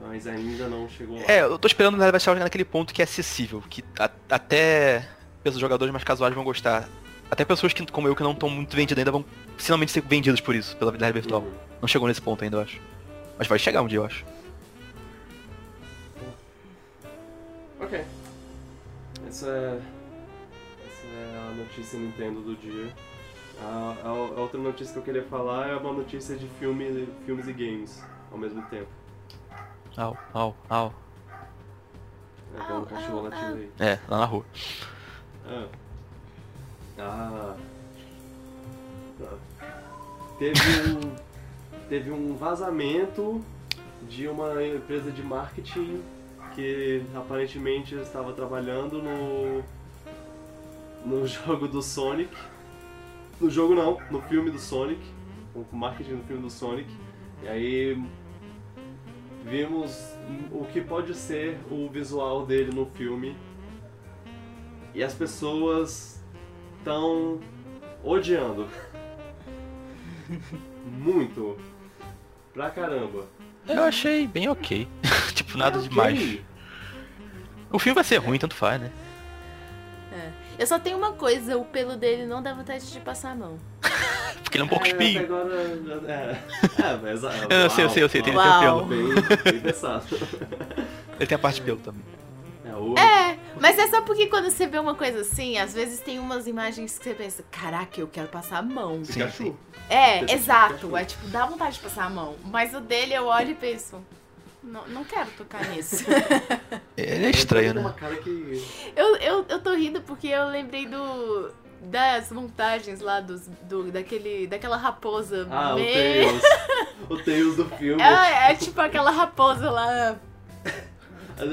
Speaker 2: mas ainda não chegou lá.
Speaker 3: É, eu tô esperando ela vai chegar naquele ponto que é acessível, que a- até os jogadores mais casuais vão gostar. Até pessoas que, como eu que não estão muito vendidas ainda vão finalmente ser vendidas por isso, pela realidade virtual.
Speaker 2: Uhum.
Speaker 3: Não chegou nesse ponto ainda, eu acho. Mas vai chegar um dia, eu acho.
Speaker 2: Ok. Essa é, essa é a notícia Nintendo do dia. A, a- a outra notícia que eu queria falar é uma notícia de filme, filmes e games ao mesmo tempo.
Speaker 3: Au, au, au.
Speaker 2: É, tem um cachorro latindo aí.
Speaker 3: É, lá na rua.
Speaker 2: Ah. Ah. Tá. Teve um, teve um vazamento de uma empresa de marketing que aparentemente estava trabalhando no no <laughs> jogo do Sonic. No jogo não, no filme do Sonic, com o marketing do filme do Sonic. E aí vimos o que pode ser o visual dele no filme e as pessoas estão odiando. <laughs> Muito. Pra caramba.
Speaker 3: Eu achei bem ok. <laughs> tipo, nada
Speaker 2: É ok.
Speaker 3: demais. O filme vai ser ruim, tanto faz, né?
Speaker 1: Eu só tenho uma coisa, o pelo dele não dá vontade de passar a mão.
Speaker 3: Porque ele é um pouco
Speaker 2: É, até
Speaker 3: espinho.
Speaker 2: agora. É, é mas.
Speaker 3: Eu sei, eu sei, eu sei, tem-
Speaker 1: Uau.
Speaker 3: tem o pelo.
Speaker 2: Bem, bem pensado.
Speaker 3: Ele tem a parte de pelo também.
Speaker 2: É, o...
Speaker 1: É, mas é só porque quando você vê uma coisa assim, às vezes tem umas imagens que você pensa, caraca, eu quero passar a mão.
Speaker 3: Sim,
Speaker 2: Pikachu.
Speaker 3: sim.
Speaker 1: É,
Speaker 2: Esse
Speaker 1: exato.
Speaker 2: Pikachu.
Speaker 1: É tipo, dá vontade de passar a mão. Mas o dele eu olho e penso, não, não quero
Speaker 2: <laughs>
Speaker 1: tocar nisso.
Speaker 3: Ele é estranho,
Speaker 2: Tem uma
Speaker 3: né?
Speaker 2: cara que...
Speaker 1: eu, eu, eu tô rindo porque eu lembrei do. Das montagens lá dos, do, daquele, daquela raposa
Speaker 2: Ah, o
Speaker 1: bem- <laughs>
Speaker 2: Tails. o Tails do filme.
Speaker 1: É, é tipo aquela raposa lá.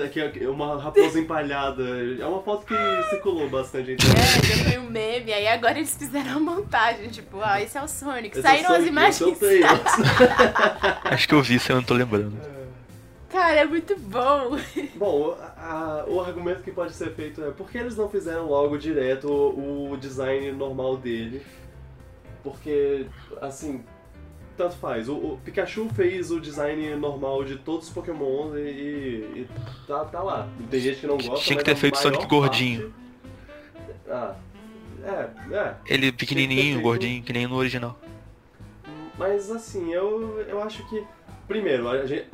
Speaker 2: Aqui, aqui, uma raposa empalhada. É uma foto que circulou bastante. Então.
Speaker 1: É, já foi um meme. Aí agora eles fizeram a montagem. Tipo, ah, esse é o Sonic.
Speaker 2: Esse
Speaker 1: Saíram
Speaker 2: é
Speaker 1: as
Speaker 2: o
Speaker 1: imagens.
Speaker 2: Sonic, esse é o Tails.
Speaker 3: Acho que eu vi isso, eu não tô lembrando.
Speaker 1: Cara, é muito bom.
Speaker 2: Bom, a- a- o argumento que pode ser feito é por que eles não fizeram logo direto o, o design normal dele? Porque, assim, tanto faz. O, o Pikachu fez o design normal de todos os Pokémon e, e- e tá, tá lá. Tem gente que não
Speaker 3: Tinha
Speaker 2: gosta.
Speaker 3: que
Speaker 2: mas
Speaker 3: ter
Speaker 2: a
Speaker 3: feito Sonic
Speaker 2: maior
Speaker 3: gordinho.
Speaker 2: parte- Ah, é, é.
Speaker 3: Ele
Speaker 2: Tinha que ter
Speaker 3: pequenininho,
Speaker 2: feito-
Speaker 3: gordinho, que nem no original.
Speaker 2: Mas assim, eu, eu acho que. Primeiro, a gente,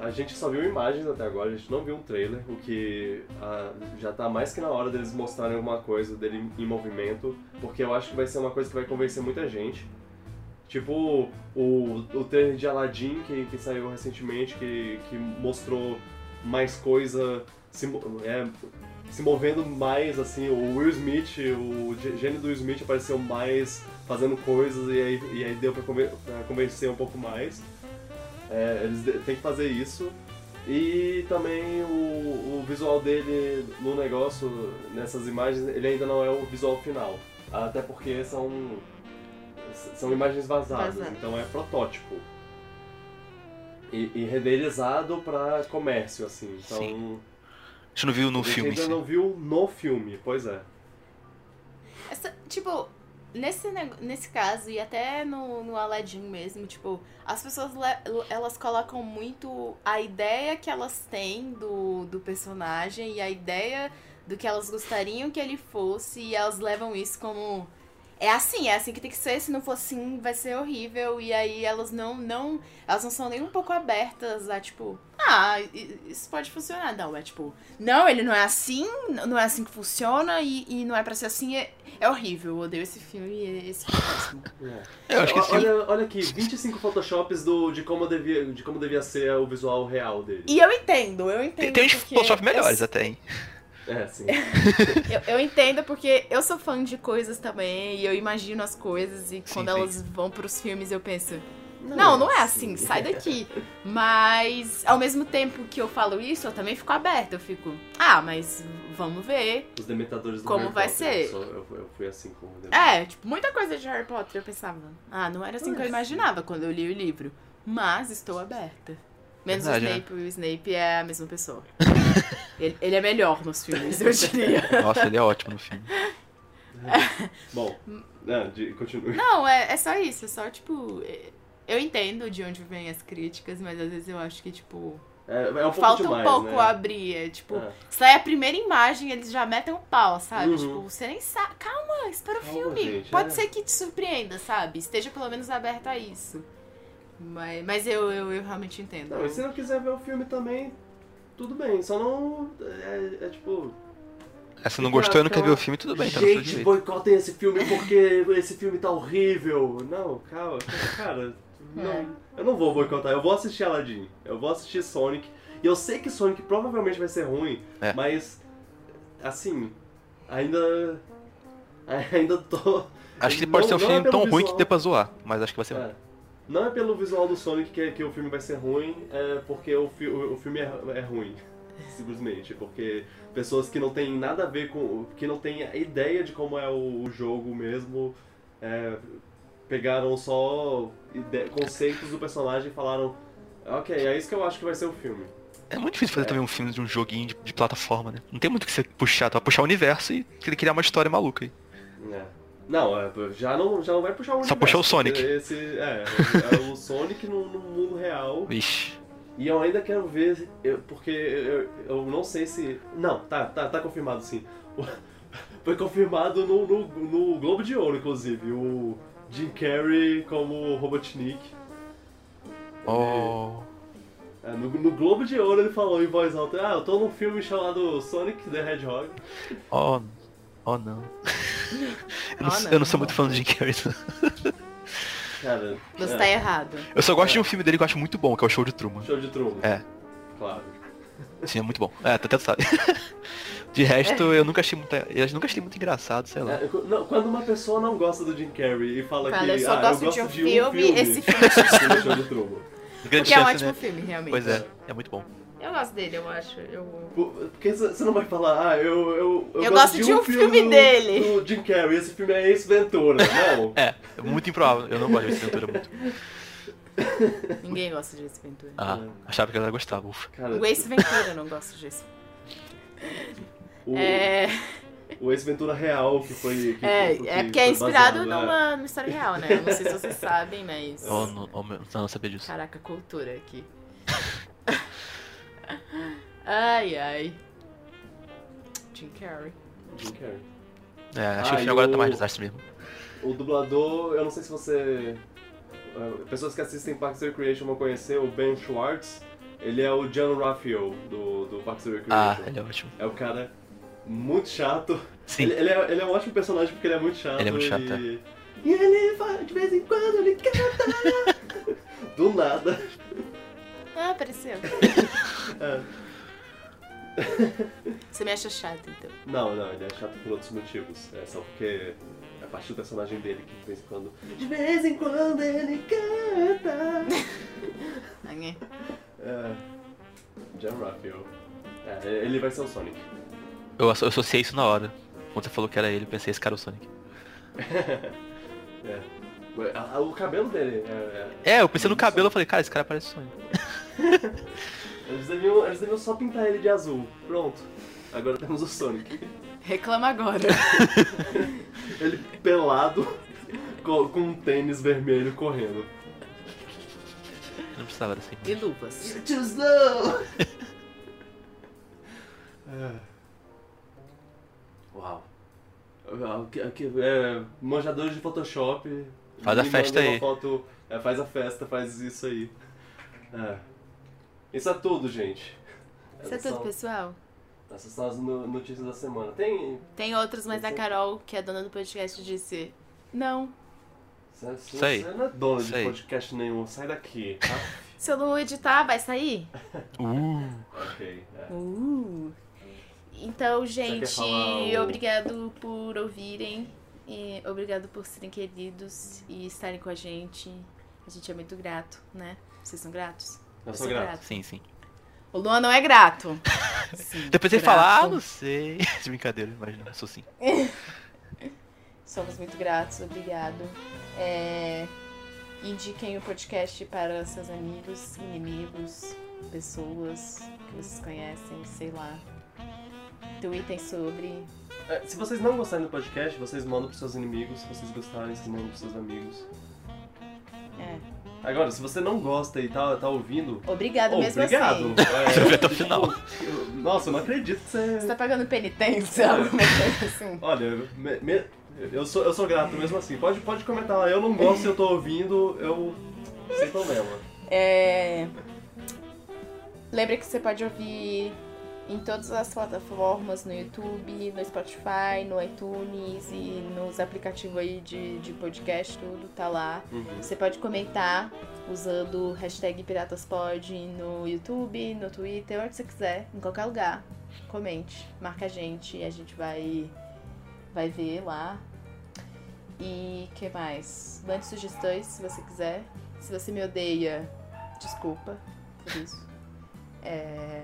Speaker 2: a gente só viu imagens até agora, a gente não viu um trailer, o que ah, já tá mais que na hora deles mostrarem alguma coisa dele em movimento, porque eu acho que vai ser uma coisa que vai convencer muita gente. Tipo o, o trailer de Aladdin que, que saiu recentemente, que, que mostrou mais coisa se, mo- é, se movendo mais, assim, o Will Smith, o gê- gênio do Will Smith apareceu mais fazendo coisas e aí, e aí deu pra, conver- pra convencer um pouco mais. É, eles de- têm que fazer isso. E também o, o visual dele no negócio, nessas imagens, ele ainda não é o visual final. Até porque são, são imagens vazadas,
Speaker 1: Vazadas.
Speaker 2: então é protótipo. E, e renderizado pra comércio, assim. Então,
Speaker 3: Sim. A gente não viu no
Speaker 2: a gente
Speaker 3: filme. em
Speaker 2: ainda
Speaker 3: si.
Speaker 2: não viu no filme, pois é.
Speaker 1: Essa- tipo, nesse, nego- nesse caso, e até no, no Aladdin mesmo, tipo, as pessoas le- elas colocam muito a ideia que elas têm do, do personagem e a ideia do que elas gostariam que ele fosse, e elas levam isso como. É assim, é assim que tem que ser, se não for assim, vai ser horrível. E aí elas não, não. Elas não são nem um pouco abertas a, tipo, ah, i- isso pode funcionar. Não, é tipo, não, ele não é assim, n- não é assim que funciona, e, e não é pra ser assim, é, é horrível. Eu odeio esse filme e esse filme é
Speaker 3: <laughs>
Speaker 1: péssimo.
Speaker 2: É.
Speaker 3: Eu acho que
Speaker 2: O-
Speaker 3: sim.
Speaker 2: olha, olha aqui, 25 photoshops do, de, como devia, de como devia ser o visual real dele.
Speaker 1: E eu entendo, eu entendo.
Speaker 3: Tem, tem uns
Speaker 1: porque
Speaker 3: Photoshop
Speaker 1: eu
Speaker 3: melhores até, hein?
Speaker 2: É, sim.
Speaker 1: Eu, eu entendo porque eu sou fã de coisas também, e eu imagino as coisas, e
Speaker 3: Sim,
Speaker 1: quando
Speaker 3: sim.
Speaker 1: elas vão pros filmes eu penso, não, não é assim, sai daqui. Mas ao mesmo tempo que eu falo isso, eu também fico aberta, eu fico, ah, mas vamos ver.
Speaker 2: Os dementadores do
Speaker 1: Como
Speaker 2: Harry
Speaker 1: vai
Speaker 2: Potter,
Speaker 1: ser?
Speaker 2: Eu, sou- eu- eu fui assim com o Dementador.
Speaker 1: É, tipo, muita coisa de Harry Potter eu pensava, ah, não era assim que eu imaginava quando eu li o livro, mas estou aberta. Menos o
Speaker 3: Verdade, né?
Speaker 1: Snape, o Snape é a mesma pessoa. <laughs> ele, ele é melhor nos filmes, eu diria.
Speaker 2: <laughs>
Speaker 3: Nossa, ele é ótimo no filme.
Speaker 2: Bom, é, de- continue.
Speaker 1: Não, é, é só isso, é só, tipo. é- Eu entendo de onde vêm as críticas, mas às vezes eu acho que, tipo.
Speaker 2: É, é um pouco
Speaker 1: falta
Speaker 2: demais,
Speaker 1: um pouco
Speaker 2: né?
Speaker 1: abrir. É, tipo,
Speaker 2: É.
Speaker 1: sai a primeira imagem, eles já metem o pau, sabe?
Speaker 2: Uhum.
Speaker 1: Tipo, você nem sabe. Calma, espera o
Speaker 2: Calma,
Speaker 1: filme.
Speaker 2: gente,
Speaker 1: Pode
Speaker 2: é.
Speaker 1: ser que te surpreenda, sabe? Esteja pelo menos aberto a isso. Mas, mas eu, eu, eu realmente entendo.
Speaker 2: Não, e se não quiser ver o filme também, tudo bem. Só não... É, é tipo...
Speaker 3: Ah, Se não gostou e não quer ver o filme, tudo bem, tá no seu
Speaker 2: Gente,
Speaker 3: direito.
Speaker 2: boicotem esse filme porque esse filme tá horrível. Não, calma. Cara, não,
Speaker 1: É.
Speaker 2: eu não vou boicotar. Eu vou assistir Aladdin. Eu vou assistir Sonic. E eu sei que Sonic provavelmente vai ser ruim,
Speaker 3: É.
Speaker 2: mas... Assim, ainda... <laughs> Ainda tô...
Speaker 3: Acho que ele pode
Speaker 2: Não- não
Speaker 3: ser um
Speaker 2: é
Speaker 3: filme
Speaker 2: pelo
Speaker 3: tão ruim que
Speaker 2: visual.
Speaker 3: dê pra zoar, mas acho que vai ser.
Speaker 2: É. Não é pelo visual do Sonic que, que o filme vai ser ruim, é porque o, fi- o, o filme é, é ruim. Simplesmente. Porque pessoas que não têm nada a ver com. que não têm a ideia de como é o, o jogo mesmo. é, pegaram só ide- conceitos do personagem e falaram. Ok, é isso que eu acho que vai ser o filme.
Speaker 3: É muito difícil fazer também um filme de um joguinho de, de plataforma, né? Não tem muito o que você puxar, tu vai puxar o universo e cri- criar uma história maluca aí.
Speaker 2: É. Não, é, já não, já não vai puxar o
Speaker 3: Só
Speaker 2: universo,
Speaker 3: puxou o Sonic.
Speaker 2: porque Esse, é, é o Sonic no- no mundo real.
Speaker 3: Vixe.
Speaker 2: E eu ainda quero ver, eu- porque eu, eu não sei se. Não, tá, tá, tá confirmado sim. <laughs> Foi confirmado no, no, no Globo de Ouro, inclusive, o Jim Carrey como Robotnik.
Speaker 3: Oh.
Speaker 2: É, no, no Globo de Ouro ele falou em voz alta, ah, eu tô num filme chamado Sonic the Hedgehog.
Speaker 3: Oh, oh não. <laughs> eu,
Speaker 2: Ah,
Speaker 3: não
Speaker 1: Oh,
Speaker 3: sou-
Speaker 1: não.
Speaker 3: eu não sou muito fã do Jim Carrey. não.
Speaker 2: Cara,
Speaker 1: Você
Speaker 2: é,
Speaker 1: tá errado.
Speaker 3: Eu só gosto de um filme dele que eu acho muito bom, que é o Show de Truman.
Speaker 2: show de trumo.
Speaker 3: É.
Speaker 2: Claro.
Speaker 3: Sim, é muito bom. É, até tu sabe. <laughs> De resto, eu nunca achei muito. Eu nunca achei muito engraçado, sei lá.
Speaker 2: É, qu- não, quando uma pessoa não gosta do Jim Carrey e fala
Speaker 1: Fala,
Speaker 2: que
Speaker 1: eu só
Speaker 2: ah,
Speaker 1: gosto
Speaker 2: eu
Speaker 1: de um
Speaker 2: gosto de, um
Speaker 1: filme,
Speaker 2: filme,
Speaker 1: esse
Speaker 2: <laughs>
Speaker 1: filme é
Speaker 2: é show de trumo.
Speaker 3: Grande
Speaker 1: Porque é um
Speaker 3: chance,
Speaker 1: ótimo
Speaker 3: né?
Speaker 1: filme, realmente.
Speaker 3: Pois é, é muito bom.
Speaker 1: Eu gosto dele, eu acho. Eu...
Speaker 2: Por- Porque c- você não vai falar, ah, eu, eu,
Speaker 1: Eu gosto de um filme
Speaker 2: do-
Speaker 1: dele.
Speaker 2: Do Jim Carrey, esse filme é Ace Ventura.
Speaker 1: <laughs>
Speaker 2: Não,
Speaker 3: É, é muito improvável. Eu não gosto de Ace Ventura muito.
Speaker 1: Ninguém gosta de Ace Ventura.
Speaker 3: <laughs> Ah, achava que ela gostava, ufa.
Speaker 2: cara,
Speaker 1: O Ace Ventura eu não gosto disso.
Speaker 2: o,
Speaker 1: É,
Speaker 2: o Ace Ventura real que foi... Que,
Speaker 1: é,
Speaker 2: que-
Speaker 1: é
Speaker 2: que
Speaker 1: porque é
Speaker 2: foi
Speaker 1: inspirado
Speaker 2: baseado, né?
Speaker 1: numa, numa história real, né? Eu Não sei se vocês sabem, mas.
Speaker 3: Oh, não, oh, meu, não, não sabia disso.
Speaker 1: Caraca, cultura aqui. <laughs> ai, ai. Jim Carrey.
Speaker 2: né, Jim Carrey.
Speaker 3: É, acho que
Speaker 2: Ah,
Speaker 3: o
Speaker 2: e
Speaker 3: filme agora tá mais
Speaker 2: o-
Speaker 3: desastre mesmo.
Speaker 2: O dublador, eu não sei se você... eh, Pessoas que assistem Parks and Recreation vão conhecer o Ben Schwartz. Ele é o John Raphael do, do Parks and
Speaker 3: Ah,
Speaker 2: Recreation.
Speaker 3: ele é ótimo.
Speaker 2: É o cara muito chato.
Speaker 3: Sim,
Speaker 2: Ele, ele é, ele é um ótimo personagem porque ele é muito chato.
Speaker 3: Ele é muito chato,
Speaker 2: E, e ele fala de vez em quando, ele canta. <laughs> Do nada.
Speaker 1: Ah, apareceu.
Speaker 2: É.
Speaker 1: Ah. <laughs> Você me acha chata, então.
Speaker 2: Não, não, ele é chato por outros motivos. É só porque é a partir do personagem dele que de vez em quando. De vez em quando ele canta.
Speaker 1: Ai, é.
Speaker 2: É. John Raphael. É, ele vai ser o Sonic.
Speaker 3: eu, asso- eu associei isso na hora. Quando você falou que era ele, eu pensei, esse cara é o Sonic.
Speaker 2: É. A- a- O cabelo dele é- é-
Speaker 3: É, eu pensei no cabelo, eu falei, cara, esse cara parece o Sonic.
Speaker 2: Eles deviam, eles deviam só pintar ele de azul. Pronto. Agora temos o Sonic.
Speaker 1: Reclama agora.
Speaker 2: Ele pelado <laughs> co- com um tênis vermelho correndo.
Speaker 3: Eu não precisava assim.
Speaker 1: E luvas.
Speaker 2: Too slow!
Speaker 3: É.
Speaker 2: Uau. Ah, o que- o que- é, manjadores de Photoshop.
Speaker 3: Faz a
Speaker 2: me
Speaker 3: festa
Speaker 2: mandam uma
Speaker 3: aí.
Speaker 2: foto- é, faz a festa, faz isso aí. É. Isso é tudo, gente.
Speaker 1: Isso é
Speaker 2: Essas
Speaker 1: tudo,
Speaker 2: são-
Speaker 1: pessoal.
Speaker 2: Essas são as no- notícias da semana. Tem.
Speaker 1: Tem outros, mas a
Speaker 2: Isso.
Speaker 1: Carol, que é dona do podcast, disse: Não,
Speaker 2: Você, você-
Speaker 3: Isso aí.
Speaker 2: você não é dona
Speaker 3: Isso
Speaker 2: de
Speaker 3: aí.
Speaker 2: podcast nenhum, sai daqui, tá?
Speaker 3: <laughs>
Speaker 1: se eu não editar, tá? vai sair?
Speaker 3: Uh,
Speaker 2: ok. é.
Speaker 1: Uh. Então, gente,
Speaker 2: falar o-
Speaker 1: obrigado por ouvirem. E obrigado por serem queridos e estarem com a gente. A gente é muito grato, né? Vocês são gratos?
Speaker 2: Eu sou grato.
Speaker 3: sim, sim.
Speaker 1: O Luan não é grato. Sim,
Speaker 3: Depois ele
Speaker 1: grato.
Speaker 3: fala, ah, não sei. <laughs> De brincadeira, mas não, sou sim.
Speaker 1: Somos muito gratos, obrigado. É, Indiquem o podcast para seus amigos, inimigos, pessoas que vocês conhecem, sei lá. Tweetem sobre.
Speaker 2: É, Se vocês não gostarem do podcast, vocês mandam pros seus inimigos. Se vocês gostarem, vocês mandam pros seus amigos.
Speaker 1: É.
Speaker 2: Agora, se você não gosta e tá, tá ouvindo,
Speaker 1: Obrigado mesmo
Speaker 2: obrigado.
Speaker 1: assim.
Speaker 2: É,
Speaker 3: Você ouviu até o
Speaker 2: tipo,
Speaker 3: final.
Speaker 2: eu- nossa, eu não acredito que
Speaker 1: Você
Speaker 2: você.
Speaker 1: tá pagando penitência? <laughs> Alguma coisa assim.
Speaker 2: Olha, me- me- eu, sou, eu sou grato mesmo assim. Pode, pode comentar lá, eu não gosto e eu tô ouvindo, eu. Sem problema.
Speaker 1: É... Lembra que você pode ouvir em todas as plataformas, no YouTube, no Spotify, no iTunes e nos aplicativos aí de, de podcast, tudo tá lá.
Speaker 2: Uhum.
Speaker 1: Você pode comentar usando o hashtag PiratasPod no YouTube, no Twitter, onde você quiser, em qualquer lugar. Comente, marca a gente, a gente vai, vai ver lá. E que mais? Mande sugestões se você quiser. Se você me odeia, desculpa por isso. É,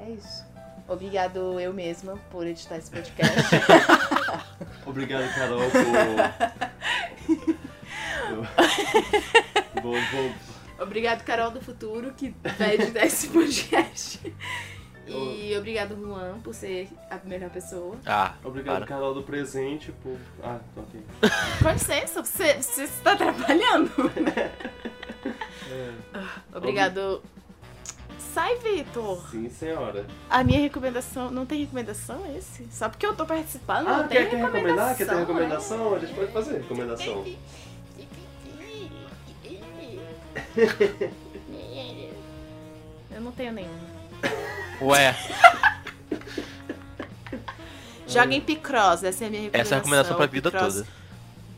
Speaker 1: é isso. Obrigado eu mesma por editar esse podcast.
Speaker 2: Obrigado, Carol,
Speaker 1: <laughs>
Speaker 2: por. Eu- vou, vou-
Speaker 1: Obrigado, Carol do Futuro, que vai editar <laughs> esse podcast. E obrigado, Juan, por ser a primeira pessoa.
Speaker 3: Ah,
Speaker 2: Obrigado,
Speaker 3: para.
Speaker 2: Carol, do presente por. Ah, ok.
Speaker 1: Com licença, você, você está <laughs> atrapalhando.
Speaker 2: É.
Speaker 1: Ah, Obrigado. Sai, Vitor.
Speaker 2: Sim, senhora.
Speaker 1: A minha recomendação. Não tem recomendação esse? Só porque eu tô participando,
Speaker 2: Ah,
Speaker 1: não tem né?
Speaker 2: quer, quer recomendar? Quer ter recomendação? A gente pode fazer
Speaker 1: é?
Speaker 2: recomendação. <laughs>
Speaker 1: tenho nenhum.
Speaker 3: Ué,
Speaker 1: Joga em Picross, essa é a minha recomendação.
Speaker 3: essa é a recomendação pra vida
Speaker 1: Picross-
Speaker 3: toda.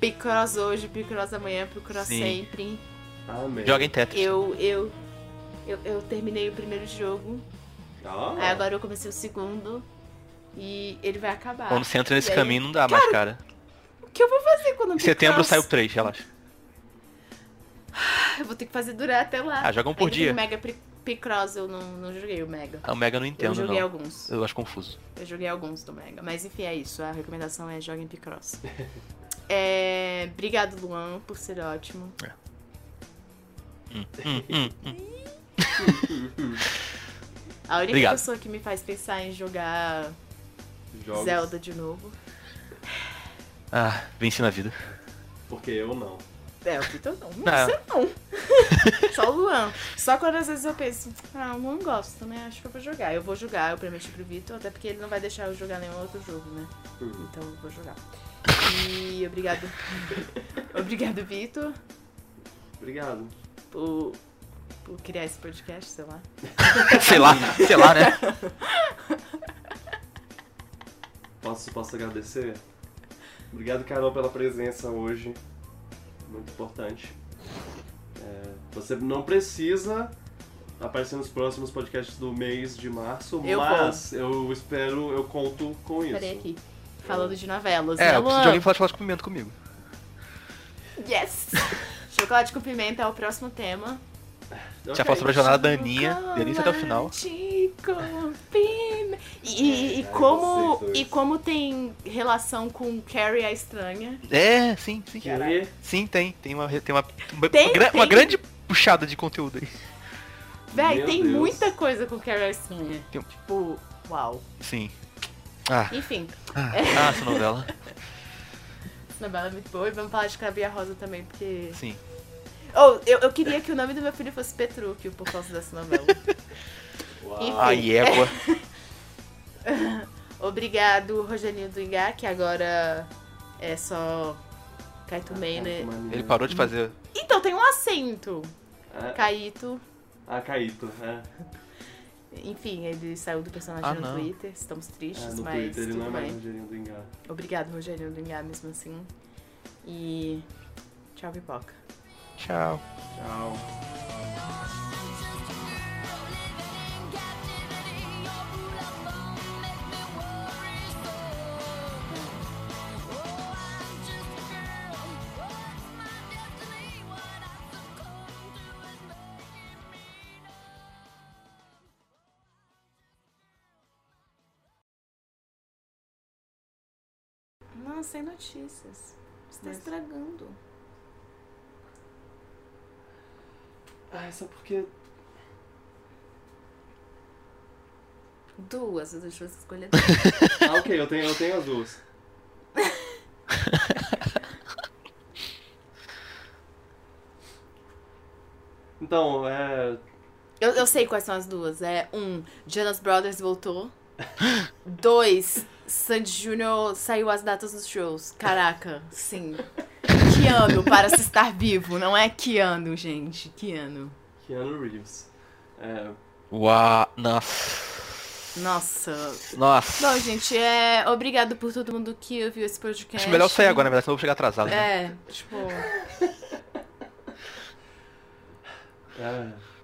Speaker 1: Picross hoje, Picross amanhã, Picross
Speaker 3: Sim.
Speaker 1: sempre.
Speaker 2: Amém.
Speaker 3: Joga em Tetris.
Speaker 1: Eu, eu, eu, eu terminei o primeiro jogo,
Speaker 2: Ah,
Speaker 1: aí agora eu comecei o segundo e ele vai acabar.
Speaker 3: Quando você entra nesse
Speaker 1: E aí?
Speaker 3: caminho não dá mais, cara.
Speaker 1: O que eu vou fazer quando
Speaker 3: Em setembro
Speaker 1: Picross-
Speaker 3: sai o 3, relaxa.
Speaker 1: Eu <laughs> vou ter que fazer durar até lá.
Speaker 3: Ah, joga um por
Speaker 1: Ainda tem
Speaker 3: dia.
Speaker 1: O Mega Pri- Picross eu não, não joguei o Mega.
Speaker 3: Ah, O Mega eu não
Speaker 1: Eu
Speaker 3: entendo,
Speaker 1: joguei
Speaker 3: não.
Speaker 1: alguns.
Speaker 3: Eu acho confuso.
Speaker 1: Eu joguei alguns do Mega. Mas enfim, é isso. A recomendação é joguem Picross. É, Obrigado, Luan, por ser ótimo.
Speaker 3: É. Hum, hum, hum.
Speaker 1: <laughs> A única
Speaker 3: Obrigado.
Speaker 1: pessoa que me faz pensar em jogar
Speaker 2: Jogos,
Speaker 1: Zelda de novo
Speaker 3: Ah, venci na vida. <laughs>
Speaker 2: Porque eu não.
Speaker 1: é o Vitor não.
Speaker 3: Não.
Speaker 1: Você não. <laughs> Só o Luan. Só quando às vezes eu penso, ah, eu não gosto também, acho que eu vou jogar. Eu vou jogar, eu prometi pro Vitor, até porque ele não vai deixar eu jogar nenhum outro jogo, né?
Speaker 2: Uhum.
Speaker 1: Então eu vou jogar. E
Speaker 2: <laughs>
Speaker 1: obrigado. obrigado, Vitor,
Speaker 2: Obrigado.
Speaker 1: por, por criar esse podcast, sei lá.
Speaker 3: sei lá, sei lá, né?
Speaker 2: Posso, posso agradecer? Obrigado, Carol, pela presença hoje. Muito importante. É, você não precisa aparecer nos próximos podcasts do mês de março,
Speaker 1: Eu
Speaker 2: mas eu espero, eu conto com isso.
Speaker 1: Parei aqui. Falando de novelas,
Speaker 3: É,
Speaker 1: né,
Speaker 3: eu preciso de
Speaker 1: Luan?
Speaker 3: alguém falar de chocolate com pimenta comigo.
Speaker 2: <laughs>
Speaker 1: Yes! Chocolate com pimenta é o próximo tema.
Speaker 3: Já
Speaker 2: Ok.
Speaker 3: falou sobre a jornada da Aninha, delícia até o final.
Speaker 1: Chocolate com pimenta. E, e- e
Speaker 2: Ai,
Speaker 1: como,
Speaker 2: vocês dois.
Speaker 1: e como tem relação com Carrie a Estranha.
Speaker 3: É, sim, sim.
Speaker 2: Querer?
Speaker 3: Sim, tem. Tem uma, re- tem uma, uma,
Speaker 1: Tem,
Speaker 3: gra- uma
Speaker 1: tem.
Speaker 3: grande puxada de conteúdo aí.
Speaker 1: Véi,
Speaker 2: Meu
Speaker 1: tem
Speaker 2: Deus.
Speaker 1: muita coisa com Carrie a Estranha.
Speaker 3: Tem- um
Speaker 1: Tipo, uau.
Speaker 3: Sim. Ah,
Speaker 1: Enfim,
Speaker 3: ah, ah, essa novela.
Speaker 1: essa novela é muito boa. E vamos falar de Cabia Rosa também, porque.
Speaker 3: Sim.
Speaker 1: Oh, eu, eu queria que o nome do meu filho fosse Petrúquio por causa dessa novela.
Speaker 2: <laughs> Uau.
Speaker 3: A égua.
Speaker 1: Obrigado, Rogerinho do Ingá, que agora é só Caeto
Speaker 2: Ah,
Speaker 1: Meiner.
Speaker 3: Ele parou de fazer.
Speaker 1: Então, tem um acento.
Speaker 2: Ah,
Speaker 1: Caíto.
Speaker 2: ah, Caíto. É.
Speaker 1: Enfim, ele saiu do personagem
Speaker 3: Ah,
Speaker 1: no
Speaker 3: não.
Speaker 1: Twitter. Estamos
Speaker 2: Ah,
Speaker 1: tristes,
Speaker 2: no
Speaker 1: mas
Speaker 2: Twitter ele
Speaker 1: tudo
Speaker 2: não é mais
Speaker 1: bem.
Speaker 2: Rogerinho do Engar.
Speaker 1: Obrigado, Rogerinho do Ingá, mesmo assim. E tchau, pipoca.
Speaker 3: Tchau.
Speaker 2: Tchau.
Speaker 1: Não, sem notícias. Você tá
Speaker 2: Mas-
Speaker 1: estragando.
Speaker 2: Ah, só porque
Speaker 1: Duas, eu deixou você escolher
Speaker 2: Ah, ok, eu tenho, eu tenho as <laughs> duas. Então, é.
Speaker 1: <laughs> Eu, eu sei quais são as duas. É um, Jonas Brothers
Speaker 3: <laughs>
Speaker 1: voltou. Dois, Sandy Júnior saiu as datas dos shows. Caraca, sim. Que ano para se estar vivo, não é que ano, gente. Que ano.
Speaker 2: Keanu Reeves. É,
Speaker 3: Uau. Nossa.
Speaker 1: Nossa.
Speaker 3: Nossa.
Speaker 1: Bom, gente, é obrigado por todo mundo que ouviu esse podcast. tipo,
Speaker 3: Acho melhor eu sair agora, na verdade, senão eu vou chegar atrasado.
Speaker 1: É, tipo.
Speaker 2: é.